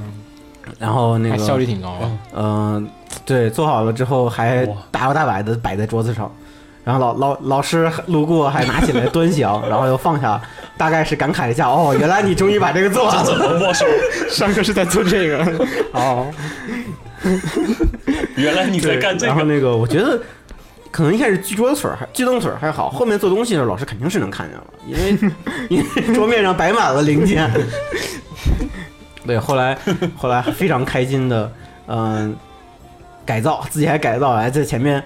[SPEAKER 2] 然后那
[SPEAKER 6] 还
[SPEAKER 2] 个
[SPEAKER 6] 效率挺高啊。
[SPEAKER 2] 嗯，对，做好了之后还
[SPEAKER 4] 哇
[SPEAKER 2] 大摇大摆的摆在桌子上，然后老老老师路过还拿起来 端详，然后又放下，大概是感慨一下，哦，原来你终于把这个做完
[SPEAKER 4] 怎
[SPEAKER 2] 了。
[SPEAKER 4] 么没收？
[SPEAKER 1] 嗯
[SPEAKER 6] 上课是在做 这个。
[SPEAKER 2] 哦，
[SPEAKER 4] 原来你在
[SPEAKER 2] 对，
[SPEAKER 4] 干这
[SPEAKER 2] 然后
[SPEAKER 4] 个，
[SPEAKER 2] 那个，我觉得可能一开始锯桌子腿儿还锯蹬腿儿还好，后面做东西的时候老师肯定是能看见了，因 为因为桌面上摆满了零件。对，后来后来非常开心的，嗯、改造自己还改造，还在前面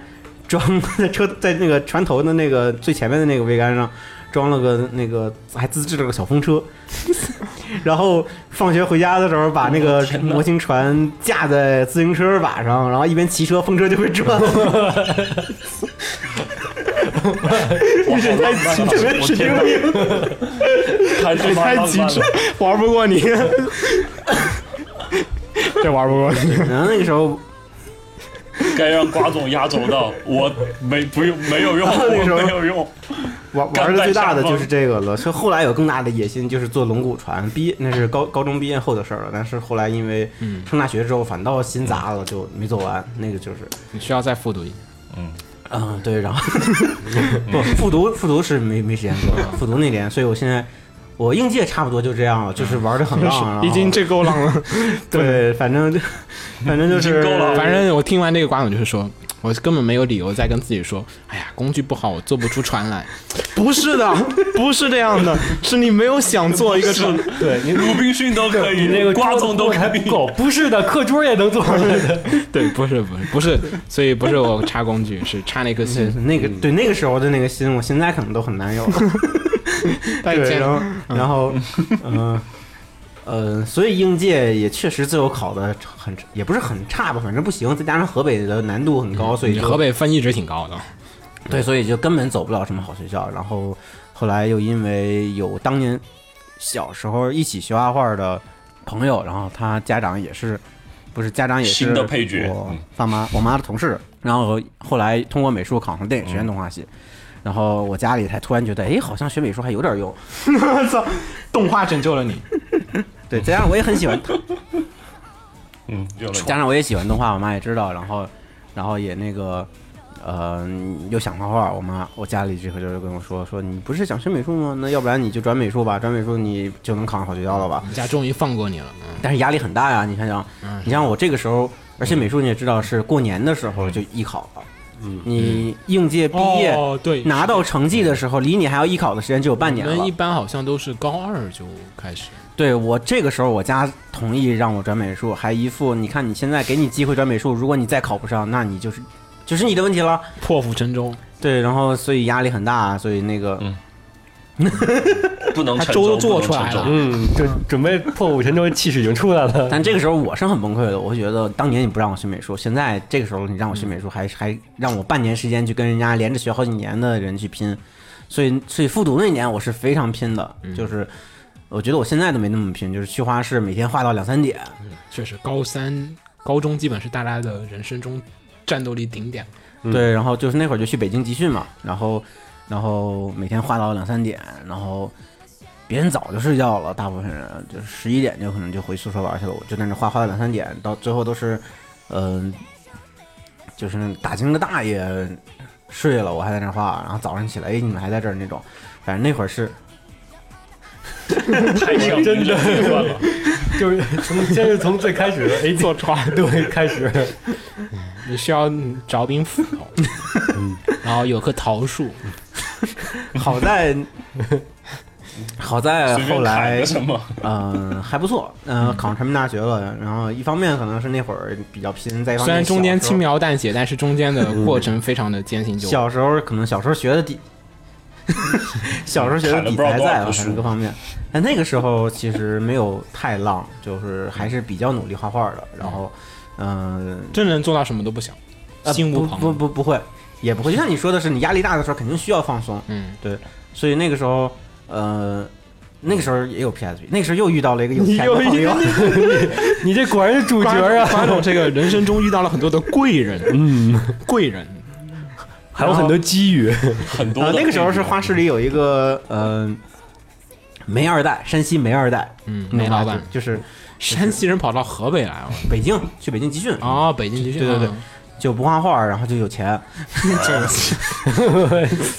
[SPEAKER 2] 装 在车在那个船头的那个最前面的那个桅杆上装了个那个还自制了个小风车，然后放学回家的时候把那个模型船架在自行车把上，然后一边骑车，风车就会转。
[SPEAKER 4] 哇，好浪漫啊！我天哪，太他妈浪漫了！
[SPEAKER 6] 玩不过 你，这玩不过你。
[SPEAKER 2] 然后那个时候，
[SPEAKER 4] 该让瓜总压轴的，我没不用，没有 用，
[SPEAKER 2] 那个时候
[SPEAKER 4] 我没有用。
[SPEAKER 2] 玩玩的最大的就是这个了。所以后来有更大的野心，就是做龙骨船。毕业那是高高中毕业后的事儿了，但是后来因为上大学之后反倒心杂了，就没做完。那个就是，
[SPEAKER 6] 你需要再复读一遍。
[SPEAKER 2] 嗯， 对，然后不复读复读是没没时间做了，复读那年，所以我现在我应届差不多就这样了，就是玩 的很浪，然后
[SPEAKER 1] 已经这够浪了。
[SPEAKER 2] 对，反正就反正就
[SPEAKER 4] 已
[SPEAKER 2] 是
[SPEAKER 4] 经够 了
[SPEAKER 1] 反正我听完这个瓜总就是说，我根本没有理由再跟自己说，哎呀，工具不好，我做不出船来。不是的，不是这样的，是你没有想做一个船。
[SPEAKER 2] 对你
[SPEAKER 4] 鲁滨逊都可以，
[SPEAKER 3] 那个
[SPEAKER 4] 瓜总都可以，
[SPEAKER 3] 够，不是的，课桌也能做出来的。
[SPEAKER 1] 对，不是，不是，不是，所以不是我插工具，是插那颗心。
[SPEAKER 2] 那个对那个时候的那个心，我现在可能都很难有。
[SPEAKER 1] 但
[SPEAKER 2] 对，
[SPEAKER 1] 见
[SPEAKER 2] 然 后然后嗯呃，所以应届也确实自由考的很也不是很差吧，反正不行，再加上河北的难度很高，所以就
[SPEAKER 1] 嗯河北分一直挺高的，
[SPEAKER 2] 对，所以就根本走不了什么好学校。然后后来又因为有当年小时候一起学画画的朋友，然后他家长也是，不是家长也是
[SPEAKER 4] 新的配角
[SPEAKER 2] 我
[SPEAKER 4] 嗯
[SPEAKER 2] 爸妈我妈的同事，然后后来通过美术考上电影学院动画系。然后我家里才突然觉得，哎，好像学美术还有点用。操！
[SPEAKER 1] 动画拯救了你。
[SPEAKER 2] 对，再加上我也很喜欢，
[SPEAKER 4] 嗯，有了
[SPEAKER 2] 加上我也喜欢动画，我妈也知道，然后，然后也那个，呃，又想画画，我妈我家里这回就跟我说说你不是想学美术吗？那要不然你就转美术吧，转美术你就能考上好学校了吧
[SPEAKER 1] 我？们家终于放过你了，嗯，
[SPEAKER 2] 但是压力很大呀，你想想，你像我这个时候，而且美术你也知道是过年的时候就艺考了，嗯，你应届毕业、
[SPEAKER 1] 哦，对，
[SPEAKER 2] 拿到成绩的时候，离你还要艺考的时间只有半年
[SPEAKER 1] 我们
[SPEAKER 2] 了
[SPEAKER 1] 一。般好像都是高二就开始，
[SPEAKER 2] 对我这个时候，我家同意让我转美术，还一副你看你现在给你机会转美术，如果你再考不上，那你就是就是你的问题了。
[SPEAKER 1] 破釜沉舟，
[SPEAKER 2] 对，然后所以压力很大，所以那个、
[SPEAKER 4] 嗯不能沉
[SPEAKER 1] 他粥
[SPEAKER 4] 舟，
[SPEAKER 1] 都做
[SPEAKER 4] 不能
[SPEAKER 1] 出来
[SPEAKER 4] 沉舟
[SPEAKER 1] 了
[SPEAKER 3] 嗯，就准备破五沉舟，气势已经出来了。
[SPEAKER 2] 但这个时候我是很崩溃的，我觉得当年你不让我学美术，现在这个时候你让我学美术，还还让我半年时间去跟人家连着学好几年的人去拼，所以所以复读那年我是非常拼的，就是我觉得我现在都没那么拼，就是去画室每天画到两三点，
[SPEAKER 1] 确实高三、高中基本是大家的人生中战斗力顶点。
[SPEAKER 2] 对，然后就是那会儿就去北京集训嘛，然后然后每天画到两三点，然后别人早就睡觉了，大部分人就是十一点就可能就回宿舍玩去了，我就在那画画到两三点，到最后都是嗯、就是打更的大爷睡了，我还在那画，然后早上起来，哎，你们还在这儿那种，反正那会儿是
[SPEAKER 4] 太像真的了。
[SPEAKER 3] 就是从先是从最开始的 A 做床对开始，
[SPEAKER 1] 你需要找柄斧 头，嗯然后有棵桃树，
[SPEAKER 2] 好在 好在呃
[SPEAKER 4] 随
[SPEAKER 2] 后
[SPEAKER 4] 便砍
[SPEAKER 2] 来
[SPEAKER 4] 个 什么？
[SPEAKER 2] 嗯，还不错。嗯、考上传媒大学了，然后一方面可能是那会儿比较拼，再一方面
[SPEAKER 1] 虽然中间
[SPEAKER 2] 小时
[SPEAKER 1] 轻
[SPEAKER 2] 候
[SPEAKER 1] 描淡写，但是中间的过程非常的艰辛就。
[SPEAKER 2] 小时候可能小时候学的底，小时候学的底子还在
[SPEAKER 4] 砍了
[SPEAKER 2] 吧，
[SPEAKER 4] 不知道多少棵
[SPEAKER 2] 反
[SPEAKER 4] 树
[SPEAKER 2] 正各方面。但那个时候其实没有太浪，就是还是比较努力画画的。然后，嗯、
[SPEAKER 1] 真人做到什么都不想，
[SPEAKER 2] 呃，
[SPEAKER 1] 心无
[SPEAKER 2] 不
[SPEAKER 1] 旁
[SPEAKER 2] 不
[SPEAKER 1] 骛。
[SPEAKER 2] 不不会，也不会。就像你说的是，你压力大的时候肯定需要放松，
[SPEAKER 1] 嗯，
[SPEAKER 2] 所以那个时候，呃，那个时候也有 PSP，那个时候又遇到了一个有
[SPEAKER 3] 你
[SPEAKER 2] 钱的
[SPEAKER 3] 又
[SPEAKER 2] 朋友。
[SPEAKER 3] 你这果然是主角啊！
[SPEAKER 1] 瓜总这个人生中遇到了很多的贵人，
[SPEAKER 3] 嗯，
[SPEAKER 1] 贵人
[SPEAKER 3] 还有很多机遇，
[SPEAKER 4] 很多
[SPEAKER 2] 呃，
[SPEAKER 4] 的
[SPEAKER 2] 那个时候是画室里有一个呃梅二代，山西梅二代，
[SPEAKER 1] 嗯
[SPEAKER 2] 梅
[SPEAKER 1] 梅老板
[SPEAKER 2] 就是
[SPEAKER 1] 山西人跑到河北来了
[SPEAKER 2] 北京去北京集训，
[SPEAKER 1] 啊、北京集训，
[SPEAKER 2] 对对对
[SPEAKER 1] 嗯
[SPEAKER 2] 就不画画，然后就有钱，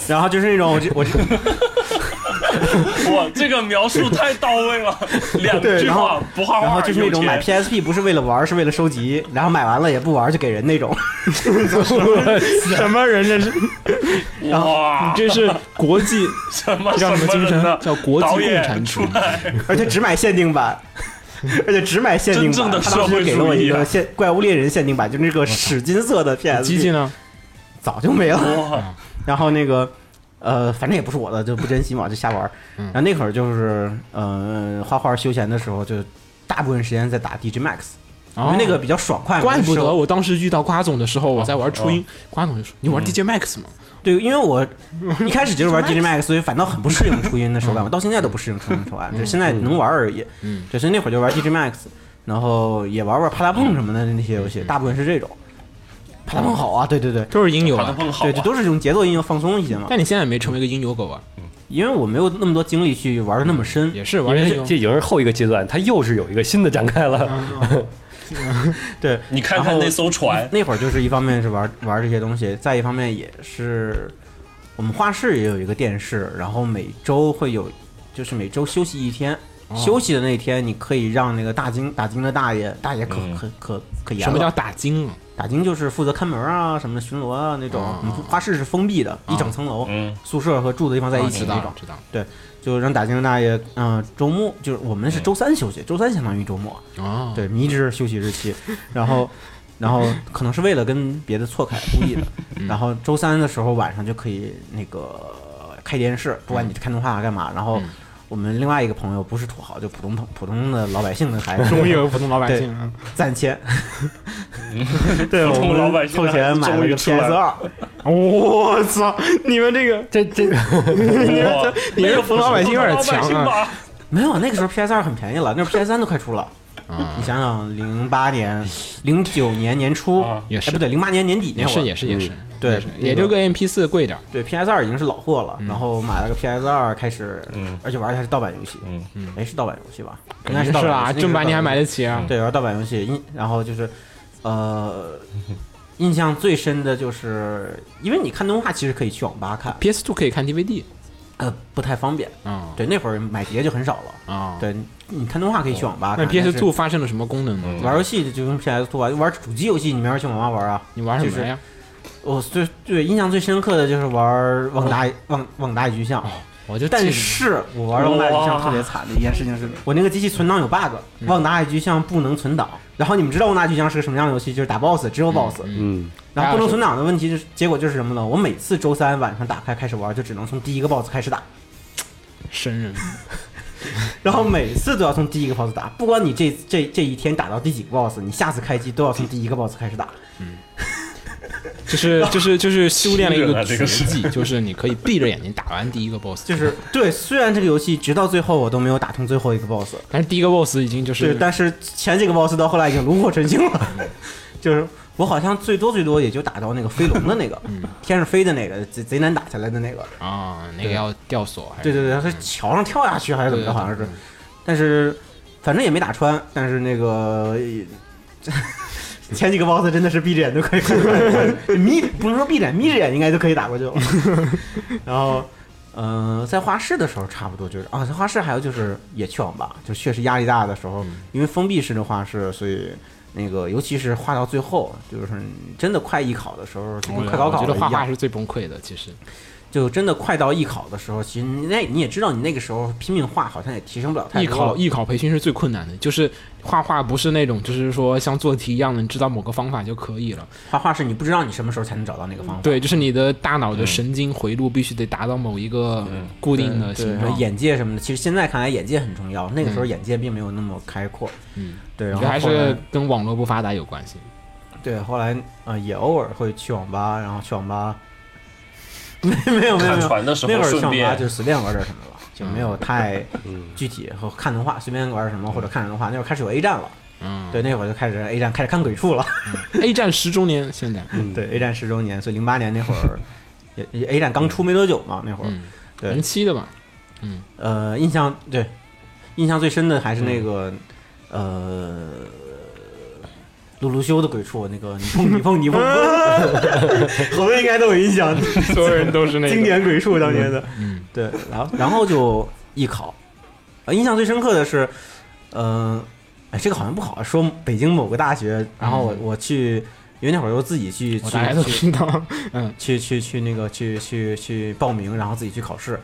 [SPEAKER 2] 然后就是那种我这我这
[SPEAKER 4] 哇，这个描述太到位 了，两
[SPEAKER 2] 对，
[SPEAKER 4] 句
[SPEAKER 2] 然后
[SPEAKER 4] 话不画画，
[SPEAKER 2] 然后就是那种买
[SPEAKER 4] 有钱
[SPEAKER 2] PSP 不是为了玩，是为了收集，然后买完了也不玩就给人那种，
[SPEAKER 1] 什么人这是？
[SPEAKER 4] 哇，
[SPEAKER 1] 这是国际
[SPEAKER 4] 什么
[SPEAKER 1] 叫什么
[SPEAKER 4] 什么
[SPEAKER 1] 精
[SPEAKER 4] 人呢
[SPEAKER 1] 神？？叫国际
[SPEAKER 4] 导
[SPEAKER 1] 共
[SPEAKER 4] 演
[SPEAKER 1] 产主
[SPEAKER 4] 出
[SPEAKER 1] 义。
[SPEAKER 4] 来，
[SPEAKER 2] 而且只买限定版。而且只买限定版，
[SPEAKER 4] 真正的
[SPEAKER 2] 他当
[SPEAKER 4] 社
[SPEAKER 2] 时
[SPEAKER 4] 会
[SPEAKER 2] 给了我
[SPEAKER 4] 主义
[SPEAKER 2] 一个
[SPEAKER 4] 啊
[SPEAKER 2] 限《怪物猎人》限定版，就那个史金色的
[SPEAKER 1] 机器
[SPEAKER 2] PSP，
[SPEAKER 1] 呢？
[SPEAKER 2] 早就没了。
[SPEAKER 4] 哇，
[SPEAKER 2] 然后那个呃，反正也不是我的，就不珍惜嘛，就瞎玩儿。
[SPEAKER 1] 嗯
[SPEAKER 2] 然后那会儿就是呃，画画休闲的时候，就大部分时间在打 DG Max，、
[SPEAKER 1] 哦
[SPEAKER 2] 因为那个比较爽快嘛。
[SPEAKER 1] 怪不
[SPEAKER 2] 是
[SPEAKER 1] 得我当时遇到瓜总的时候，我在玩初音，瓜总就说：“你玩 DJ Max 吗
[SPEAKER 2] 对，因为 我一开始就是玩 DG Max，所以反倒很不适应初音的手感，我到现在都不适应初音的手感，就现在能玩而已。
[SPEAKER 1] 嗯，
[SPEAKER 2] 对，所以那会儿就玩 DG Max，然后也玩玩啪嗒碰什么的那些游戏，大部分是这种。嗯啪嗒碰好啊，对对对？”。
[SPEAKER 1] 都是音游
[SPEAKER 4] 画的
[SPEAKER 1] 啊，
[SPEAKER 4] 更好
[SPEAKER 2] 对，就
[SPEAKER 4] 啊，
[SPEAKER 2] 都是这种节奏音乐放松一些嘛，
[SPEAKER 1] 但你现在也没成为一个音游狗啊，
[SPEAKER 2] 因为我没有那么多精力去玩的那么深，
[SPEAKER 1] 也是
[SPEAKER 3] 因
[SPEAKER 1] 玩
[SPEAKER 3] 为
[SPEAKER 1] 音
[SPEAKER 3] 这
[SPEAKER 1] 游
[SPEAKER 3] 这。已经是后一个阶段，它又是有一个新的展开了。
[SPEAKER 2] 对，
[SPEAKER 4] 你看
[SPEAKER 2] 然
[SPEAKER 4] 看
[SPEAKER 2] 后
[SPEAKER 4] 那艘 船，
[SPEAKER 2] 那会儿就是一方面是玩玩这些东西，再一方面也是我们画室也有一个电视，然后每周会有就是每周休息一天，
[SPEAKER 1] 哦
[SPEAKER 2] 休息的那天你可以让那个大金打金的大爷，大爷可、
[SPEAKER 4] 嗯
[SPEAKER 2] 可可可严
[SPEAKER 1] 什
[SPEAKER 2] 了。
[SPEAKER 1] 么叫打金啊？
[SPEAKER 2] 打金就是负责看门啊，什么巡逻啊那种。
[SPEAKER 1] 啊
[SPEAKER 2] 嗯花市是封闭的，一整层楼，
[SPEAKER 4] 嗯
[SPEAKER 2] 宿舍和住的地方在一
[SPEAKER 1] 哦啊知
[SPEAKER 2] 起那
[SPEAKER 1] 道
[SPEAKER 2] 种
[SPEAKER 1] 了，知道了。
[SPEAKER 2] 就让打金的大爷，嗯、周末就是我
[SPEAKER 4] 嗯
[SPEAKER 2] 们是周三休息，周三相当于周末，
[SPEAKER 1] 哦，
[SPEAKER 2] 对，迷之休息日期， 然后，然后可能是为了跟别的错开故意的，
[SPEAKER 1] 嗯
[SPEAKER 2] 然后周三的时候晚上就可以那个开电视，不管
[SPEAKER 1] 嗯
[SPEAKER 2] 你是看动画干嘛，然后我们另外一个朋友不是土豪，就普通朋普通的老百姓的孩子，
[SPEAKER 1] 终于 有个普通老百
[SPEAKER 2] 对
[SPEAKER 1] 姓啊，
[SPEAKER 2] 攒 钱，对，
[SPEAKER 4] 普
[SPEAKER 2] 我
[SPEAKER 4] 通老百
[SPEAKER 2] 们
[SPEAKER 4] 姓
[SPEAKER 2] 凑
[SPEAKER 4] 的孩
[SPEAKER 2] 钱
[SPEAKER 4] 子
[SPEAKER 2] 买
[SPEAKER 4] 终
[SPEAKER 2] 了
[SPEAKER 4] 于
[SPEAKER 2] 个
[SPEAKER 4] 出来
[SPEAKER 2] PS 二，
[SPEAKER 1] 我操！你们这个这这，你们
[SPEAKER 4] 哇
[SPEAKER 1] 这你们这普通老百姓有点强
[SPEAKER 4] 普通老
[SPEAKER 1] 啊！
[SPEAKER 4] 百姓吧
[SPEAKER 2] 没有，那个时候 PS 二很便宜了，那 PS 三都快出了。
[SPEAKER 1] 啊
[SPEAKER 2] 你，想想，零八年、零九年年初，
[SPEAKER 4] 啊
[SPEAKER 1] 也是
[SPEAKER 2] 哎，不对，零八年年底那
[SPEAKER 1] 也
[SPEAKER 2] 会
[SPEAKER 1] 是
[SPEAKER 2] 儿，
[SPEAKER 1] 也是也是，
[SPEAKER 2] 对
[SPEAKER 1] 也是
[SPEAKER 2] 那个
[SPEAKER 1] 也就跟 MP 四贵点儿。
[SPEAKER 2] 对 PS 二已经是老货了，
[SPEAKER 1] 嗯
[SPEAKER 2] 然后买了个 PS 二开始，
[SPEAKER 4] 嗯
[SPEAKER 2] 而且玩的还是盗版游戏，
[SPEAKER 4] 嗯
[SPEAKER 2] 哎，是盗版游戏吧？
[SPEAKER 1] 肯
[SPEAKER 2] 应该
[SPEAKER 1] 定
[SPEAKER 2] 是
[SPEAKER 1] 是
[SPEAKER 2] 盗版游
[SPEAKER 1] 啦，
[SPEAKER 2] 戏
[SPEAKER 1] 正版你还买？
[SPEAKER 2] 那个是
[SPEAKER 1] 得起啊
[SPEAKER 2] 盗版？对，玩盗版游戏，印然后就是，呃，印象最深的就是，因为你看动画其实可以去网吧看，
[SPEAKER 1] PS Two 可以看 DVD
[SPEAKER 2] 呃，不太方便。
[SPEAKER 1] 啊
[SPEAKER 2] 对，那会儿买碟就很少了。
[SPEAKER 1] 啊。
[SPEAKER 2] 对，你看动画可以去网
[SPEAKER 1] 哦
[SPEAKER 2] 吧
[SPEAKER 1] 那
[SPEAKER 2] 看。
[SPEAKER 1] PS
[SPEAKER 2] 但是
[SPEAKER 1] Two 发生了什么功能呢？
[SPEAKER 2] 玩游戏就用 PS Two 玩，玩主机游戏你没法去网吧玩啊。
[SPEAKER 1] 你玩什么呀？
[SPEAKER 2] 我最最印象最深刻的就是玩旺
[SPEAKER 1] 哦
[SPEAKER 2] 达旺旺达与巨像，
[SPEAKER 1] 我就记
[SPEAKER 2] 但
[SPEAKER 1] 得
[SPEAKER 2] 是我玩旺达与巨像特别惨的一件事情是，嗯我那个机器存档有 bug，旺达与巨像不能存档。然后你们知道旺达与巨像是个什么样的游戏，就是打 boss 只有 boss，
[SPEAKER 3] 嗯，
[SPEAKER 2] 然后不能存档的问题就是结果就是什么呢？我每次周三晚上打开开始玩，就只能从第一个 boss 开始打，
[SPEAKER 1] 生人
[SPEAKER 2] 然后每次都要从第一个 boss 打，不管你这这这一天打到第几个 boss，你下次开机都要从第一个 boss 开始打。
[SPEAKER 1] 就是就是就是修炼了一个
[SPEAKER 4] 啊这个
[SPEAKER 1] 绝
[SPEAKER 4] 是
[SPEAKER 1] 技， 就是你可以闭着眼睛打完第一个 boss，
[SPEAKER 2] 就是对，虽然这个游戏直到最后我都没有打通最后一个 boss，
[SPEAKER 1] 但是第一个 boss 已经就
[SPEAKER 2] 对，
[SPEAKER 1] 是嗯
[SPEAKER 2] 但是前几个 boss 到后来已经炉火纯青了， 就是我好像最多最多也就打到那个飞龙的那个，
[SPEAKER 1] 嗯
[SPEAKER 2] 天上飞的那个，贼贼难打下来的那个。
[SPEAKER 1] 啊，那个
[SPEAKER 2] 对
[SPEAKER 1] 要吊索还是嗯
[SPEAKER 2] 对对对，他是桥上跳下去还是怎么着，好像是，但是反正也没打穿，但是那个。 呃前几个 boss 真的是闭着眼都可以 眯不能说闭着眼，眯着眼应该就可以 打过去了。然后，呃，在画室的时候差不多就是啊，在画室还有就是也去网吧，就确实压力大的时候，
[SPEAKER 1] 嗯
[SPEAKER 2] 因为封闭式的画室，所以那个尤其是画到最后，就是你真的快艺考的时候，就跟快高
[SPEAKER 1] 啊我
[SPEAKER 2] 考
[SPEAKER 1] 觉
[SPEAKER 2] 了
[SPEAKER 1] 得
[SPEAKER 2] 一
[SPEAKER 1] 画
[SPEAKER 2] 样
[SPEAKER 1] 画，是最崩溃的，其实
[SPEAKER 2] 就真的快到艺考的时候，其实你那你也知道，你那个时候拼命画，好像也提升不了太
[SPEAKER 1] 艺
[SPEAKER 2] 多。
[SPEAKER 1] 考艺考培训是最困难的，就是画画不是那种就是说像做题一样的，你知道某个方法就可以了。
[SPEAKER 2] 画画是你不知道你什么时候才能找到那个方法。
[SPEAKER 1] 对，就是你的大
[SPEAKER 4] 嗯
[SPEAKER 1] 脑的神经回路必须得达到某一个固
[SPEAKER 2] 对，
[SPEAKER 1] 定的形
[SPEAKER 2] 然后
[SPEAKER 1] 状。
[SPEAKER 2] 眼界什么的，其实现在看来眼界很重要，那个时候眼界并没有那么开阔。
[SPEAKER 1] 嗯，
[SPEAKER 2] 对，
[SPEAKER 1] 我
[SPEAKER 2] 然
[SPEAKER 1] 觉
[SPEAKER 2] 后
[SPEAKER 1] 得还
[SPEAKER 2] 后来
[SPEAKER 1] 是跟网络不发达有关系。
[SPEAKER 2] 对，后来呃也偶尔会去网吧，然后去网吧，没没有没有
[SPEAKER 4] 看
[SPEAKER 2] 没有，
[SPEAKER 4] 船的时
[SPEAKER 2] 那
[SPEAKER 4] 候
[SPEAKER 2] 会儿去
[SPEAKER 4] 顺
[SPEAKER 2] 网吧
[SPEAKER 4] 便嗯
[SPEAKER 2] 就随便玩点什么了，就没有太具体和看动画，随便玩什么或者看动画。那会儿开始有 A 站了，
[SPEAKER 1] 嗯，
[SPEAKER 2] 对，那会儿就开始 A 站开始看鬼畜了。
[SPEAKER 1] ，A 站十周年现在，
[SPEAKER 2] 对，A 站十周年，所以零八年那 会儿也也，A 站刚出没多久嘛，那会儿，
[SPEAKER 1] 嗯，
[SPEAKER 2] 对
[SPEAKER 1] 零七的吧，
[SPEAKER 2] 呃，印象对，印象最深的还是
[SPEAKER 1] 嗯
[SPEAKER 2] 那个，呃，鲁鲁修的鬼畜，那个你碰你碰 你碰，好多应该都有印象，
[SPEAKER 1] 所有人都是那
[SPEAKER 2] 经典鬼畜当年的，
[SPEAKER 1] 嗯，
[SPEAKER 2] 对，然后然后就艺考，呃，印象最深刻的是，呃，哎，这个好像不好说，北京某个大学，然后我我去。因为那会儿又自己去
[SPEAKER 1] 嗯我
[SPEAKER 2] 去
[SPEAKER 1] 大家都
[SPEAKER 2] 去
[SPEAKER 1] 知道。
[SPEAKER 2] 去去去那个去去去报名，然后自己去考试，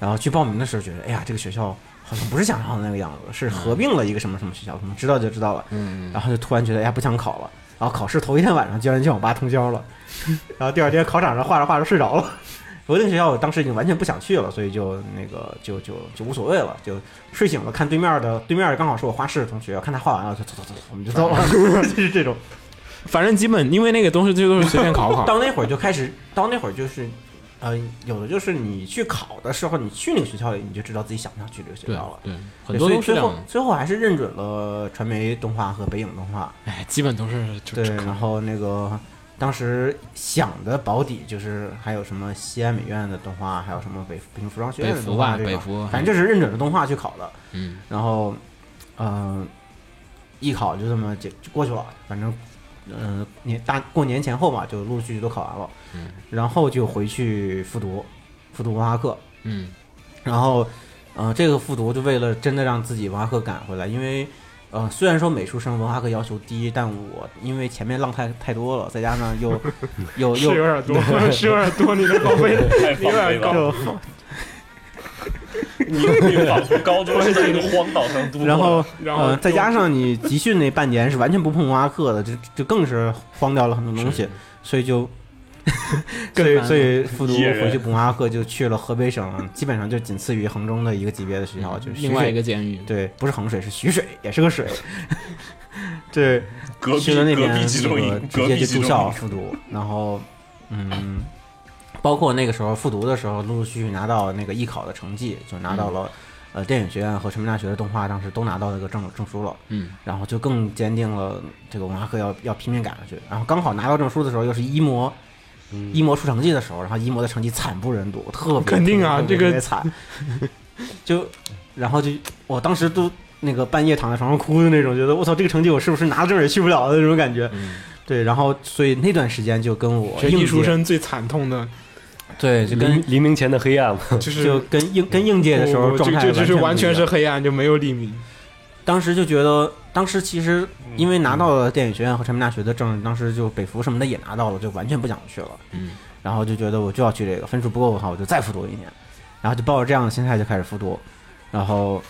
[SPEAKER 2] 然后去报名的时候觉得，哎呀，这个学校好像不是想象的那个样子，是合并了一个什么什么学校，我们知道就知道了，
[SPEAKER 1] 嗯，
[SPEAKER 2] 然后就突然觉得，哎呀，不想考了，然后考试头一天晚上居然去网吧通宵了，然后第二天考场上画着画着睡着了。我那个学校我当时已经完全不想去了，所以就那个就就就无所谓了，就睡醒了看对面的对面刚好是我画室的同学，看他画完了，就走走走，我们就走了， 就是这种。
[SPEAKER 1] 反正基本因为那个东西就都是随便考考。
[SPEAKER 2] 到那会儿就开始，到那会儿就是，呃，有的就是你去考的时候，你去那个学校里，你就知道自己想不想去这个学
[SPEAKER 1] 对
[SPEAKER 2] 校了。
[SPEAKER 1] 对，很
[SPEAKER 2] 对
[SPEAKER 1] 多
[SPEAKER 2] 所以
[SPEAKER 1] 都是
[SPEAKER 2] 最
[SPEAKER 1] 这样
[SPEAKER 2] 后
[SPEAKER 1] 的，
[SPEAKER 2] 最后还是认准了传媒动画和北影动画。
[SPEAKER 1] 哎，基本都是就
[SPEAKER 2] 对，然后那个当时想的保底就是还有什么西安美院的动画，还有什么北北京服装学院的
[SPEAKER 1] 北服
[SPEAKER 2] 动画
[SPEAKER 1] 吧
[SPEAKER 2] 这种，
[SPEAKER 1] 北服
[SPEAKER 2] 反正就是认准了动画去考的。
[SPEAKER 1] 嗯，
[SPEAKER 2] 然后，嗯、艺考就这么就就过去了，反正，嗯、年大过年前后嘛，就陆陆续续都考完了，嗯，然后就回去复读，复读文化课，
[SPEAKER 1] 嗯，
[SPEAKER 2] 然后，呃，这个复读就为了真的让自己文化课赶回来，因为呃，虽然说美术生文化课要求低，但我因为前面浪太太多了，再加 上又又
[SPEAKER 6] 是有
[SPEAKER 2] 又
[SPEAKER 6] 点多，是有点多，你的稿费
[SPEAKER 4] 太放飞了，
[SPEAKER 2] 就
[SPEAKER 4] 你你仿 佛高中是在一个荒岛上度过的，
[SPEAKER 2] 然后
[SPEAKER 6] 然后
[SPEAKER 2] 呃，再加上你集训那半年是完全不碰文化课的，就就更是荒掉了很多东西，所以 就。所以，所以复读
[SPEAKER 4] 野人
[SPEAKER 2] 回去补文化课就去了河北省，基本上就仅次于衡中的一个级别的学校，就是徐
[SPEAKER 6] 嗯另外
[SPEAKER 2] 水
[SPEAKER 6] 一个监狱，
[SPEAKER 2] 对，不是衡水，是徐水，也是 个水。 对，
[SPEAKER 4] 隔壁
[SPEAKER 2] 去了那
[SPEAKER 4] 隔
[SPEAKER 2] 边
[SPEAKER 4] 壁集中
[SPEAKER 2] 那个
[SPEAKER 4] 营，
[SPEAKER 2] 直
[SPEAKER 4] 隔
[SPEAKER 2] 接
[SPEAKER 4] 壁
[SPEAKER 2] 就
[SPEAKER 4] 集
[SPEAKER 2] 住校
[SPEAKER 4] 中
[SPEAKER 2] 复读，然后嗯，包括那个时候复读的时候，陆陆续续拿到那个艺考的成绩，就拿
[SPEAKER 4] 嗯
[SPEAKER 2] 到了、呃电影学院和传媒大学的动画，当时都拿到那个证证书了，
[SPEAKER 6] 嗯，
[SPEAKER 2] 然后就更坚定了这个文化课要要拼命赶上去，然后刚好拿到证书的时候又是一模。一模出成绩的时候，然后一模的成绩惨不忍睹，特别
[SPEAKER 6] 嗯 肯定啊
[SPEAKER 2] 特
[SPEAKER 6] 这
[SPEAKER 2] 别
[SPEAKER 6] 个
[SPEAKER 2] 特别惨， 就然后就我当时都那个半夜躺在床上哭的那种，觉得我操，这个成绩我是不是拿了证也去不了的那种感觉。对，然后所以那段时间就跟我
[SPEAKER 6] 这
[SPEAKER 2] 应
[SPEAKER 6] 嗯
[SPEAKER 2] 届
[SPEAKER 6] 艺术生最惨痛 的
[SPEAKER 2] 对，就跟
[SPEAKER 3] 黎黎明前的黑暗嘛，
[SPEAKER 6] 就是
[SPEAKER 2] 就跟应跟应届的时候
[SPEAKER 6] 这
[SPEAKER 2] 状态
[SPEAKER 6] 这就是
[SPEAKER 2] 完
[SPEAKER 6] 完
[SPEAKER 2] 全
[SPEAKER 6] 全
[SPEAKER 2] 不一
[SPEAKER 6] 是
[SPEAKER 2] 样
[SPEAKER 6] 黑暗，就没有黎明。
[SPEAKER 2] 当时就觉得，当时其实因为拿到了电影学院和传媒大学的证，当时就北服什么的也拿到了，就完全不想去了。
[SPEAKER 6] 嗯，
[SPEAKER 2] 然后就觉得我就要去这个，分数不够的话我就再复读一年，然后就抱着这样的心态就开始复读，然后，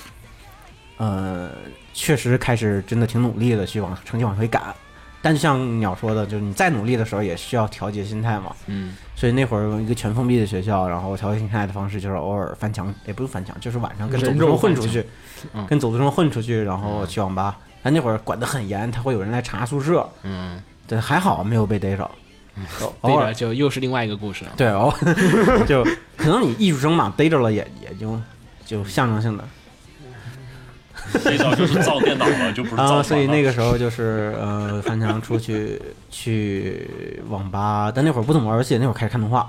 [SPEAKER 2] 呃，确实开始真的挺努力的去往成绩往回赶，但就像鸟说的，就是你再努力的时候也需要调节心态嘛。
[SPEAKER 6] 嗯，
[SPEAKER 2] 所以那会儿一个全封闭的学校，然后调节心态的方式就是偶尔翻墙，也不是翻墙，就是晚上跟走
[SPEAKER 6] 人
[SPEAKER 2] 读
[SPEAKER 6] 肉
[SPEAKER 2] 生混
[SPEAKER 6] 翻
[SPEAKER 2] 出去，
[SPEAKER 6] 墙嗯嗯
[SPEAKER 2] 跟走读生混出去，然后去网吧。但那会儿管得很严，他会有人来查宿舍。
[SPEAKER 6] 嗯，
[SPEAKER 2] 对，还好没有被逮着。 偶
[SPEAKER 6] 这
[SPEAKER 2] 偶尔
[SPEAKER 6] 个就又是另外一个故事了。
[SPEAKER 2] 对哦， 就可能你艺术生嘛，逮着了也也就就象征性的
[SPEAKER 4] 最早就是造电脑了，就不是 造
[SPEAKER 2] 啊，
[SPEAKER 4] 船
[SPEAKER 2] 所以那
[SPEAKER 4] 了
[SPEAKER 2] 个时候就是呃，翻墙 出去去网吧，但那会儿不怎么玩游戏，那会儿开始看动画，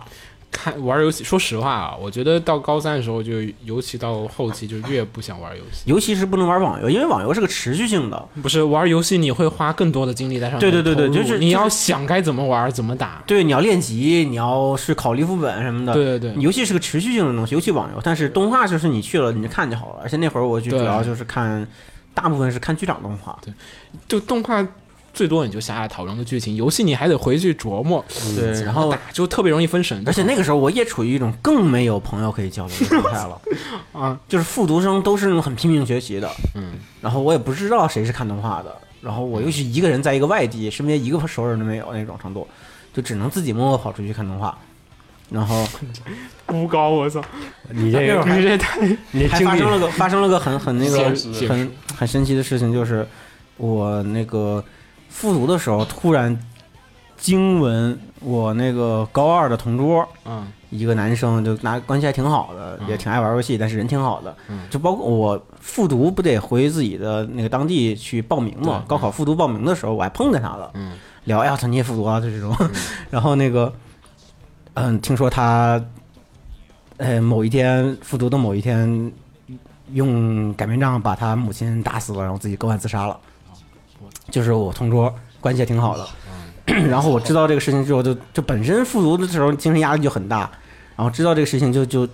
[SPEAKER 6] 看玩游戏，说实话啊，我觉得到高三的时候，就尤其到后期，就越不想玩游戏。
[SPEAKER 2] 尤其是不能玩网游，因为网游是个持续性的。
[SPEAKER 6] 不是玩游戏，你会花更多的精力在上面。
[SPEAKER 2] 对对对对
[SPEAKER 6] 投入
[SPEAKER 2] 就是
[SPEAKER 6] 你要
[SPEAKER 2] 就是
[SPEAKER 6] 想该怎么玩，怎么打。
[SPEAKER 2] 对，你要练级，你要是考虑副本什么的。
[SPEAKER 6] 对对对，
[SPEAKER 2] 游戏是个持续性的东西，尤其网游。但是动画就是你去了你就看就好了，而且那会儿我就主
[SPEAKER 6] 对
[SPEAKER 2] 要就是看，大部分是看剧场动画。
[SPEAKER 6] 就动画最多你就狭隘讨论个剧情，游戏你还得回去琢磨，
[SPEAKER 2] 对，然后
[SPEAKER 6] 打就特别容易分神。
[SPEAKER 2] 而且 那个时候我也处于一种更没有朋友可以交流的状态了
[SPEAKER 6] 啊，
[SPEAKER 2] 就是复读生都是那种很拼命学习的，
[SPEAKER 6] 嗯，
[SPEAKER 2] 然后我也不知道谁是看动画的，然后我又是一个人在一个外地，身边一个熟人都没有那种程度，就只能自己默默跑出去看动画，然后
[SPEAKER 6] 孤高，我操！
[SPEAKER 2] 嗯
[SPEAKER 3] 你这个
[SPEAKER 6] 你这太
[SPEAKER 3] 你这
[SPEAKER 2] 还
[SPEAKER 3] 经
[SPEAKER 2] 发
[SPEAKER 3] 历
[SPEAKER 2] 生了个发生了个很很那个
[SPEAKER 4] 现实
[SPEAKER 2] 很很神奇的事情，就是我那个复读的时候，突然惊闻我那个高二的同桌，
[SPEAKER 6] 嗯
[SPEAKER 2] 一个男生就拿关系还挺好的，
[SPEAKER 4] 嗯
[SPEAKER 2] 也挺爱玩游戏，但是人挺好的。就包括我复读不得回自己的那个当地去报名嘛？高考复读报名的时候，我还碰见他了，
[SPEAKER 6] 嗯
[SPEAKER 2] 聊哎呀，他你也复读啊，就这种。
[SPEAKER 4] 嗯
[SPEAKER 2] 然后那个，嗯，听说他，呃，某一天复读的某一天，用擀面杖把他母亲打死了，然后自己割腕自杀了。就是我同桌，关系也挺好的。然后我知道这个事情之后就，就本身复读的时候精神压力就很大，然后知道这个事情就就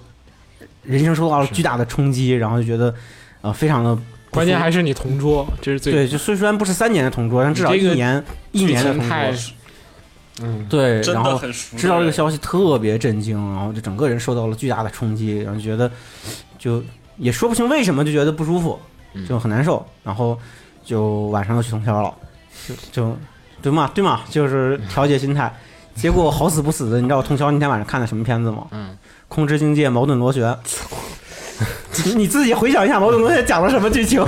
[SPEAKER 2] 人生受到了巨大的冲击，然后就觉得呃非常的不
[SPEAKER 6] 关键
[SPEAKER 2] 舒
[SPEAKER 6] 还是你同桌，这是最
[SPEAKER 2] 对，就虽虽然不是三年的同桌，但至少
[SPEAKER 6] 你
[SPEAKER 2] 一
[SPEAKER 6] 这个
[SPEAKER 2] 年、一年的
[SPEAKER 6] 剧情
[SPEAKER 2] 同桌
[SPEAKER 6] 太，
[SPEAKER 2] 对，
[SPEAKER 4] 真
[SPEAKER 2] 然
[SPEAKER 4] 的
[SPEAKER 2] 后
[SPEAKER 4] 很熟。
[SPEAKER 2] 知道这个消息特别震惊，然后就整个人受到了巨大的冲击，然后觉得就也说不清为什么，就觉得不舒服，就很难受，然后就晚上又去通宵了，就就对嘛对嘛，就是调节心态。结果好死不死的，你知道我通宵那天晚上看的什么片子吗？
[SPEAKER 6] 嗯，
[SPEAKER 2] 空之境界矛盾螺旋。你 你自己回想一下，矛盾螺旋讲了什么剧情？
[SPEAKER 3] 我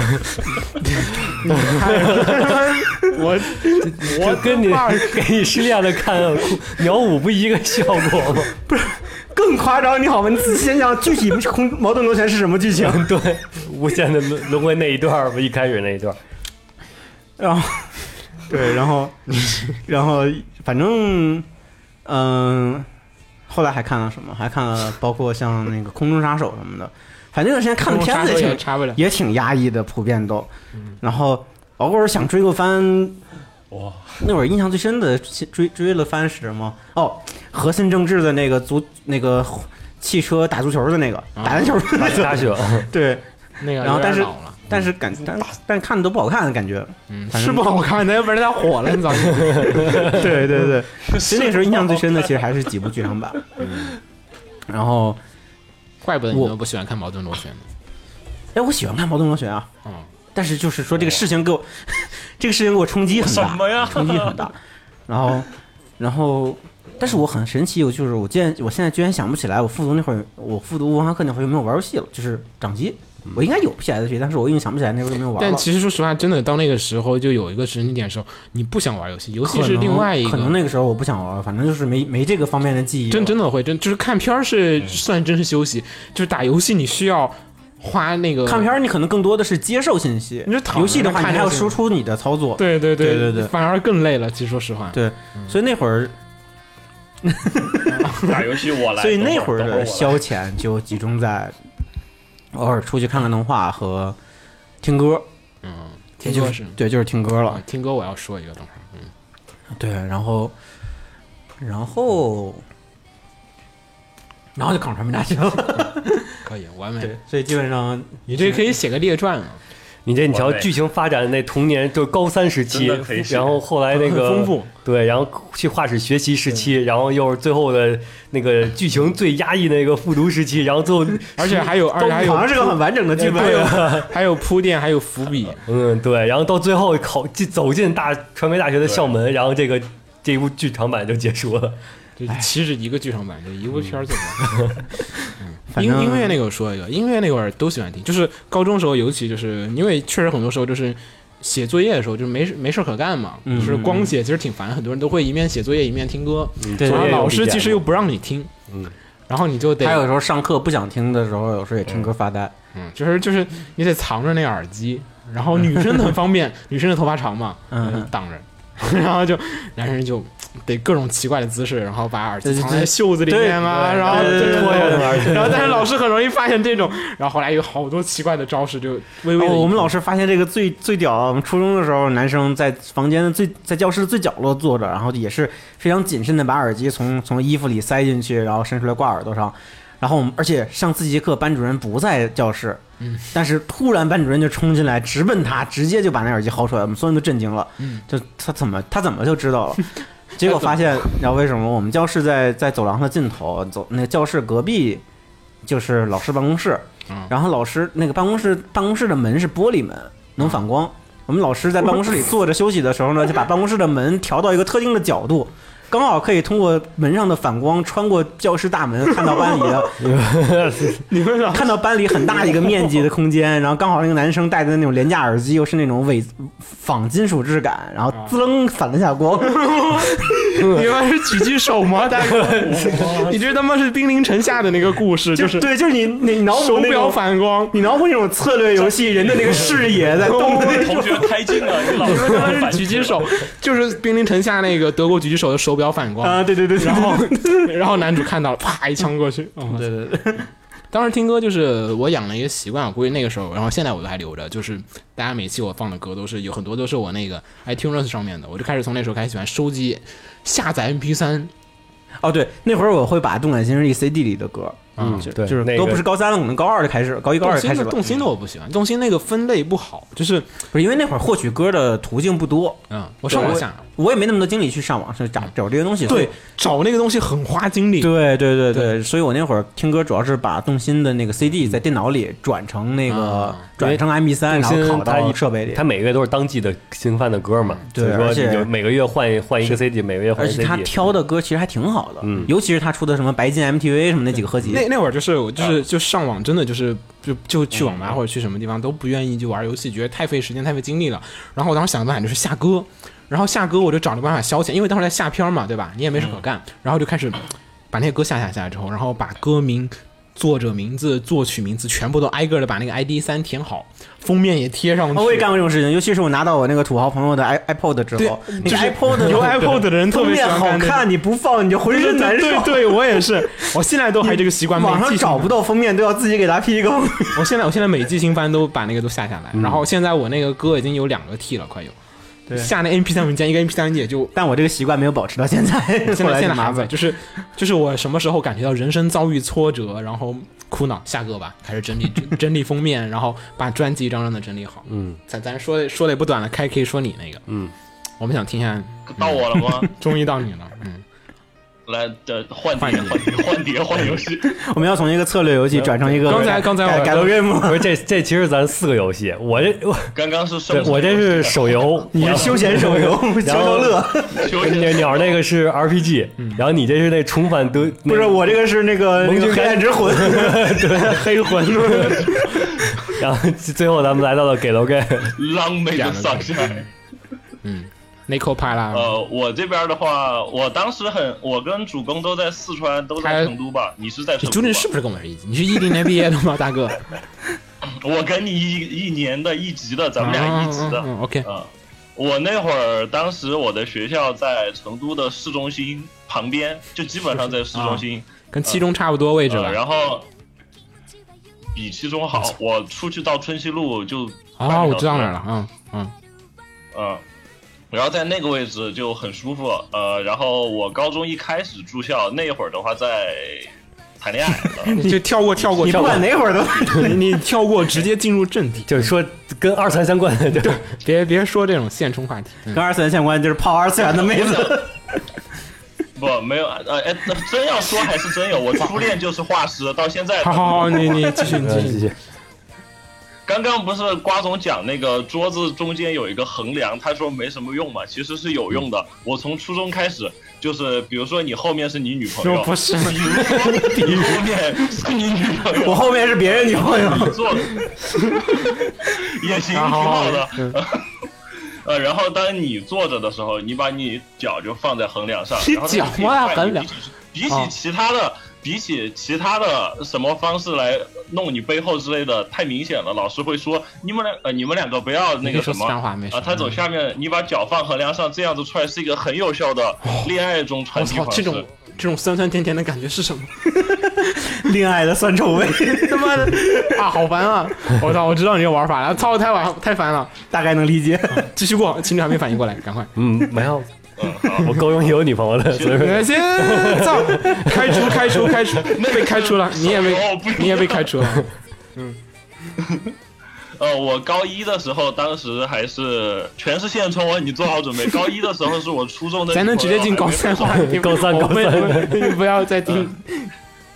[SPEAKER 3] 我跟你 跟你失恋的看鸟舞不一个效果吗？
[SPEAKER 2] 更夸张，你好吗？你仔细想想，具体空矛盾螺旋是什么剧情？
[SPEAKER 3] 对，无限的轮轮回那一段儿不一开始那一段 儿，
[SPEAKER 2] 然后，对，然后，然后，反正，嗯、后来还看了什么？还看了包括像那个《空中杀手》什么的。反正那段时间看的片子也
[SPEAKER 6] 也
[SPEAKER 2] 挺
[SPEAKER 6] 插不了。
[SPEAKER 2] 也挺压抑的，普遍都。然后偶尔想追个番，
[SPEAKER 4] 哇，
[SPEAKER 2] 那会儿印象最深的追追了番是什么？哦，和森正治的那个足那个汽车打足球的那个，打篮球 的那个，
[SPEAKER 3] 大雪，
[SPEAKER 2] 对，
[SPEAKER 1] 那个
[SPEAKER 2] 然
[SPEAKER 1] 有
[SPEAKER 2] 后
[SPEAKER 1] 点
[SPEAKER 2] 但是
[SPEAKER 1] 老了
[SPEAKER 2] 但是感但但看的都不好看，感觉，嗯
[SPEAKER 1] 是不好看的，要不然它火了，你 早就
[SPEAKER 2] 对对对，其实那时候印象最深的其实还是几部剧场版，嗯然后
[SPEAKER 1] 怪不得你
[SPEAKER 2] 我
[SPEAKER 1] 们不喜欢看矛盾螺旋呢。
[SPEAKER 2] 哎，我喜欢看《矛盾螺旋》啊，
[SPEAKER 1] 嗯，
[SPEAKER 2] 但是就是说这个事情给我，这个事情给我冲击很大，
[SPEAKER 4] 什 么呀
[SPEAKER 2] 冲击很大。然后，然后，但是我很神奇，我就是我竟然我现在居然想不起来，我复读那会儿，我复读文化课那会儿有没有玩游戏了？就是掌机，我应该有 PSP，但是我已经想不起来那会儿有没有玩了。
[SPEAKER 1] 嗯但其实说实话，真的到那个时候，就有一个时间点的时候，你不想玩游戏，游戏是另外一
[SPEAKER 2] 可能
[SPEAKER 1] 个。
[SPEAKER 2] 那个时候我不想玩，反正就是没没这个方面的记忆。
[SPEAKER 1] 真真的会真就是看片儿是
[SPEAKER 2] 嗯
[SPEAKER 1] 算真是休息，就是打游戏你需要花那个
[SPEAKER 2] 看片儿，你可能更多的是接受信息。
[SPEAKER 1] 你就躺着
[SPEAKER 2] 游戏的话，
[SPEAKER 1] 看
[SPEAKER 2] 你还
[SPEAKER 1] 就
[SPEAKER 2] 要
[SPEAKER 1] 行
[SPEAKER 2] 输出你的操作。
[SPEAKER 1] 对对
[SPEAKER 2] 对对
[SPEAKER 1] 对
[SPEAKER 2] 对
[SPEAKER 1] 反而更累了。其实说实话，
[SPEAKER 2] 对，所以那会儿，
[SPEAKER 4] 打游戏我来。
[SPEAKER 2] 所以那会儿
[SPEAKER 4] 等我
[SPEAKER 2] 的
[SPEAKER 4] 来
[SPEAKER 2] 消遣就集中在偶尔出去看看动画和听歌，
[SPEAKER 1] 嗯，
[SPEAKER 2] 也
[SPEAKER 1] 听
[SPEAKER 2] 就
[SPEAKER 1] 歌
[SPEAKER 2] 是
[SPEAKER 1] 是
[SPEAKER 2] 对，就是听歌了
[SPEAKER 1] 啊。，听歌我要说一个，等会儿
[SPEAKER 2] 对，然后，然后，然后就考传媒大学了。
[SPEAKER 1] 可以完美
[SPEAKER 2] 对。，所以基本上
[SPEAKER 1] 你这可以写个列传啊，
[SPEAKER 3] 你这你瞧
[SPEAKER 4] 我对
[SPEAKER 3] 剧情发展那童年就高三时期
[SPEAKER 4] 真的可以，写
[SPEAKER 3] 然后后来那个
[SPEAKER 2] 很丰富，
[SPEAKER 3] 对，然后去画室学习时期，然后又是最后的那个剧情最压抑那个复读时期，然后最后
[SPEAKER 1] 而且还有而且还有
[SPEAKER 2] 好像是个很完整的剧本。
[SPEAKER 1] 还有还有铺垫，还有伏笔。
[SPEAKER 3] 嗯对，然后到最后考进走进大传媒大学的校门，然后这个这一部剧场版就结束了。
[SPEAKER 1] 就
[SPEAKER 3] 哎
[SPEAKER 1] 岂止一个剧场版，就一部片儿怎么？
[SPEAKER 3] 嗯
[SPEAKER 2] 反
[SPEAKER 1] 音
[SPEAKER 2] 正
[SPEAKER 1] 音乐那个我说一个，音乐那会儿都喜欢听，就是高中时候，尤其就是因为确实很多时候就是写作业的时候就没事没事儿可干嘛，
[SPEAKER 3] 嗯
[SPEAKER 1] 就是光写其实挺烦，很多人都会一面写作业一面听歌，
[SPEAKER 3] 嗯对
[SPEAKER 1] 然后
[SPEAKER 3] 对
[SPEAKER 1] 老
[SPEAKER 3] 有
[SPEAKER 1] 师
[SPEAKER 3] 理解
[SPEAKER 1] 其实又不让你听，
[SPEAKER 3] 嗯，
[SPEAKER 1] 然后你就
[SPEAKER 2] 还有
[SPEAKER 1] 得
[SPEAKER 2] 时候上课不想听的时候，有时候也听歌发呆。
[SPEAKER 1] 嗯，就是就是你得藏着那耳机，然后女生很 方便，女生的头发长嘛，
[SPEAKER 2] 嗯
[SPEAKER 1] 嗯，挡着。 然后就男生就得各种奇怪的姿势，然后把耳机
[SPEAKER 2] 对对
[SPEAKER 1] 藏在
[SPEAKER 2] 对
[SPEAKER 1] 袖子里
[SPEAKER 2] 对
[SPEAKER 1] 面啊，然后
[SPEAKER 3] 然后
[SPEAKER 1] 就
[SPEAKER 3] 就
[SPEAKER 1] 脱
[SPEAKER 3] 脱
[SPEAKER 1] 下
[SPEAKER 3] 下
[SPEAKER 1] 来
[SPEAKER 3] 来玩去。
[SPEAKER 1] 然后但是老师很容易发现这种，然后后来有好多奇怪的招式，就微微的、
[SPEAKER 2] 哦，我们老师发现这个最最屌啊！我们初中的时候，男生在房间的最在教室的最角落坐着，然后也是非常谨慎的把耳机从从衣服里塞进去，然后伸出来挂耳朵上。然后我们而且上自习课，班主任不在教室，嗯，但是突然班主任就冲进来，直奔他，直接就把那耳机薅出来，我们所有人都震惊了，嗯，就他怎么他怎么就知道了？ 结果发现，你知道为什么吗？我们教室在在走廊的尽头，走那教室隔壁就是老师办公室，然后老师那个办公室办公室的门是玻璃门，能反光。我们老师在办公室里坐着休息的时候 呢，就把办公室的门调到一个特定的角度，刚好可以通过门上的反光穿过教室大门，看到班里的
[SPEAKER 1] 你为啥？
[SPEAKER 2] 看到班里很大一个面积的空间。然后刚好那个男生戴的那种廉价耳机又是那种伪仿金属质感，然后滋楞反了 下光。
[SPEAKER 1] 你他妈是狙击手吗，大 哥？你这他妈是兵临城下的那个故事，就是
[SPEAKER 2] 对，就是你你脑补
[SPEAKER 1] 手
[SPEAKER 2] 那
[SPEAKER 1] 表
[SPEAKER 2] 种，
[SPEAKER 1] 反光。
[SPEAKER 2] 你脑补那种策略游戏人的那个视野在动的那种
[SPEAKER 4] 同学开镜了，你老师
[SPEAKER 1] 他妈是狙击手，就是兵临城下那个德国狙击手的手表反光，
[SPEAKER 2] 啊，对对对，对
[SPEAKER 1] 然后然后男主看到了，啪一枪过去。哦
[SPEAKER 2] 对对 对。
[SPEAKER 1] 当时听歌就是我养了一个习惯，我估计那个时候，然后现在我都还留着，就是大家每期我放的歌都是有很多都是我那个 iTunes 上面的，我就开始从那时候开始喜欢收集下载 MP 3
[SPEAKER 2] 哦，对，那会儿我会把《动感新势力》CD 里的歌，
[SPEAKER 1] 嗯
[SPEAKER 2] 就
[SPEAKER 3] 对
[SPEAKER 2] 就是
[SPEAKER 3] 那
[SPEAKER 2] 都
[SPEAKER 3] 个
[SPEAKER 2] 不是高三了，我们高二就开始，高一高
[SPEAKER 1] 动
[SPEAKER 2] 二
[SPEAKER 1] 心
[SPEAKER 2] 就开始
[SPEAKER 1] 的
[SPEAKER 2] 了。
[SPEAKER 1] 动心的我不喜欢，动心那个分类不好，就是
[SPEAKER 2] 不是因为那会儿获取歌的途径不多，
[SPEAKER 1] 嗯，我上网下
[SPEAKER 2] 我也没那么多精力去上网去找找这些东西。所以
[SPEAKER 1] 找那个东西很花精力，
[SPEAKER 2] 对对对对，所以我那会儿听歌主要是把动心的那个 CD 在电脑里转成那个
[SPEAKER 1] 啊
[SPEAKER 2] 转成 MP 三，然
[SPEAKER 3] 动心
[SPEAKER 2] 后拷
[SPEAKER 3] 它
[SPEAKER 2] 到
[SPEAKER 3] 一
[SPEAKER 2] 设备里
[SPEAKER 3] 他。每个月都是当季的新番的歌嘛，
[SPEAKER 2] 对
[SPEAKER 3] 所以说
[SPEAKER 2] 而且
[SPEAKER 3] 你就每个月换一换一个 CD，每个月换
[SPEAKER 2] 而
[SPEAKER 3] 一个
[SPEAKER 2] 且他
[SPEAKER 3] CD。
[SPEAKER 2] 挑的歌其实还挺好的，
[SPEAKER 3] 嗯
[SPEAKER 2] 尤其是他出的什么白金 MTV 什么那几个合集，
[SPEAKER 1] 那那会儿就是我
[SPEAKER 2] 啊
[SPEAKER 1] 就是就上网，真的就是就就去网
[SPEAKER 2] 嗯
[SPEAKER 1] 吧或者去什么地方都不愿意去玩游戏，觉得太费时间太费精力了。然后我当时想的办法就是下歌，然后下歌我就找了办法消遣，因为当时在下片儿嘛，对吧？你也没事
[SPEAKER 2] 嗯
[SPEAKER 1] 可干，然后就开始把那些歌下下下来之后，然后把歌名。作者名字、作曲名字全部都挨个的把那个 ID 三填好，封面也贴上去。
[SPEAKER 2] 哦我也干过这种事情，尤其是我拿到我那个土豪朋友的 i iPod 之
[SPEAKER 1] 对
[SPEAKER 2] 后，那
[SPEAKER 1] 就
[SPEAKER 2] 个
[SPEAKER 1] 是
[SPEAKER 2] iPod
[SPEAKER 1] 有 iPod 的人特
[SPEAKER 2] 封
[SPEAKER 1] 别喜欢
[SPEAKER 2] 面好
[SPEAKER 1] 干这种
[SPEAKER 2] 看，你不放你就浑身难受。
[SPEAKER 1] 对对，我也是，我现在都还这个习惯。
[SPEAKER 2] 网
[SPEAKER 1] 每
[SPEAKER 2] 上
[SPEAKER 1] 季
[SPEAKER 2] 找不到封面都要自己给它 P 一个封面。
[SPEAKER 1] 我现在我现在每季新番都把那个都下下来，然后现在我那个歌已经有两个 T 了，快有。
[SPEAKER 2] 对
[SPEAKER 1] 下那 MP 三文件，一个 MP 三文件也就
[SPEAKER 2] 但我这个习惯没有保持到现在，
[SPEAKER 1] 现在
[SPEAKER 2] 后来
[SPEAKER 1] 现
[SPEAKER 2] 就
[SPEAKER 1] 在
[SPEAKER 2] 麻
[SPEAKER 1] 还
[SPEAKER 2] 烦
[SPEAKER 1] 在，。就是就是我什么时候感觉到人生遭遇挫折，然后苦恼，下个吧，开始整理整理封面，然后把专辑一张张的整理好。
[SPEAKER 3] 嗯
[SPEAKER 1] 咱咱说的说的也不短了，开可以说你那个，
[SPEAKER 3] 嗯，
[SPEAKER 1] 我们想听一下，
[SPEAKER 4] 到我了吗？
[SPEAKER 1] 终于到你了，嗯，
[SPEAKER 4] 来，的换
[SPEAKER 1] 换
[SPEAKER 4] 碟，
[SPEAKER 1] 你
[SPEAKER 4] 换碟，换碟，换游戏。
[SPEAKER 2] 我们要从一个策略游戏转成一个
[SPEAKER 1] 刚才刚才我
[SPEAKER 2] 改改 game
[SPEAKER 3] 不是这这其实咱四个游戏，我这 我
[SPEAKER 4] 刚刚是
[SPEAKER 3] 对
[SPEAKER 4] 生，
[SPEAKER 3] 我这是手 游，你
[SPEAKER 2] 是休闲手游， 消消乐。
[SPEAKER 4] 休
[SPEAKER 3] 那
[SPEAKER 4] 闲
[SPEAKER 3] 鸟那个是 RPG，然后你这是那重返德
[SPEAKER 2] 嗯 不是，我这个是那个
[SPEAKER 3] 盟
[SPEAKER 2] 那
[SPEAKER 3] 军
[SPEAKER 2] 个黑暗之魂，黑魂。
[SPEAKER 3] 然后最后咱们来到了给楼盖，
[SPEAKER 4] 狼狈的上山。
[SPEAKER 1] n i c o p i l a
[SPEAKER 4] 呃，我这边的话，我当时很，我跟主公都在四川，都
[SPEAKER 1] 还
[SPEAKER 4] 在成都吧？你是在
[SPEAKER 1] 你
[SPEAKER 4] 成
[SPEAKER 1] 究
[SPEAKER 4] 都
[SPEAKER 1] 竟
[SPEAKER 4] 吧？
[SPEAKER 1] 是不是跟我们一起？你是一零年毕业的吗，大哥？
[SPEAKER 4] 我跟你一一年的一级的，咱们俩一级
[SPEAKER 1] 嗯
[SPEAKER 4] 的。
[SPEAKER 1] 嗯，OK，
[SPEAKER 4] 啊，我那会儿当时我的学校在成都的市中心旁边，就基本上在市中心。
[SPEAKER 1] 跟七中差不多位置
[SPEAKER 4] 呃
[SPEAKER 1] 吧。
[SPEAKER 4] 然后比七中好，我出去到春熙路就
[SPEAKER 1] 哦，我知道哪儿了，嗯嗯，。
[SPEAKER 4] 嗯，然后在那个位置就很舒服。呃，然后我高中一开始住校那会儿的话，在谈恋爱 了
[SPEAKER 1] 你就跳过跳过
[SPEAKER 2] 你
[SPEAKER 1] 跳
[SPEAKER 2] 不
[SPEAKER 1] 过
[SPEAKER 2] 管，哪会儿都
[SPEAKER 1] 你你跳过直接进入正 题，
[SPEAKER 3] 就是说跟二次元相关的，对，
[SPEAKER 1] 别别说这种现充话题。嗯
[SPEAKER 2] 跟二次元相关，就是泡二次元的妹 子。
[SPEAKER 4] 呃不，没有，呃，哎，那真要说还是真 有。我初恋就是画师，到现在
[SPEAKER 1] 好好好，你你继 续你
[SPEAKER 3] 嗯
[SPEAKER 1] 继
[SPEAKER 3] 继
[SPEAKER 1] 续。
[SPEAKER 3] 续
[SPEAKER 4] 刚刚不是瓜总讲那个桌子中间有一个横梁，他说没什么用嘛，其实是有用的。我从初中开始，就是比如说你后面是你女朋友，
[SPEAKER 1] 不是
[SPEAKER 4] 比如说你后面是你女朋
[SPEAKER 2] 我
[SPEAKER 4] 友，
[SPEAKER 2] 后面是别人女朋友，
[SPEAKER 4] 你做的也行，挺
[SPEAKER 1] 好好好
[SPEAKER 4] 好的。 呃，然后当你坐着的时候，你把你脚就放在横梁上，
[SPEAKER 1] 你
[SPEAKER 4] 然后它就
[SPEAKER 1] 脚
[SPEAKER 4] 可以
[SPEAKER 1] 放在
[SPEAKER 4] 快
[SPEAKER 1] 横
[SPEAKER 4] 你
[SPEAKER 1] 梁
[SPEAKER 4] 比起比
[SPEAKER 1] 哦
[SPEAKER 4] 起其他的，比起其他的什么方式来弄你背后之类的，太明显了。老师会说你们两呃你们两个不要那
[SPEAKER 1] 你可以
[SPEAKER 4] 个
[SPEAKER 1] 说
[SPEAKER 4] 什么
[SPEAKER 1] 四川话没事
[SPEAKER 4] 啊，他走下面，你把脚放横梁上，这样子出来是一个很有效的恋爱中
[SPEAKER 1] 我
[SPEAKER 4] 传递
[SPEAKER 1] 操，
[SPEAKER 4] 方
[SPEAKER 1] 这
[SPEAKER 4] 式。
[SPEAKER 1] 种这种酸酸甜甜的感觉是什么
[SPEAKER 2] 恋爱的酸臭味，
[SPEAKER 1] 他妈的啊？好烦啊！我操，我知道你这玩法了，操，太晚太烦了。
[SPEAKER 2] 大概能理解。
[SPEAKER 1] 继续过，情侣还没反应过来，赶快。
[SPEAKER 3] 嗯，没有，
[SPEAKER 4] 嗯，好，
[SPEAKER 3] 我高中也有女朋友的，所以说
[SPEAKER 1] 恶心， 操！开除，开除，开除，被开除了，你也
[SPEAKER 4] 手
[SPEAKER 1] 被
[SPEAKER 4] 游不行
[SPEAKER 1] 你也被开除了。
[SPEAKER 4] 呃，我高一的时候，当时还是全是现充哦，你做好准备。高一的时候是我初中的女朋友，
[SPEAKER 1] 咱能直接进
[SPEAKER 4] 还
[SPEAKER 1] 高
[SPEAKER 4] 没
[SPEAKER 1] 三
[SPEAKER 4] 分手
[SPEAKER 1] 话题，
[SPEAKER 3] 高三
[SPEAKER 1] 我
[SPEAKER 3] 高三
[SPEAKER 1] 们不要再听。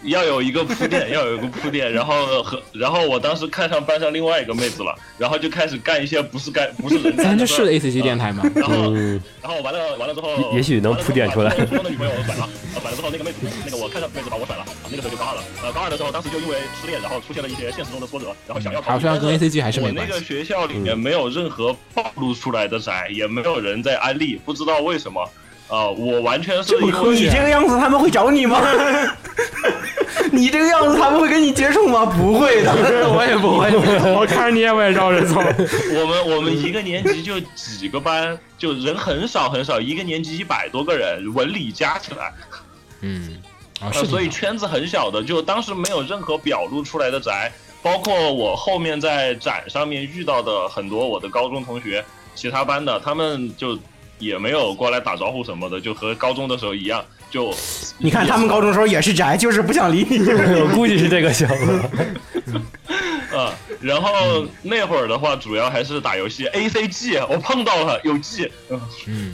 [SPEAKER 4] 要有一个铺垫，要有一个铺垫，然后和然后我当时看上班上另外一个妹子了，然后就开始干一些不是干不是人干
[SPEAKER 1] 咱
[SPEAKER 4] 的
[SPEAKER 1] 这
[SPEAKER 4] 事
[SPEAKER 1] 是
[SPEAKER 4] 儿。
[SPEAKER 1] A C G 电台吗？
[SPEAKER 4] 然后，
[SPEAKER 3] 嗯
[SPEAKER 4] 然后完了，完了之后，
[SPEAKER 3] 也也许能铺垫出来
[SPEAKER 4] 完了之后把初中的女朋友我甩了，呃甩了之后那个妹子，那个我看上妹子把我甩了，啊那个时候就高二了。呃，高二的时候，当时就因为失恋，然后出现了一些现实中的挫折，然后想要逃
[SPEAKER 1] 好
[SPEAKER 4] 避。
[SPEAKER 1] 像跟 A C G 还是
[SPEAKER 4] 我
[SPEAKER 1] 没
[SPEAKER 4] 那
[SPEAKER 1] 关
[SPEAKER 4] 个
[SPEAKER 1] 系。
[SPEAKER 4] 学校里面没有任何暴露出来的宅，也没有人在安利，不知道为什么。啊、我完全是因为
[SPEAKER 2] 你这个样子，他们会找你吗？ 你这个样子，他们会跟你接触吗？不会 的。
[SPEAKER 1] 我也不会， 我看着你也我也绕着走。
[SPEAKER 4] 我们我们一个年级就几个班，就人很少很少，一个年级一百多个人，文理加起来，
[SPEAKER 1] 嗯，
[SPEAKER 6] 哦
[SPEAKER 1] 啊，
[SPEAKER 4] 呃
[SPEAKER 1] 是
[SPEAKER 4] 所以
[SPEAKER 1] 的。
[SPEAKER 4] 圈子很小的，就当时没有任何表露出来的宅，包括我后面在展上面遇到的很多我的高中同学，其他班的，他们就也没有过来打招呼什么的，就和高中的时候一样，就
[SPEAKER 2] 你看他们高中时候也是宅，就是不想理 你。
[SPEAKER 3] 嗯我估计是这个想法。
[SPEAKER 4] 啊、然后那会儿的话，主要还是打游戏，A C G，我碰到了有 G，嗯，
[SPEAKER 1] 嗯，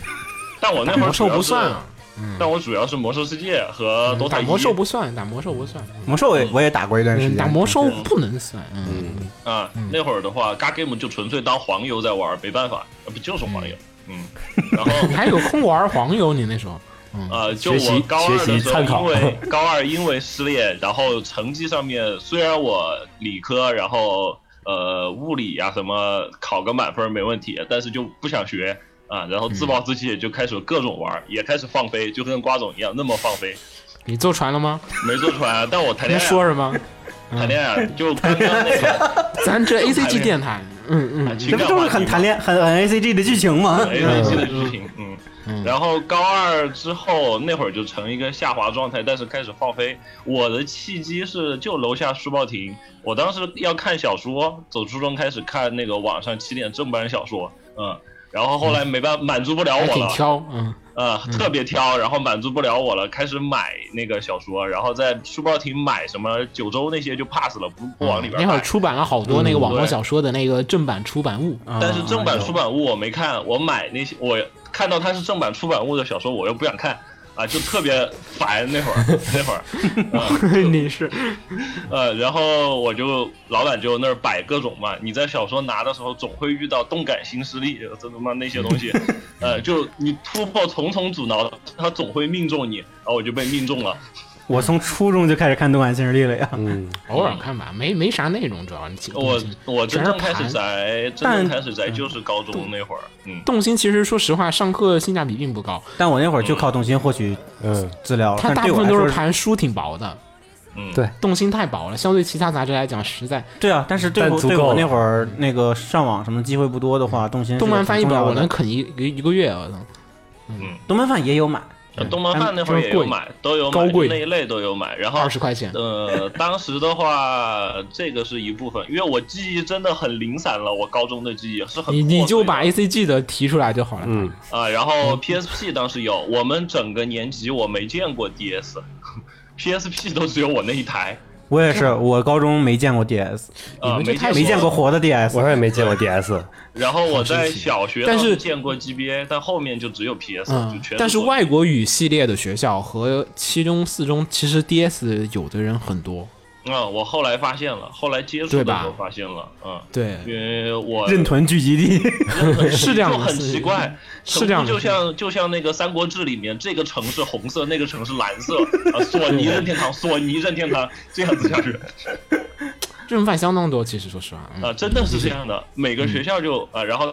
[SPEAKER 4] 但我那会儿
[SPEAKER 1] 魔兽
[SPEAKER 4] 主要
[SPEAKER 1] 不
[SPEAKER 4] 是
[SPEAKER 1] 算啊，嗯
[SPEAKER 4] 但我主要是魔兽世界和 DOTA
[SPEAKER 1] 打魔
[SPEAKER 4] 一
[SPEAKER 1] 兽不算，打魔兽不算，
[SPEAKER 2] 魔兽我也我也打过一段时
[SPEAKER 1] 嗯
[SPEAKER 2] 间，
[SPEAKER 1] 打魔兽不能算。嗯，
[SPEAKER 4] 啊、那会儿的话 g a game 就纯粹当黄油在玩，没办法，呃不就是黄油，嗯，然后
[SPEAKER 1] 你还有空玩黄油？你那时候，嗯，
[SPEAKER 4] 呃，就
[SPEAKER 3] 学习
[SPEAKER 4] 我高
[SPEAKER 3] 学
[SPEAKER 4] 二的
[SPEAKER 3] 习
[SPEAKER 4] 时
[SPEAKER 3] 参考
[SPEAKER 4] 候，因为高二因为失恋，然后成绩上面虽然我理科，然后呃物理啊什么考个满分没问题，但是就不想学啊，然后自暴自弃就开始各种玩，也开始放飞，就跟瓜总一样那么放飞，
[SPEAKER 1] 你坐船了吗？
[SPEAKER 4] 没坐船，但我谈
[SPEAKER 1] 能
[SPEAKER 4] 恋爱
[SPEAKER 1] 说什么？
[SPEAKER 4] 谈恋爱就刚刚那个
[SPEAKER 1] 咱
[SPEAKER 4] 哎
[SPEAKER 1] 这 A C G 电台，嗯嗯，
[SPEAKER 4] 情
[SPEAKER 2] 这不
[SPEAKER 4] 感
[SPEAKER 2] 就是
[SPEAKER 4] 话题
[SPEAKER 2] 很
[SPEAKER 4] 嘛
[SPEAKER 2] 谈恋很很 A C G 的剧情吗？
[SPEAKER 6] 嗯
[SPEAKER 4] A C G 的剧情，嗯。
[SPEAKER 1] 嗯
[SPEAKER 4] 然后高二之后那会儿就呈一个下滑状态，但是开始放飞。我的契机是就楼下书报亭，我当时要看小说，走初中开始看那个网上起点正版小说，嗯，然后后来没办满足不了
[SPEAKER 6] 还
[SPEAKER 4] 我
[SPEAKER 6] 挺
[SPEAKER 4] 了，
[SPEAKER 6] 挑，嗯，
[SPEAKER 4] 啊、特别挑，然后满足不了我了，开始买那个小说，然后在书报亭买什么九州那些就 pass 了，不不往里边
[SPEAKER 6] 嗯那会
[SPEAKER 4] 买。
[SPEAKER 6] 儿出版了好多那个网络小说的那个正版出版物，
[SPEAKER 4] 但是
[SPEAKER 2] 啊
[SPEAKER 4] 正版出版物我没看，我买那些我看到它是正版出版物的小说，我又不想看。啊，就特别烦那会 儿，那会儿，啊
[SPEAKER 6] 你是
[SPEAKER 4] 呃，然后我就老板就那儿摆各种嘛，你在小说拿的时候总会遇到动感新势力，这他妈那些 东西，呃，就你突破重重阻挠，他总会命中你，然后我就被命中了，
[SPEAKER 2] 我从初中就开始看《动感新势力》了呀。
[SPEAKER 3] 嗯，
[SPEAKER 6] 偶尔看吧，没没啥内容，主要你
[SPEAKER 4] 我我真正开
[SPEAKER 6] 全是
[SPEAKER 4] 始
[SPEAKER 6] 嗯
[SPEAKER 4] 宅，真
[SPEAKER 2] 但
[SPEAKER 4] 正开始宅就是高中那会儿，嗯，
[SPEAKER 6] 动心其实说实话，上课性价比并不高，
[SPEAKER 2] 但我那会儿就靠动心获取
[SPEAKER 3] 嗯，
[SPEAKER 2] 资料了，
[SPEAKER 6] 它
[SPEAKER 2] 但
[SPEAKER 6] 大
[SPEAKER 2] 对
[SPEAKER 6] 部
[SPEAKER 2] 我
[SPEAKER 6] 分
[SPEAKER 2] 来
[SPEAKER 6] 都
[SPEAKER 2] 说
[SPEAKER 6] 是盘书挺薄的，
[SPEAKER 4] 嗯
[SPEAKER 3] 对
[SPEAKER 6] 动心太薄了，相对其他杂志来讲，实在
[SPEAKER 2] 对啊，但是对
[SPEAKER 3] 但
[SPEAKER 2] 我
[SPEAKER 3] 足
[SPEAKER 2] 对
[SPEAKER 3] 够
[SPEAKER 2] 我那
[SPEAKER 3] 了
[SPEAKER 2] 会儿那个上网什么机会不多的话，动
[SPEAKER 4] 嗯
[SPEAKER 2] 心是
[SPEAKER 6] 动漫翻译
[SPEAKER 2] 很重
[SPEAKER 6] 本
[SPEAKER 2] 要
[SPEAKER 6] 我
[SPEAKER 2] 的
[SPEAKER 6] 能啃一一一个月，啊我操！
[SPEAKER 2] 动漫饭也有买，
[SPEAKER 4] 呃东门饭那会儿也有买，都有买
[SPEAKER 6] 高贵
[SPEAKER 4] 那一类都有买，然后
[SPEAKER 6] 二十块钱，
[SPEAKER 4] 呃，当时的话，这个是一部分，因为我记忆真的很零散了，我高中的记忆是很
[SPEAKER 6] 你你就把
[SPEAKER 4] 破
[SPEAKER 6] A C G 的提出来就好了。
[SPEAKER 3] 嗯，
[SPEAKER 4] 碎的啊，然后 PSP 当时有，我们整个年级我没见过 DS。PSP 都只有我那一台，
[SPEAKER 2] 我也是，我高中没见过 DS，
[SPEAKER 6] 你
[SPEAKER 4] 啊，
[SPEAKER 6] 们这
[SPEAKER 4] 没
[SPEAKER 6] 太
[SPEAKER 4] 见
[SPEAKER 2] 没见过。活的 DS
[SPEAKER 3] 我。也没见过 DS，
[SPEAKER 4] 然后我在小学
[SPEAKER 6] 但
[SPEAKER 4] 倒
[SPEAKER 6] 是
[SPEAKER 4] 见过 GBA，但后面就只有 PS，就
[SPEAKER 6] 嗯
[SPEAKER 4] 全，
[SPEAKER 6] 但是
[SPEAKER 4] 做
[SPEAKER 6] 外国语系列的学校和七中、四中，其实 D S 有的人很多，
[SPEAKER 4] 啊、我后来发现了，后来接触
[SPEAKER 6] 对
[SPEAKER 4] 的时
[SPEAKER 6] 吧
[SPEAKER 4] 候发现了，嗯，
[SPEAKER 6] 对，
[SPEAKER 4] 因为我
[SPEAKER 2] 任屯聚集 地，
[SPEAKER 6] 是这样
[SPEAKER 4] 就
[SPEAKER 6] 的，
[SPEAKER 4] 很奇怪，
[SPEAKER 6] 是这样的
[SPEAKER 4] 成都就像就像那个《三国志》里面，这个城是红色，那个城是蓝 色，啊，索尼任天堂，索尼任天堂，这样子下去，
[SPEAKER 6] 正犯相当多。其实说实话，嗯嗯
[SPEAKER 4] 啊，真的是这样的，每个学校就啊，然后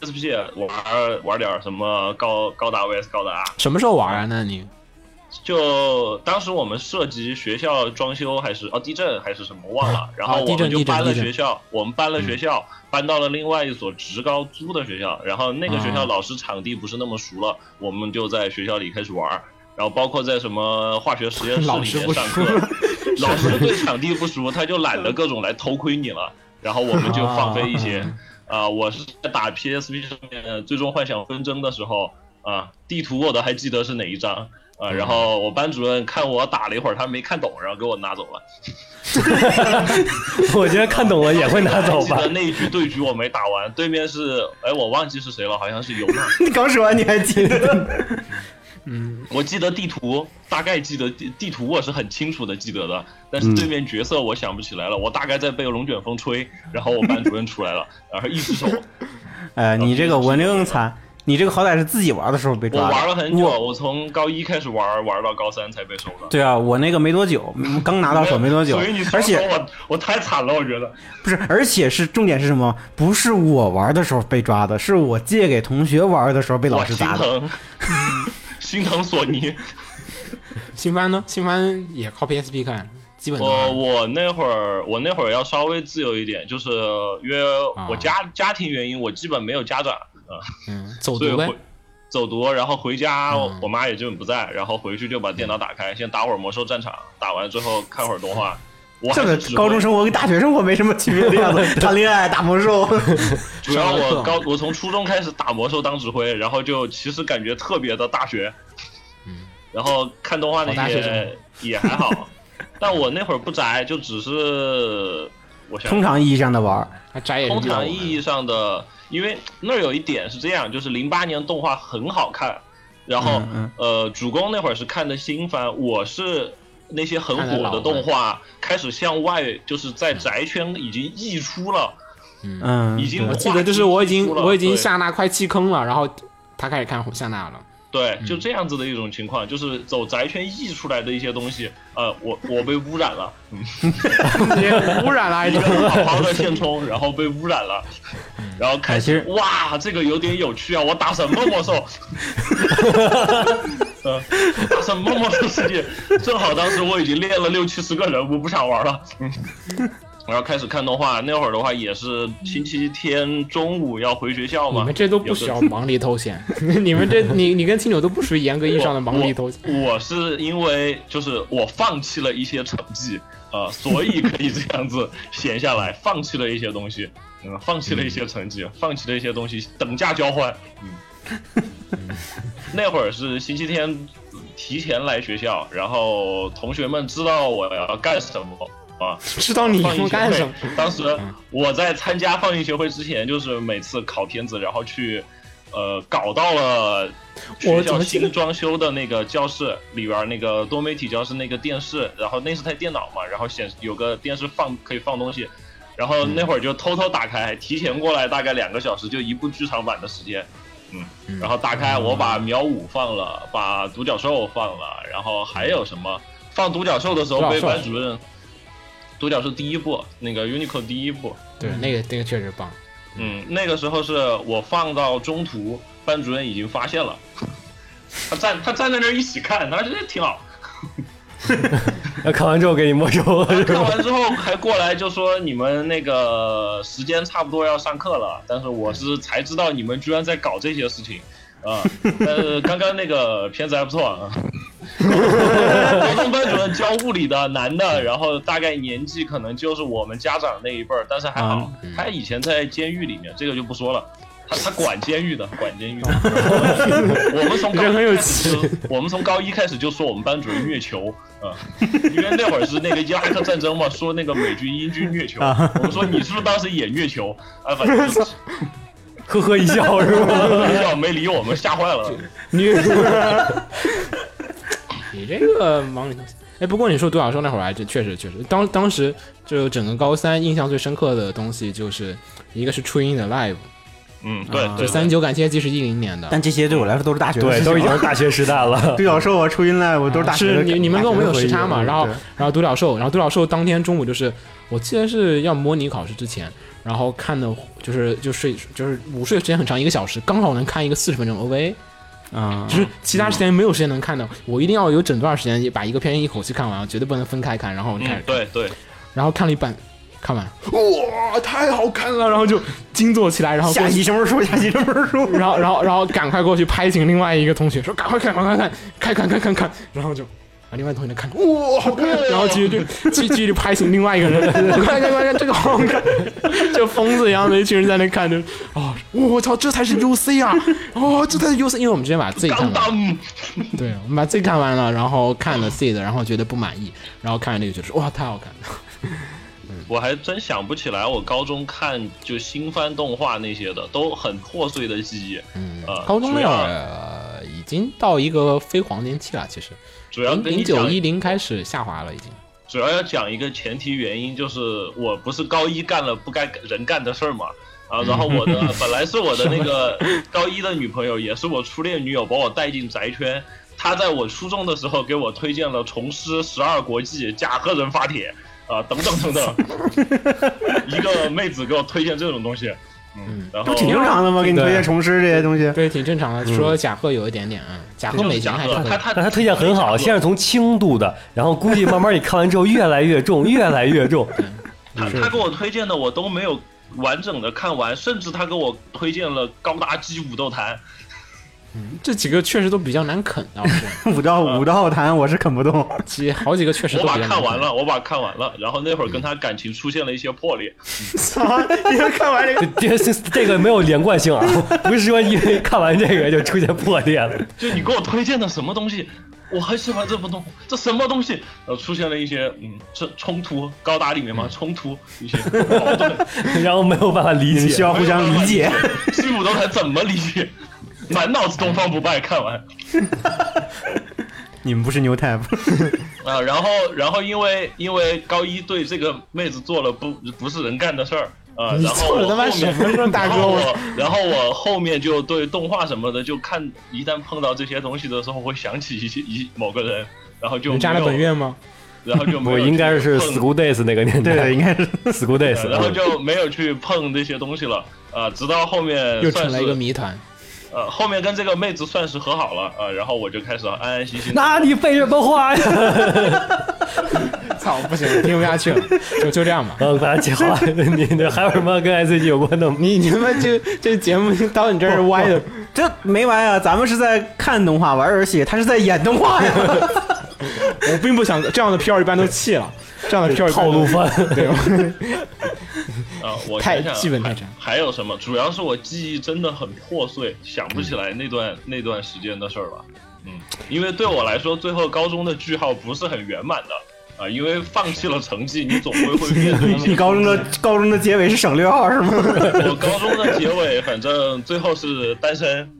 [SPEAKER 4] SP 玩玩点什么高高达 VS 高达，
[SPEAKER 6] 什么时候玩啊？那你
[SPEAKER 4] 就当时我们涉及学校装修还是哦地震还是什么忘 了，然后我
[SPEAKER 6] 啊地震
[SPEAKER 4] 们就
[SPEAKER 6] 地震
[SPEAKER 4] 搬了
[SPEAKER 6] 地震嗯
[SPEAKER 4] 学校，我们搬了学校，搬到了另外一所职高租的学校，然后那个学校
[SPEAKER 6] 啊
[SPEAKER 4] 老师场地不是那么熟了，我们就在学校里开始玩儿。然后包括在什么化学实验 室
[SPEAKER 6] 老
[SPEAKER 4] 里
[SPEAKER 6] 师
[SPEAKER 4] 面
[SPEAKER 6] 不
[SPEAKER 4] 上课， 老师对场地不熟，他就懒得各种来偷窥你了，然后我们就放飞一些。啊、我是在打 PSP 上面《最终幻想纷争》的时候，啊，地图我都还记得是哪一张啊。然后我班主任看我打了一会儿，他没看懂，然后给我拿走了。
[SPEAKER 3] 我觉得看懂了也会拿走
[SPEAKER 4] 记
[SPEAKER 3] 吧
[SPEAKER 4] 得。那一局对局我没打完，对面是哎我忘记是谁了，好像是尤娜。
[SPEAKER 2] 你刚说完你还记得？
[SPEAKER 4] 我记得地图，大概记得地地图我是很清楚的记得的，但是
[SPEAKER 3] 嗯
[SPEAKER 4] 对面角色我想不起来了。我大概在被龙卷风吹，然后我班主任出来了，然后一只手
[SPEAKER 2] 呃，你这个文龄更惨，你这个好歹是自己玩的时候被
[SPEAKER 4] 我
[SPEAKER 2] 抓
[SPEAKER 4] 玩
[SPEAKER 2] 的。
[SPEAKER 4] 了很久，我从高一开始玩，玩到高三才被收的。
[SPEAKER 2] 对啊，我那个没多久，嗯刚拿到手没多久
[SPEAKER 4] 所以你，说
[SPEAKER 2] 而且
[SPEAKER 4] 说我我太惨了，我觉得
[SPEAKER 2] 不是，而且是重点是什么？不是我玩的时候被抓的，是我借给同学玩的时候被老
[SPEAKER 4] 我
[SPEAKER 2] 师
[SPEAKER 4] 心
[SPEAKER 2] 砸的。
[SPEAKER 4] 疼，心疼索尼。
[SPEAKER 6] 新番呢？新番也靠 P S P 看，基本都
[SPEAKER 4] 哦我
[SPEAKER 6] 玩
[SPEAKER 4] 我那会儿我那会儿要稍微自由一点，就是因为
[SPEAKER 2] 啊
[SPEAKER 4] 我家、家庭原因，我基本没有家长，
[SPEAKER 6] 嗯，走
[SPEAKER 4] 所以
[SPEAKER 6] 读呗
[SPEAKER 4] 回。走读，然后回家，
[SPEAKER 2] 啊
[SPEAKER 6] 嗯
[SPEAKER 4] 我妈也基本不在，然后回去就把电脑打开，先打会儿魔兽战场，打完之后看会儿 动画。我还
[SPEAKER 2] 这
[SPEAKER 4] 是
[SPEAKER 2] 个
[SPEAKER 4] 只会
[SPEAKER 2] 高中生活跟大学生活没什么区别的样 子，谈恋爱、打魔兽。
[SPEAKER 4] 主要
[SPEAKER 6] 上
[SPEAKER 4] 我
[SPEAKER 6] 了课
[SPEAKER 4] 高我从初中开始打魔兽当指挥，然后就其实感觉特别的大学，然后看动画
[SPEAKER 6] 嗯好大
[SPEAKER 4] 那
[SPEAKER 6] 学生
[SPEAKER 4] 些也还好，但我那会儿不宅，就只是我想
[SPEAKER 2] 通常意义上的玩儿，
[SPEAKER 6] 还摘也是
[SPEAKER 4] 通
[SPEAKER 6] 比较
[SPEAKER 4] 常意义上的，因为那儿有一点是这样，就是零八年动画很好看，然后、
[SPEAKER 2] 嗯
[SPEAKER 4] 呃，主公那会儿是看的新番，我是那些很
[SPEAKER 6] 看的
[SPEAKER 4] 火
[SPEAKER 6] 老
[SPEAKER 4] 的
[SPEAKER 6] 的
[SPEAKER 4] 动画开始向外，就是在宅圈已经溢出了，
[SPEAKER 2] 嗯，
[SPEAKER 4] 已经
[SPEAKER 2] 对
[SPEAKER 6] 我记得就是我已经
[SPEAKER 4] 话题出了
[SPEAKER 6] 我已经
[SPEAKER 4] 对
[SPEAKER 6] 夏娜快弃坑了，然后他开始看夏娜 了。
[SPEAKER 4] 对，
[SPEAKER 1] 嗯
[SPEAKER 4] 就这样子的一种情况，就是走宅圈溢出来的一些东西，呃，我我被污染 了，
[SPEAKER 6] 污染
[SPEAKER 1] 哎
[SPEAKER 6] 了还
[SPEAKER 4] 一
[SPEAKER 6] 是
[SPEAKER 4] 个好好的现充，然后被污染了，
[SPEAKER 1] 嗯
[SPEAKER 4] 然后开始
[SPEAKER 2] 哎其实
[SPEAKER 4] 哇，这个有点有趣啊！我打什么魔兽？ 呃，打什么魔兽世界？正好当时我已经练了六七十个人物，不想玩了。嗯， 然后开始看动画。那会儿的话也是星期天中午要回学校
[SPEAKER 1] 你
[SPEAKER 4] 嘛
[SPEAKER 1] 们，这都不需要忙里偷闲， 你们这你你跟青柳都不属于严格意义上的忙里偷闲。
[SPEAKER 4] 我是因为就是我放弃了一些成绩，呃，所以可以这样子闲下来，放弃了一些东西，嗯，放弃了一些成绩，放弃了一些东西，等价交换，嗯，那会儿是星期天提前来学校，然后同学们知道我要干什么。啊，
[SPEAKER 1] 知道你
[SPEAKER 4] 放
[SPEAKER 1] 要
[SPEAKER 4] 映
[SPEAKER 1] 干
[SPEAKER 4] 协
[SPEAKER 1] 什
[SPEAKER 4] 会
[SPEAKER 1] 么？
[SPEAKER 4] 当时我在参加放映协会之前，就是每次烤片子，然后去，呃，搞到了学
[SPEAKER 1] 我怎
[SPEAKER 4] 校
[SPEAKER 1] 么记得
[SPEAKER 4] 新装修的那个教室里边儿那个多媒体教室那个电视，然后那是台电脑嘛，然后显有个电视放可以放东西，然后那会儿就偷偷打开，提前过来大概两个小时，就一部剧场版的时间。嗯，然后打开，我把苗舞放了，把独角兽放了，然后还有什么？放独角兽的时候
[SPEAKER 1] 独角
[SPEAKER 4] 被
[SPEAKER 1] 兽
[SPEAKER 4] 班主任，独角兽第一部，那个 Unico 第一部，
[SPEAKER 1] 对，那个那个确实棒。
[SPEAKER 4] 嗯，那个时候是我放到中途，班主任已经发现了，他站他站在那儿一起看，他说这 挺好，
[SPEAKER 3] 那看完之后给你没收了是
[SPEAKER 4] 看
[SPEAKER 3] 吧？
[SPEAKER 4] 完之后还过来就说你们那个时间差不多要上课了，但是我是才知道你们居然在搞这些事情。啊、呃，刚刚那个片子还不错啊。活动班主任教物理的男的，然后大概年纪可能就是我们家长那一辈儿，但是还好，
[SPEAKER 1] 嗯
[SPEAKER 4] 他以前在监狱里面，这个就不说了。他他管监狱的，管监狱的。我们从高
[SPEAKER 1] 人很有
[SPEAKER 4] 一开始就，我们从高一开始就说我们班主任虐囚啊、因为那会儿是那个伊拉克战争嘛，说那个美军英军虐囚，
[SPEAKER 1] 啊
[SPEAKER 4] 我们说你是不是当时也虐囚啊？反正 就是
[SPEAKER 3] 呵呵一笑是吧？
[SPEAKER 4] 学校没理我们，吓坏了。
[SPEAKER 1] 你你这个忙里偷闲。哎，不过你说独角兽那会儿还真确实确实，当当时就整个高三印象最深刻的东西就是一个是初音的 live，
[SPEAKER 4] 嗯，对
[SPEAKER 2] 啊
[SPEAKER 4] 对，
[SPEAKER 1] 就三九感谢祭是一零年的，
[SPEAKER 2] 但这些对我来说都是大学的
[SPEAKER 3] 对，
[SPEAKER 2] 事情
[SPEAKER 3] 都已经
[SPEAKER 2] 了
[SPEAKER 3] 是大学时代了。
[SPEAKER 2] 独角兽啊、初音赖我都是大学的。
[SPEAKER 1] 是你你们跟我们有时差嘛？然后
[SPEAKER 2] 对
[SPEAKER 1] 然后独角兽，然后独角兽当天中午就是，我记得是要模拟考试之前，然后看的就是就睡就是午睡时间很长，一个小时，刚好能看一个四十分钟 OVA，
[SPEAKER 2] 啊
[SPEAKER 1] 就，是其他时间没有时间能看的，我一定要有整段时间也把一个片一口气看完，绝对不能分开看，然后开
[SPEAKER 4] 嗯
[SPEAKER 1] 始，
[SPEAKER 4] 对对，
[SPEAKER 1] 然后看了一半，看完，哇，太好看了，然后就惊坐起来，然后过
[SPEAKER 2] 下
[SPEAKER 1] 去
[SPEAKER 2] 集什么时候出？下集什么时候 出？
[SPEAKER 1] 然后，然后，然后赶快过去拍醒另外一个同学，说赶快看，赶快看，看看看看看，然后就。啊！另外一个同学看，哇，好看！然后继续就继继续拍醒另外一个人，快看快看，这个好看！就疯子一样的一群人在那看，就哦，我操，这才是 UC 啊！哦，这才是 UC，因为我们之前把 Z 看
[SPEAKER 4] 当
[SPEAKER 1] 完，
[SPEAKER 4] 当，
[SPEAKER 1] 对，我们把 Z 看完了，然后看了 C 的，然后觉得不满意，然后看完那个就说哇，太好看 了！
[SPEAKER 4] 我还真想不起来，我高中看就新番动画那些的，都很破碎的记忆。嗯，呃、
[SPEAKER 1] 高中那
[SPEAKER 4] 主
[SPEAKER 1] 会
[SPEAKER 4] 要
[SPEAKER 1] 儿
[SPEAKER 4] 啊
[SPEAKER 1] 呃已经到一个非黄金期了，其实
[SPEAKER 4] 主要跟
[SPEAKER 1] 零
[SPEAKER 4] 你讲
[SPEAKER 1] 九一零开始下滑了，已经。
[SPEAKER 4] 主要要讲一个前提原因，就是我不是高一干了不该人干的事儿嘛。啊，然后 我的本来是我的那个高一的女朋友，也是我初恋女友，把我带进宅圈。她在我初中的时候给我推荐了《重师十二国记》《甲贺人发帖》啊，等等等 等，一个妹子给我推荐这种东西，嗯，然后
[SPEAKER 2] 不挺正常的吗？给你推荐重师这些东西，
[SPEAKER 1] 对，挺正常的。说甲贺有一点点，嗯，甲贺
[SPEAKER 4] 就
[SPEAKER 1] 美
[SPEAKER 4] 是
[SPEAKER 1] 型
[SPEAKER 4] 甲
[SPEAKER 1] 还
[SPEAKER 4] 贺，
[SPEAKER 1] 可
[SPEAKER 4] 她
[SPEAKER 1] 以。
[SPEAKER 4] 她
[SPEAKER 3] 但他推荐很好，先是从轻度的，然后估计慢慢你看完之后越来越重，越来越重。
[SPEAKER 4] 他他给我推荐的我都没有完整的看完，甚至他给我推荐了高达基武斗弹，
[SPEAKER 1] 这几个确实都比较难啃啊，是
[SPEAKER 2] 五道五道坛我是啃不动。
[SPEAKER 1] 其实好几个确实
[SPEAKER 4] 我
[SPEAKER 1] 都
[SPEAKER 4] 把
[SPEAKER 1] 比较难
[SPEAKER 4] 看完
[SPEAKER 1] 啃。
[SPEAKER 4] 了，我把看完了，然后那会儿跟他感情出现了一些破裂，
[SPEAKER 2] 操！你们看完这
[SPEAKER 3] 这
[SPEAKER 2] 个，
[SPEAKER 3] 这这个没有连贯性啊，不是说因为看完这个就出现破裂了。
[SPEAKER 4] 就你给我推荐的什么东西，我很喜欢这部动，这什么东西，呃，出现了一些嗯，这冲突，高达里面
[SPEAKER 3] 嗯
[SPEAKER 4] 嘛，冲突 一些矛盾，
[SPEAKER 3] 然后没有办法理
[SPEAKER 2] 你们需
[SPEAKER 3] 解。
[SPEAKER 2] 要互相理解。
[SPEAKER 4] 基武斗弹怎么理解？满脑子东方不败，看完。
[SPEAKER 2] 你们不是 New Type，
[SPEAKER 4] 啊，然后然后因为因为高一对这个妹子做了不不是人干的事儿啊，
[SPEAKER 1] 你
[SPEAKER 4] 然后
[SPEAKER 1] 做了
[SPEAKER 4] 我
[SPEAKER 1] 他妈
[SPEAKER 4] 后
[SPEAKER 1] 什
[SPEAKER 4] 面
[SPEAKER 1] 么呢大
[SPEAKER 4] 然
[SPEAKER 1] 哥
[SPEAKER 4] 后
[SPEAKER 1] 我
[SPEAKER 4] 我然后我后面就对动画什么的，就看一旦碰到这些东西的时候，会想起一些一某个人，然后就
[SPEAKER 1] 你
[SPEAKER 4] 没
[SPEAKER 1] 扎了本
[SPEAKER 4] 有，
[SPEAKER 1] 院吗？
[SPEAKER 4] 然后就没
[SPEAKER 3] 我
[SPEAKER 4] 有
[SPEAKER 3] 应该
[SPEAKER 4] 去
[SPEAKER 3] 是
[SPEAKER 4] 碰
[SPEAKER 3] school days 那个年
[SPEAKER 2] 对
[SPEAKER 3] 代
[SPEAKER 2] 对，应该是。
[SPEAKER 3] ，school
[SPEAKER 4] 啊
[SPEAKER 3] days。
[SPEAKER 4] 然后就没有去碰这些东西了啊，直到后面
[SPEAKER 1] 又
[SPEAKER 4] 算
[SPEAKER 1] 成了一个
[SPEAKER 4] 是
[SPEAKER 1] 谜 团。
[SPEAKER 4] 呃后面跟这个妹子算是和好了啊，然后我就开始安安心心地
[SPEAKER 3] 那你背什么话呀？
[SPEAKER 7] 操，不行，听不下去了， 就就这样吧。
[SPEAKER 3] 嗯，把它解话。你这还有什么跟 ICG 有关的吗？
[SPEAKER 1] 你你他妈这这节目到你这儿是歪的，
[SPEAKER 2] 哦这没完啊！咱们是在看动画玩游戏，他是在演动画呀。
[SPEAKER 1] 我并不想这样的片儿一般都弃了，这样的片儿一般
[SPEAKER 3] 套
[SPEAKER 1] 都
[SPEAKER 3] 路番。
[SPEAKER 1] 对，
[SPEAKER 4] 啊， 我
[SPEAKER 1] 太
[SPEAKER 4] 想想
[SPEAKER 1] 基本太
[SPEAKER 4] 还
[SPEAKER 1] 差
[SPEAKER 4] 还有什么？主要是我记忆真的很破碎，想不起来那段那段时间的事儿了。嗯，因为对我来说，最后高中的句号不是很圆满的啊、因为放弃了成绩，你总归会面对一 些。
[SPEAKER 2] 你高中的高中的结尾是省略号是吗？
[SPEAKER 4] 我高中的结尾，反正最后是单身，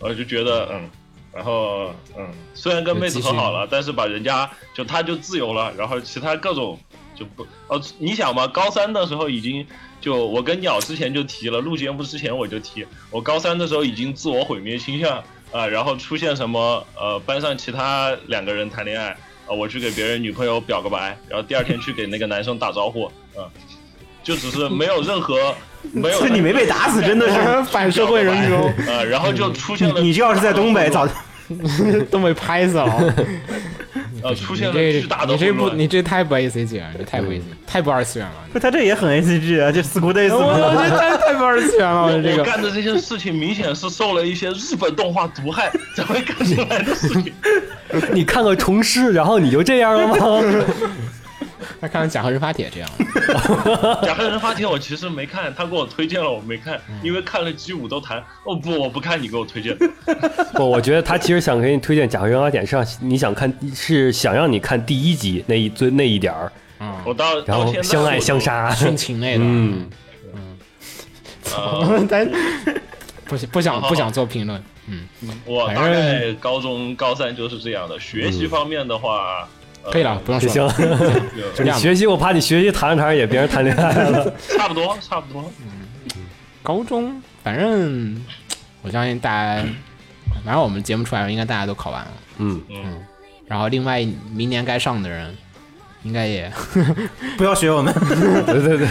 [SPEAKER 4] 我就觉得嗯，然后嗯，虽然跟妹子和好了，但是把人家就他就自由了，然后其他各种就不哦，你想嘛，高三的时候已经就我跟鸟之前就提了，录节目之前我就提，我高三的时候已经自我毁灭倾向啊、然后出现什么呃班上其他两个人谈恋爱啊、我去给别人女朋友表个白，然后第二天去给那个男生打招呼，嗯、就只是没有 任何没
[SPEAKER 2] 这
[SPEAKER 4] 有任何
[SPEAKER 2] 你没被打死，真的是。
[SPEAKER 1] 反社会人格，
[SPEAKER 4] 啊，然后就出现
[SPEAKER 2] 你
[SPEAKER 4] 了。
[SPEAKER 2] 你这要是在东北，早
[SPEAKER 1] 都被拍 死了。
[SPEAKER 4] 呃出
[SPEAKER 1] 你
[SPEAKER 4] 现了
[SPEAKER 1] 这
[SPEAKER 4] 巨大的
[SPEAKER 1] 你这
[SPEAKER 4] 混
[SPEAKER 1] 不
[SPEAKER 4] 乱。
[SPEAKER 1] 你这太不 A C G 了，你 这太不 A C，太不二次元了。
[SPEAKER 2] 不他这也很 A C G 啊，这 school days
[SPEAKER 1] 我
[SPEAKER 2] 嘛
[SPEAKER 1] 这太太不二次元了，我这
[SPEAKER 4] 我
[SPEAKER 1] 个
[SPEAKER 4] 干的这些事情明显是受了一些日本动画毒害才会干出来的事情。
[SPEAKER 3] 你看个虫师，然后你就这样了吗？
[SPEAKER 1] 他看甲贺人发 帖这样，
[SPEAKER 4] 甲贺人发帖我其实没看，他给我推荐了，我没看，
[SPEAKER 3] 嗯
[SPEAKER 4] 因为看了 G 五都谈。哦不，我不看你给我推荐的。
[SPEAKER 3] 不，我觉得他其实想给你推荐《甲壳人阿典》，是让你想看，是想让你看第一集那一最那一点儿，
[SPEAKER 1] 嗯，
[SPEAKER 4] 我到
[SPEAKER 3] 然
[SPEAKER 4] 到
[SPEAKER 3] 后
[SPEAKER 4] 现在
[SPEAKER 3] 相爱
[SPEAKER 4] 我
[SPEAKER 3] 相杀。
[SPEAKER 1] 殉情类的，
[SPEAKER 3] 嗯，
[SPEAKER 4] 呃，
[SPEAKER 1] 但不想不想
[SPEAKER 4] 好
[SPEAKER 1] 不想做评论，
[SPEAKER 4] 我
[SPEAKER 1] 反
[SPEAKER 4] 大
[SPEAKER 1] 正
[SPEAKER 4] 概高中高三就是这样的。学
[SPEAKER 3] 嗯
[SPEAKER 4] 习方面的话，呃
[SPEAKER 1] 可以了，，不用说
[SPEAKER 3] 哦行
[SPEAKER 1] 了，，就这
[SPEAKER 3] 你
[SPEAKER 1] 样吧。
[SPEAKER 3] 学习我怕你学习谈着谈着也别人谈恋爱了。
[SPEAKER 4] 差不多差不多。
[SPEAKER 1] 嗯高中，反正我相信大家，反正我们节目出来了，应该大家都考完了。
[SPEAKER 3] 嗯，
[SPEAKER 4] 嗯，
[SPEAKER 1] 然后另外明年该上的人，应该也
[SPEAKER 3] 哎
[SPEAKER 2] 不要学我们。
[SPEAKER 3] 对对对，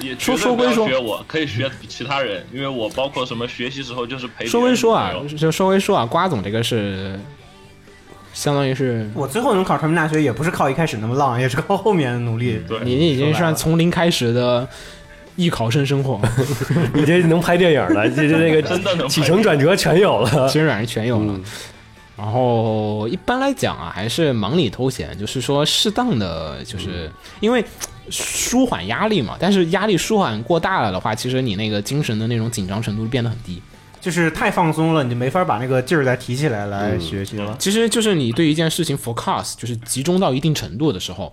[SPEAKER 4] 也绝
[SPEAKER 1] 说
[SPEAKER 4] 对
[SPEAKER 1] 说
[SPEAKER 4] 不
[SPEAKER 1] 归
[SPEAKER 4] 要
[SPEAKER 1] 说
[SPEAKER 4] 学我，可以学其他人，因为我包括什么学习时候就是陪别人
[SPEAKER 1] 说归说啊
[SPEAKER 4] 朋友，
[SPEAKER 1] 就说归说啊，瓜总这个是相当于是
[SPEAKER 2] 我最后能考传媒大学，也不是靠一开始那么浪，也是靠后面的努力。
[SPEAKER 4] 对，
[SPEAKER 1] 你已经
[SPEAKER 2] 说白
[SPEAKER 1] 算
[SPEAKER 2] 了
[SPEAKER 1] 从零开始的艺考生生活，
[SPEAKER 3] 你这能拍电影了，这这那
[SPEAKER 4] 真的能
[SPEAKER 3] 个
[SPEAKER 4] 拍
[SPEAKER 3] 起承转折全有了。
[SPEAKER 1] 其实软是全有了。
[SPEAKER 3] 嗯
[SPEAKER 1] 然后一般来讲啊，还是忙里偷闲，就是说适当的，就是、因为舒缓压力嘛。但是压力舒缓过大了的话，其实你那个精神的那种紧张程度变得很低。
[SPEAKER 2] 就是太放松了，你就没法把那个劲儿再提起来来学习了。
[SPEAKER 1] 其实就是你对一件事情 focus，就是集中到一定程度的时候，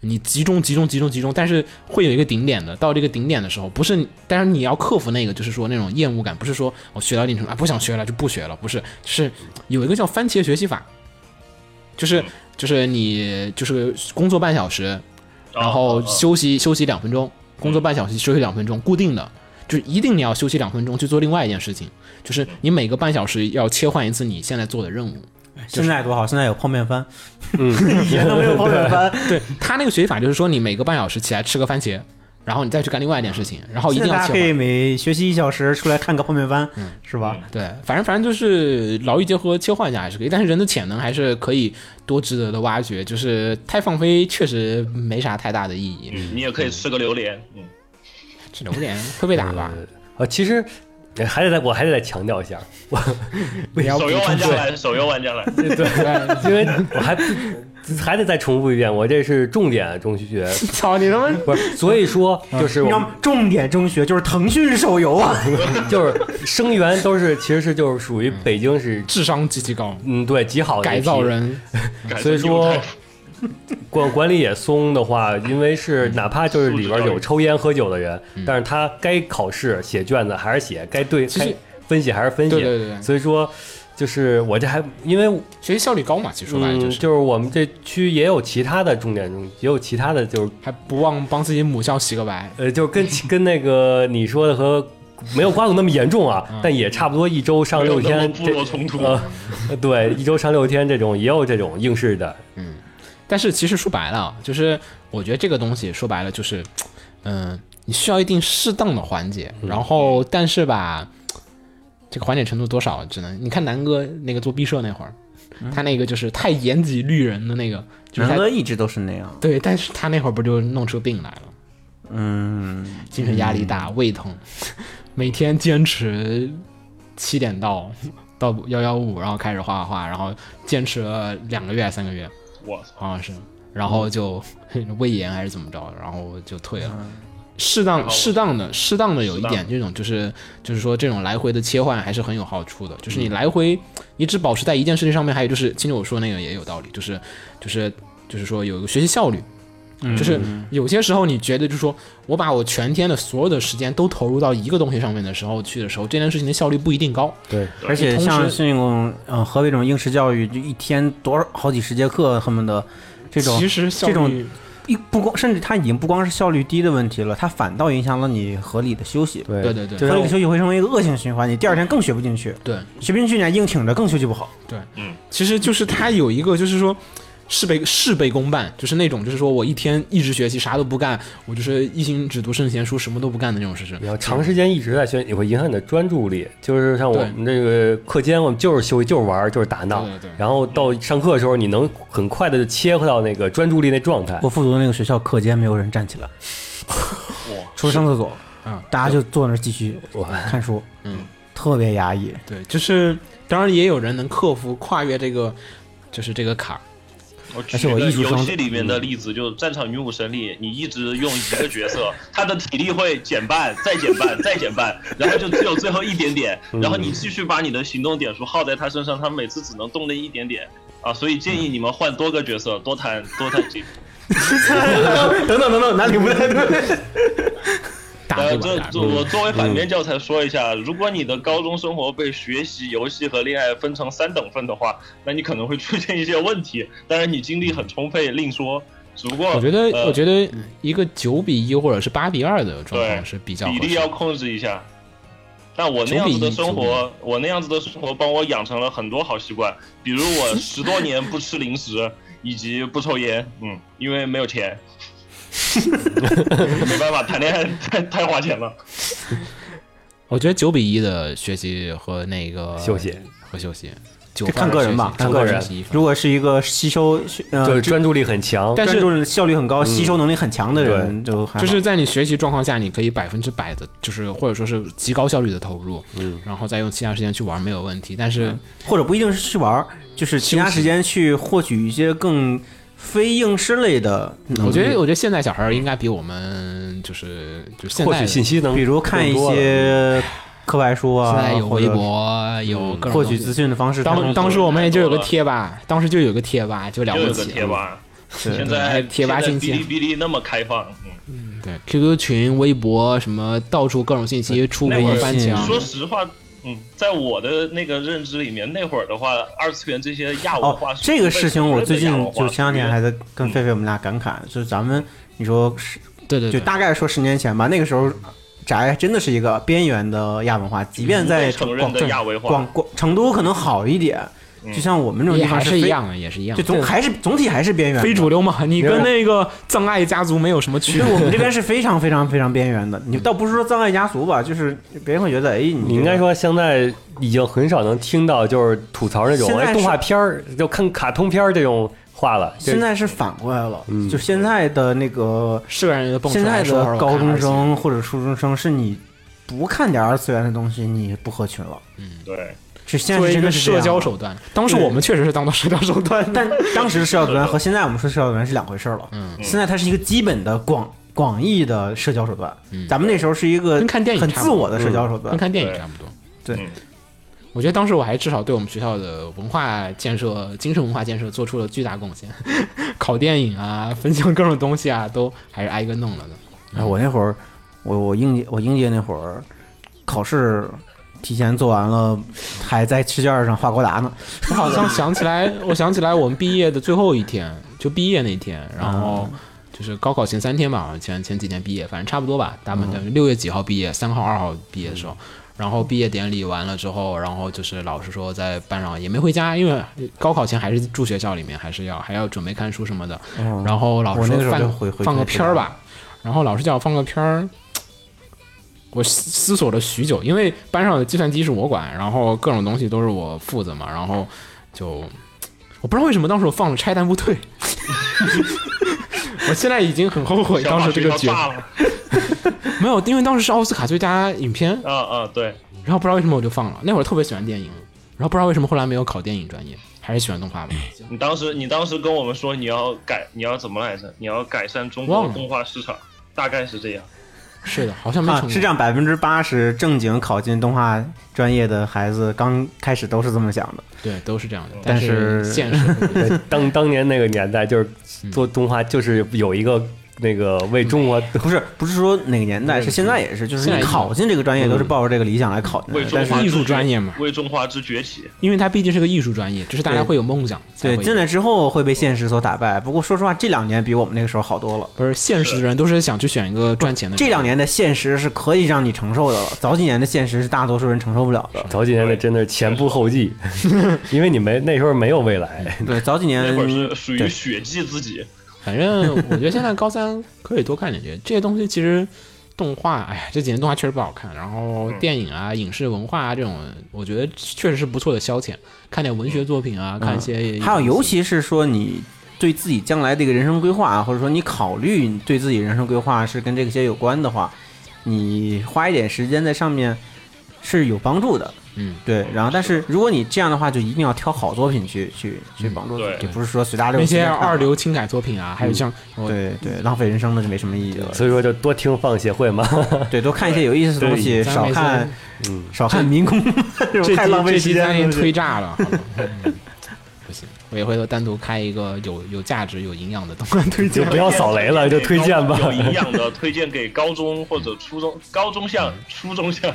[SPEAKER 1] 你集中、集中、集中、集中，但是会有一个顶点的。到这个顶点的时候，不是，但是你要克服那个，就是说那种厌恶感，不是说我学到一定程度啊不想学了就不学了，不是，是有一个叫番茄学习法，就是就是你就是工作半小时，然后
[SPEAKER 4] 啊
[SPEAKER 1] 休息休息两分钟，工作半小时，休息两分钟，固定的，就是一定你要休息两分钟去做另外一件事情，就是你每个半小时要切换一次你现在做的任务。
[SPEAKER 2] 现在多好，现在有泡面番， 以前都没有泡面 番，
[SPEAKER 1] 对他那个学习法就是说，你每个半小时起来吃个番茄，然后你再去干另外一件事情，然后一
[SPEAKER 2] 现
[SPEAKER 1] 定
[SPEAKER 2] 在
[SPEAKER 1] 要
[SPEAKER 2] 大家
[SPEAKER 1] 切
[SPEAKER 2] 可以
[SPEAKER 1] 换。
[SPEAKER 2] 每学习一小时出来看个泡面番，是吧？
[SPEAKER 1] 对，反正反正就是劳逸结合切换一下还是可以，但是人的潜能还是可以多值得的挖掘。就是太放飞确实没啥太大的意义。
[SPEAKER 4] 嗯你也可以吃个榴莲，嗯，
[SPEAKER 1] 吃榴莲会被打吧？
[SPEAKER 3] 啊，其实呃还得再我还得再强调一下，我
[SPEAKER 1] 你要补
[SPEAKER 4] 手游
[SPEAKER 1] 充
[SPEAKER 4] 玩家
[SPEAKER 1] 水。
[SPEAKER 4] 来，手游玩家来，
[SPEAKER 1] 对，
[SPEAKER 3] 因为我还不 还得再重复一遍，我这是重点中学，
[SPEAKER 1] 操你他妈！
[SPEAKER 3] 不是，所以说就是
[SPEAKER 2] 你
[SPEAKER 3] 我
[SPEAKER 2] 知道
[SPEAKER 1] 嗯
[SPEAKER 3] 们
[SPEAKER 2] 吗重点中学就是腾讯手游啊，
[SPEAKER 3] 就是生源都是其实是就是属于北京是
[SPEAKER 1] 智商极其高，
[SPEAKER 3] 嗯对极好的一批
[SPEAKER 1] 改造，人。
[SPEAKER 4] 改
[SPEAKER 3] 所以
[SPEAKER 4] 成犹
[SPEAKER 3] 说
[SPEAKER 4] 太
[SPEAKER 3] 管管理也松的话，因为是哪怕就是里边有抽烟喝酒的人，但是他该考试写卷子还是写，该对
[SPEAKER 1] 其实
[SPEAKER 3] 该分析还是分析，
[SPEAKER 1] 对对对对
[SPEAKER 3] 所以说。就是我这还因为
[SPEAKER 1] 学习效率高嘛，其实说白了
[SPEAKER 3] 嗯，
[SPEAKER 1] 就是、
[SPEAKER 3] 就是我们这区也有其他的重点中，也有其他的就是
[SPEAKER 1] 还不忘帮自己母校洗个白。
[SPEAKER 3] 呃，就是跟 跟那个你说的和没有瓜总那么严重
[SPEAKER 1] 嗯
[SPEAKER 3] 啊，但也差不多一周上
[SPEAKER 4] 没有
[SPEAKER 3] 六
[SPEAKER 4] 那么
[SPEAKER 3] 天，
[SPEAKER 4] 部落冲突
[SPEAKER 3] 这。呃， 对，一周上六天这种也有这种应试的，
[SPEAKER 1] 但是其实说白了啊，就是我觉得这个东西说白了就是，嗯、你需要一定适当的缓解，
[SPEAKER 2] 嗯
[SPEAKER 1] 然后但是吧，这个缓解程度多少，只能你看南哥那个做毕设那会儿，他那个就是太严己律人的那个，就是
[SPEAKER 2] 嗯南
[SPEAKER 1] 他
[SPEAKER 2] 哥一直都是那样，
[SPEAKER 1] 对，但是他那会儿不就弄出病来了，
[SPEAKER 2] 嗯，
[SPEAKER 1] 精神压力大，胃疼， 每天坚持七点到到幺幺五，然后开始画画，然后坚持了两个月还是三个月，
[SPEAKER 4] 我操，
[SPEAKER 1] 好像啊是，然后就 胃炎还是怎么着，然后就退了。适当、
[SPEAKER 4] 后
[SPEAKER 1] 适当的、适当的有一
[SPEAKER 4] 适
[SPEAKER 1] 点
[SPEAKER 4] 当
[SPEAKER 1] 这种，就是就是说这种来回的切换还是很有好处的。就是你来回，你只保持在一件事情上面，还有就是，今天我说那个也有道理，就是就是就是说有一个学习效率，
[SPEAKER 2] 嗯
[SPEAKER 1] 就是有些时候你觉得就是说我把我全天的所有的时间都投入到一个东西上面的时候去的时候，这件事情的效率不一定高。
[SPEAKER 6] 对，
[SPEAKER 2] 而且
[SPEAKER 1] 同时
[SPEAKER 2] 像是那种嗯河北这种应试教育，就一天多少好几十节课，恨不得这种
[SPEAKER 1] 其实效
[SPEAKER 2] 这种
[SPEAKER 1] 率
[SPEAKER 2] 一不光，甚至它已经不光是效率低的问题了，它反倒影响了你合理的休息。
[SPEAKER 1] 对
[SPEAKER 6] 对
[SPEAKER 1] 对
[SPEAKER 2] 就
[SPEAKER 1] 对
[SPEAKER 2] 合理
[SPEAKER 1] 对
[SPEAKER 2] 的休息会成为一个恶性循环，你第二天更学不进去，
[SPEAKER 1] 对，
[SPEAKER 2] 学不进去你还硬挺着，更休息不好。
[SPEAKER 1] 其实就是他有一个，就是说事倍事倍功半，就是那种就是说我一天一直学习啥都不干，我就是一心只读圣贤书，什么都不干的那种事情
[SPEAKER 3] 你。要长时间一直在学，你会影响你的专注力。就是像我
[SPEAKER 1] 对
[SPEAKER 3] 们这个课间，我们就是休息，就是玩儿，就是打闹
[SPEAKER 1] 对对对。
[SPEAKER 3] 然后到上课的时候，你能很快的切回到那个专注力那状态。
[SPEAKER 2] 我复读的那个学校课间没有人站起来，除了上厕所，
[SPEAKER 1] 嗯
[SPEAKER 2] 大家就坐那儿继续
[SPEAKER 3] 我
[SPEAKER 2] 看书，
[SPEAKER 1] 嗯，
[SPEAKER 2] 特别压抑。
[SPEAKER 1] 对，就是当然也有人能克服跨越这个，就是这个坎儿。
[SPEAKER 4] 我
[SPEAKER 2] 而且
[SPEAKER 4] 举
[SPEAKER 2] 我
[SPEAKER 4] 个
[SPEAKER 2] 艺术
[SPEAKER 4] 游
[SPEAKER 2] 生
[SPEAKER 4] 戏里面的例子，就《战场女武神》里，你一直用一个角色，他的体力会减半，再减半，再减半，然后就只有最后一点点，然后你继续把你的行动点数耗在他身上，他每次只能动那一点点啊，所以建议你们换多个角色，多弹多弹几。
[SPEAKER 2] 等等等等，哪里不太对？
[SPEAKER 1] 打
[SPEAKER 4] 呃，
[SPEAKER 1] 不
[SPEAKER 4] 这
[SPEAKER 1] 打
[SPEAKER 4] 这
[SPEAKER 1] 不
[SPEAKER 4] 我作为反面教材说一下，如果你的高中生活被学习、游戏和恋爱分成三等份的话，那你可能会出现一些问题。 当然，你精力很充沛另说。只不过
[SPEAKER 1] 我觉得，
[SPEAKER 4] 呃
[SPEAKER 1] 我觉得一个九比一或者是八比二的状况
[SPEAKER 4] 对
[SPEAKER 1] 是比较
[SPEAKER 4] 比
[SPEAKER 1] 合
[SPEAKER 4] 例
[SPEAKER 1] 适
[SPEAKER 4] 要
[SPEAKER 1] 的。
[SPEAKER 4] 控制一下。但我那样子的生
[SPEAKER 1] 9比
[SPEAKER 4] 活，我那样子的生活帮我养成了很多好习惯，比如我十多年不吃零食，以及不抽烟。嗯，因为没有钱， 没办法，谈恋爱太太花钱了。
[SPEAKER 1] 我觉得九比一的学习和那个
[SPEAKER 3] 休息
[SPEAKER 1] 和休息，九
[SPEAKER 2] 这看个人吧，看个人。如果是一个吸收，呃，
[SPEAKER 3] 就是专注力很强，
[SPEAKER 1] 嗯但是
[SPEAKER 2] 专注力效率很高、吸收能力很强的人，就还
[SPEAKER 1] 嗯
[SPEAKER 2] 好
[SPEAKER 1] 就是在你学习状况下，你可以百分之百的，就是或者说是极高效率的投入，嗯，然后再用其他时间去玩没有问题。但是
[SPEAKER 2] 或者不一定是去玩儿，就是其他时间去获取一些更非应试类的能力。
[SPEAKER 1] 嗯我觉得，我觉得现在小孩儿应该比我们就是就现
[SPEAKER 3] 获
[SPEAKER 1] 在
[SPEAKER 3] 取
[SPEAKER 1] 的
[SPEAKER 3] 信息能
[SPEAKER 2] 比如看一
[SPEAKER 3] 更多了
[SPEAKER 2] 些课外书
[SPEAKER 1] 现
[SPEAKER 2] 啊
[SPEAKER 1] 在，有
[SPEAKER 2] 或
[SPEAKER 1] 微
[SPEAKER 2] 者
[SPEAKER 1] 博，有各种
[SPEAKER 2] 获
[SPEAKER 1] 东
[SPEAKER 2] 取
[SPEAKER 1] 西
[SPEAKER 2] 资。讯的嗯方式。
[SPEAKER 1] 当当时我们也就有个贴吧，当时就有个贴吧，就了
[SPEAKER 4] 又
[SPEAKER 1] 不
[SPEAKER 4] 有个
[SPEAKER 1] 起。
[SPEAKER 4] 贴吧，现
[SPEAKER 1] 还
[SPEAKER 4] 在
[SPEAKER 1] 有贴吧
[SPEAKER 4] 现在
[SPEAKER 1] 信
[SPEAKER 4] 哔哩
[SPEAKER 1] 息，
[SPEAKER 4] 哔哩那么开放，嗯。
[SPEAKER 1] 对 QQ 群、微博什么，到处各种信息，出
[SPEAKER 4] 那会
[SPEAKER 1] 国
[SPEAKER 4] 儿
[SPEAKER 1] 翻
[SPEAKER 2] 啊
[SPEAKER 1] 墙。
[SPEAKER 4] 说实话，嗯，在我的那个认知里面，那会儿的话，二次元这些亚文
[SPEAKER 2] 哦
[SPEAKER 4] 化、，
[SPEAKER 2] 这个事情我最近就前两天还
[SPEAKER 4] 在
[SPEAKER 2] 在跟菲菲我们俩感慨，就是咱们你说十
[SPEAKER 1] 对对
[SPEAKER 2] 就
[SPEAKER 1] 对，
[SPEAKER 2] 大概说十年前吧，那个时候宅真的是一个边缘的亚文化，
[SPEAKER 1] 嗯
[SPEAKER 2] 即便在
[SPEAKER 4] 承
[SPEAKER 2] 广
[SPEAKER 4] 认的
[SPEAKER 2] 广
[SPEAKER 4] 亚文化
[SPEAKER 2] 广广成都可能好一点，
[SPEAKER 1] 嗯
[SPEAKER 2] 就像我们这种
[SPEAKER 1] 也
[SPEAKER 2] 地方
[SPEAKER 1] 还
[SPEAKER 2] 非
[SPEAKER 1] 是一，样的，也是一样
[SPEAKER 2] 就
[SPEAKER 1] 的。
[SPEAKER 2] 总还是总体还是边缘的，
[SPEAKER 1] 非主流嘛，你跟那个葬爱家族没有什么区
[SPEAKER 2] 对
[SPEAKER 1] 别。
[SPEAKER 2] 我们这边是非常非常非常边缘的。你倒不是说葬爱家族吧，就是别人会觉得，哎，你
[SPEAKER 3] 你应该说，现在已经很少能听到就是吐槽那种
[SPEAKER 2] 现在是
[SPEAKER 3] 哎动画片儿，就看卡通片儿这种话了。这
[SPEAKER 2] 现在是反过来了，
[SPEAKER 3] 嗯
[SPEAKER 2] 就现在的那个
[SPEAKER 1] 是个人就蹦出
[SPEAKER 2] 现
[SPEAKER 1] 来
[SPEAKER 2] 在
[SPEAKER 1] 说
[SPEAKER 2] 的高中，生或者初中生，是你不看点二次元的东西，你不合群了。
[SPEAKER 4] 对，
[SPEAKER 2] 是现
[SPEAKER 1] 作为
[SPEAKER 2] 在是
[SPEAKER 1] 一
[SPEAKER 2] 真
[SPEAKER 1] 个
[SPEAKER 2] 的是
[SPEAKER 1] 社交手段，当时我们确实是当做社交手段。
[SPEAKER 2] 段，但当时的社交手 段和现在我们说社交手段是两回事儿了。嗯，现在它是一个基本的广广义的社交手段，咱们那时候是一个
[SPEAKER 1] 跟看电影
[SPEAKER 2] 呃很
[SPEAKER 1] 差不
[SPEAKER 2] 自
[SPEAKER 1] 多嗯
[SPEAKER 2] 我的社交手段
[SPEAKER 1] 跟。看电影差不多。
[SPEAKER 2] 对
[SPEAKER 4] 嗯
[SPEAKER 1] 我觉得当时我还至少对我们学校的文化建设、精神文化建设做出了巨大贡献， 考电影啊，分享各种东西啊，都还是挨个弄了的。
[SPEAKER 2] 哎，我那会儿，我我应届我应届那会儿，考试提前做完了，还在试卷上画高达呢。
[SPEAKER 1] 我好像想起来，我想起来我们毕业的最后一天，就毕业那天，然后就是高考前三天吧，好像前前几天毕业，反正差不多吧，大部分六月几号毕业，三号、二号毕业的时候。然后毕业典礼完了之后，然后就是老师说在班上也没回家，因为高考前还是住学校里面，还是要还要准备看书什么的。然后老
[SPEAKER 2] 我
[SPEAKER 1] 师
[SPEAKER 2] 那个时
[SPEAKER 1] 说
[SPEAKER 2] 候
[SPEAKER 1] 放
[SPEAKER 2] 就回回
[SPEAKER 1] 放个
[SPEAKER 2] 回
[SPEAKER 1] 片儿吧，然后老师叫我放个片儿，我思思索了许久，因为班上的计算机是我管，然后各种东西都是我负责嘛，然后就我不知道为什么当时我放了《拆弹部队》 我现在已经很后悔
[SPEAKER 4] 小
[SPEAKER 1] 当
[SPEAKER 4] 马
[SPEAKER 1] 时这
[SPEAKER 4] 学
[SPEAKER 1] 个
[SPEAKER 4] 校
[SPEAKER 1] 决
[SPEAKER 4] 大了，
[SPEAKER 1] 没有，因为当时是奥斯卡最佳影片，
[SPEAKER 4] 啊啊，对，
[SPEAKER 1] 然后不知道为什么我就放了。那会儿特别喜欢电影，然后不知道为什么后来没有考电影专业，还是喜欢动画吧。
[SPEAKER 4] 你当时你当时跟我们说你要改你要怎么来着？你要改善中国
[SPEAKER 1] 忘了
[SPEAKER 4] 动画市场，大概是这样。
[SPEAKER 1] 是的，好像没
[SPEAKER 2] 啊
[SPEAKER 1] 成，功。
[SPEAKER 2] 是这样，百分之八十正经考进动画专业的孩子，刚开始都是这么想的。
[SPEAKER 1] 对，都是这样的。
[SPEAKER 2] 但
[SPEAKER 1] 是
[SPEAKER 2] 是
[SPEAKER 1] 现实不一样，
[SPEAKER 3] 呃当当年那个年代，就是
[SPEAKER 2] 嗯
[SPEAKER 3] 做动画，就是有一个那个为中国
[SPEAKER 2] 不是，不是说哪个年代，是现在也是，就是
[SPEAKER 1] 现在
[SPEAKER 2] 你
[SPEAKER 1] 也是
[SPEAKER 2] 考进这个专业都是抱着这个理想来考进来
[SPEAKER 4] 为
[SPEAKER 2] 的。
[SPEAKER 4] 中
[SPEAKER 2] 但
[SPEAKER 4] 华
[SPEAKER 2] 是
[SPEAKER 1] 艺术
[SPEAKER 4] 之
[SPEAKER 1] 专业嘛
[SPEAKER 4] 为中华之崛起，
[SPEAKER 2] 嗯
[SPEAKER 1] 因为它毕竟是个艺术专业，就是大家
[SPEAKER 2] 对
[SPEAKER 1] 会有梦想才会
[SPEAKER 2] 对
[SPEAKER 1] 有。
[SPEAKER 2] 进来之后会被现实所打败。不过说实话，这两年比我们那个时候好多了。
[SPEAKER 1] 不是现实的人都是想去选一个赚钱的。
[SPEAKER 2] 这两，年的现实是可以让你承受的了，早几年的现实是大多数人承受不了的。
[SPEAKER 3] 早几年的真的是前仆后 继，因为你没那时候没有未来，
[SPEAKER 2] 对，早几年
[SPEAKER 4] 那会儿是属于
[SPEAKER 2] 对
[SPEAKER 4] 血祭自己，
[SPEAKER 1] 反正我觉得现在高三可以多看点这些这些东西。其实动画，哎呀，这几年动画确实不好看。然后电影啊、影视文化啊这种，我觉得确实是不错的消遣。看点文学作品啊，看一些
[SPEAKER 2] 嗯还有，尤其是说你对自己将来的一个人生规划啊，或者说你考虑你对自己人生规划是跟这些有关的话，你花一点时间在上面是有帮助的。
[SPEAKER 1] 嗯，
[SPEAKER 2] 对。然后，但是如果你这样的话，就一定要挑好作品去去去帮助自
[SPEAKER 4] 对
[SPEAKER 2] 己，不是说随大流。
[SPEAKER 1] 那些二。流轻改作品啊，还有像我
[SPEAKER 2] 嗯对对，浪费人生的就没什么意义了。
[SPEAKER 3] 所以说就多听放协会 嘛。
[SPEAKER 2] 对，多看一些有意思的东西，
[SPEAKER 1] 咱
[SPEAKER 2] 少
[SPEAKER 1] 每次
[SPEAKER 2] 看
[SPEAKER 3] 嗯，
[SPEAKER 2] 少看民工，这种
[SPEAKER 1] 这
[SPEAKER 2] 太浪费
[SPEAKER 1] 这
[SPEAKER 2] 时
[SPEAKER 1] 期
[SPEAKER 2] 间
[SPEAKER 1] 咱已经
[SPEAKER 2] 了。
[SPEAKER 1] 推炸了，好吧嗯不行，我也回头单独开一个有有价值、有营养的动漫推
[SPEAKER 3] 就
[SPEAKER 1] 荐。
[SPEAKER 3] 不要扫雷了，就推荐吧。
[SPEAKER 4] 有营养的推荐给高中或者初中、 高中向、初中向。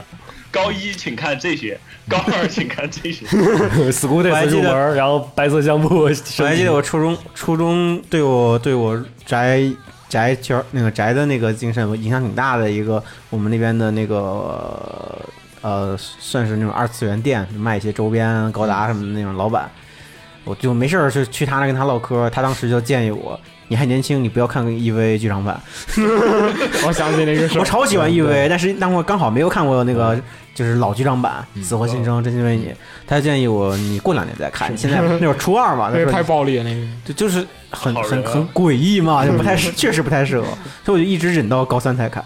[SPEAKER 4] 高一请看这些，高二请看这些。
[SPEAKER 3] school
[SPEAKER 2] 我还
[SPEAKER 3] days
[SPEAKER 2] 记
[SPEAKER 3] 入
[SPEAKER 2] 得
[SPEAKER 3] 门，然后白色相簿。
[SPEAKER 2] 我还记得我初中初中对我对我宅宅圈那个宅的那个精神我影响挺大的一个，我们那边的那个呃算是那种二次元店卖一些周边啊高达什么的那种老板，我就没事儿就去他那跟他唠嗑，他当时就建议我。你还年轻，你不要看 EVA 剧场版。
[SPEAKER 1] 我想起那个事
[SPEAKER 2] 我
[SPEAKER 1] 儿，嗯
[SPEAKER 2] 超喜欢 EVA，但是但我刚好没有看过那个就是老剧场版
[SPEAKER 1] 嗯
[SPEAKER 2] 《死活新
[SPEAKER 1] 哦
[SPEAKER 2] 生》，真心为你。他就建议我，你过两年再看。现在那会儿初二嘛，他
[SPEAKER 1] 那
[SPEAKER 2] 说
[SPEAKER 1] 个
[SPEAKER 2] 你
[SPEAKER 1] 太暴力了，那个
[SPEAKER 2] 就就是很
[SPEAKER 4] 好人
[SPEAKER 2] 很
[SPEAKER 4] 啊
[SPEAKER 2] 很诡异嘛，就不太 适，确实不太适合，所以我就一直忍到高三才看。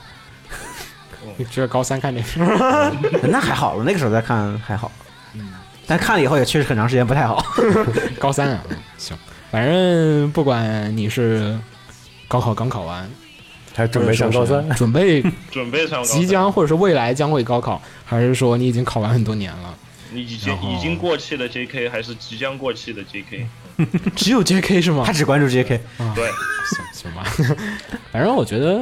[SPEAKER 1] 只有高三看这个。
[SPEAKER 2] 那还好，我那个时候再看还好，
[SPEAKER 4] 嗯
[SPEAKER 2] 但看了以后也确实很长时间不太
[SPEAKER 4] 哦
[SPEAKER 2] 好。
[SPEAKER 1] 高三 啊，嗯行，反正不管你是高考刚考完，
[SPEAKER 3] 还准备上高三
[SPEAKER 1] 或者，说是，准备
[SPEAKER 4] 准备上高三
[SPEAKER 1] 即将或者是未来将会高考，还是说你已经考完很多年了？
[SPEAKER 4] 你已经
[SPEAKER 1] 然后
[SPEAKER 4] 已经过气的 J.K. 还是即将过气的 J.K.
[SPEAKER 1] 只有 J.K. 是吗
[SPEAKER 2] 他？只关注 J.K.
[SPEAKER 4] 对，
[SPEAKER 1] 行 行吧， 反正我觉得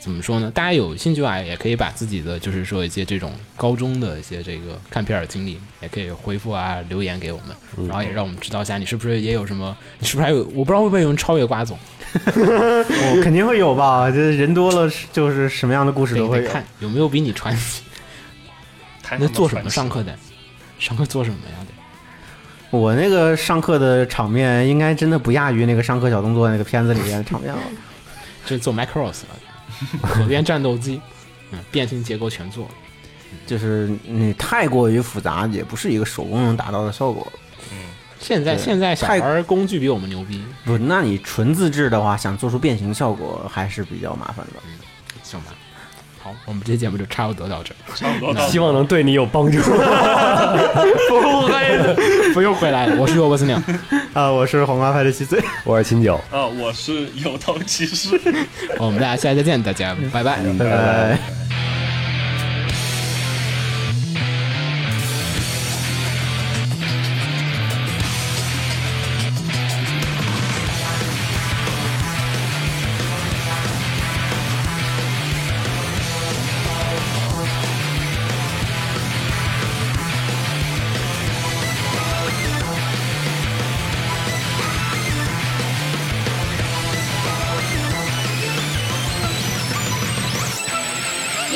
[SPEAKER 1] 怎么说呢，大家有兴趣啊，也可以把自己的就是说一些这种高中的一些这个看片儿的经历，也可以回复啊留言给我
[SPEAKER 3] 嗯
[SPEAKER 1] 们，然后也让我们知道一下你是不是也有什么，你是不是还有我不知道会不会有人超越瓜总，
[SPEAKER 2] 我肯定会有吧，这人多了是就是什么样的故事
[SPEAKER 1] 得
[SPEAKER 2] 都会
[SPEAKER 1] 得
[SPEAKER 2] 有。
[SPEAKER 1] 看有没有比你传奇。
[SPEAKER 4] 谈
[SPEAKER 1] 那
[SPEAKER 4] 么
[SPEAKER 1] 做什么
[SPEAKER 4] 传奇
[SPEAKER 1] 上课的？上课做什么呀？得
[SPEAKER 2] 我那个上课的场面应该真的不亚于那个上课小动作那个片子里面的场 面了。
[SPEAKER 1] 这做 macros 了， 左边战斗机，嗯，变形结构全做了。
[SPEAKER 2] 就是你太过于复杂，也不是一个手工能达到的效果。
[SPEAKER 1] 现在
[SPEAKER 2] 对
[SPEAKER 1] 现在小孩
[SPEAKER 2] 太
[SPEAKER 1] 儿工具比我们牛逼，
[SPEAKER 2] 不，那你纯自制的话，想做出变形效果还是比较麻烦的。
[SPEAKER 1] 行吧？好，我们这期节目就差不多到这儿。
[SPEAKER 4] 差不多到
[SPEAKER 3] 希望能对你有帮助。
[SPEAKER 1] 不用回来了，我是萝卜丝鸟，
[SPEAKER 2] 啊，我是黄瓜派的七岁。
[SPEAKER 3] 我是秦九，
[SPEAKER 4] 啊，我是有头骑士。
[SPEAKER 1] 我们大家下期再见，大家拜拜。
[SPEAKER 2] 拜拜。
[SPEAKER 8] 「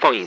[SPEAKER 9] 放映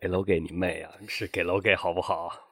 [SPEAKER 3] 给楼给你妹啊！是给楼给好不好？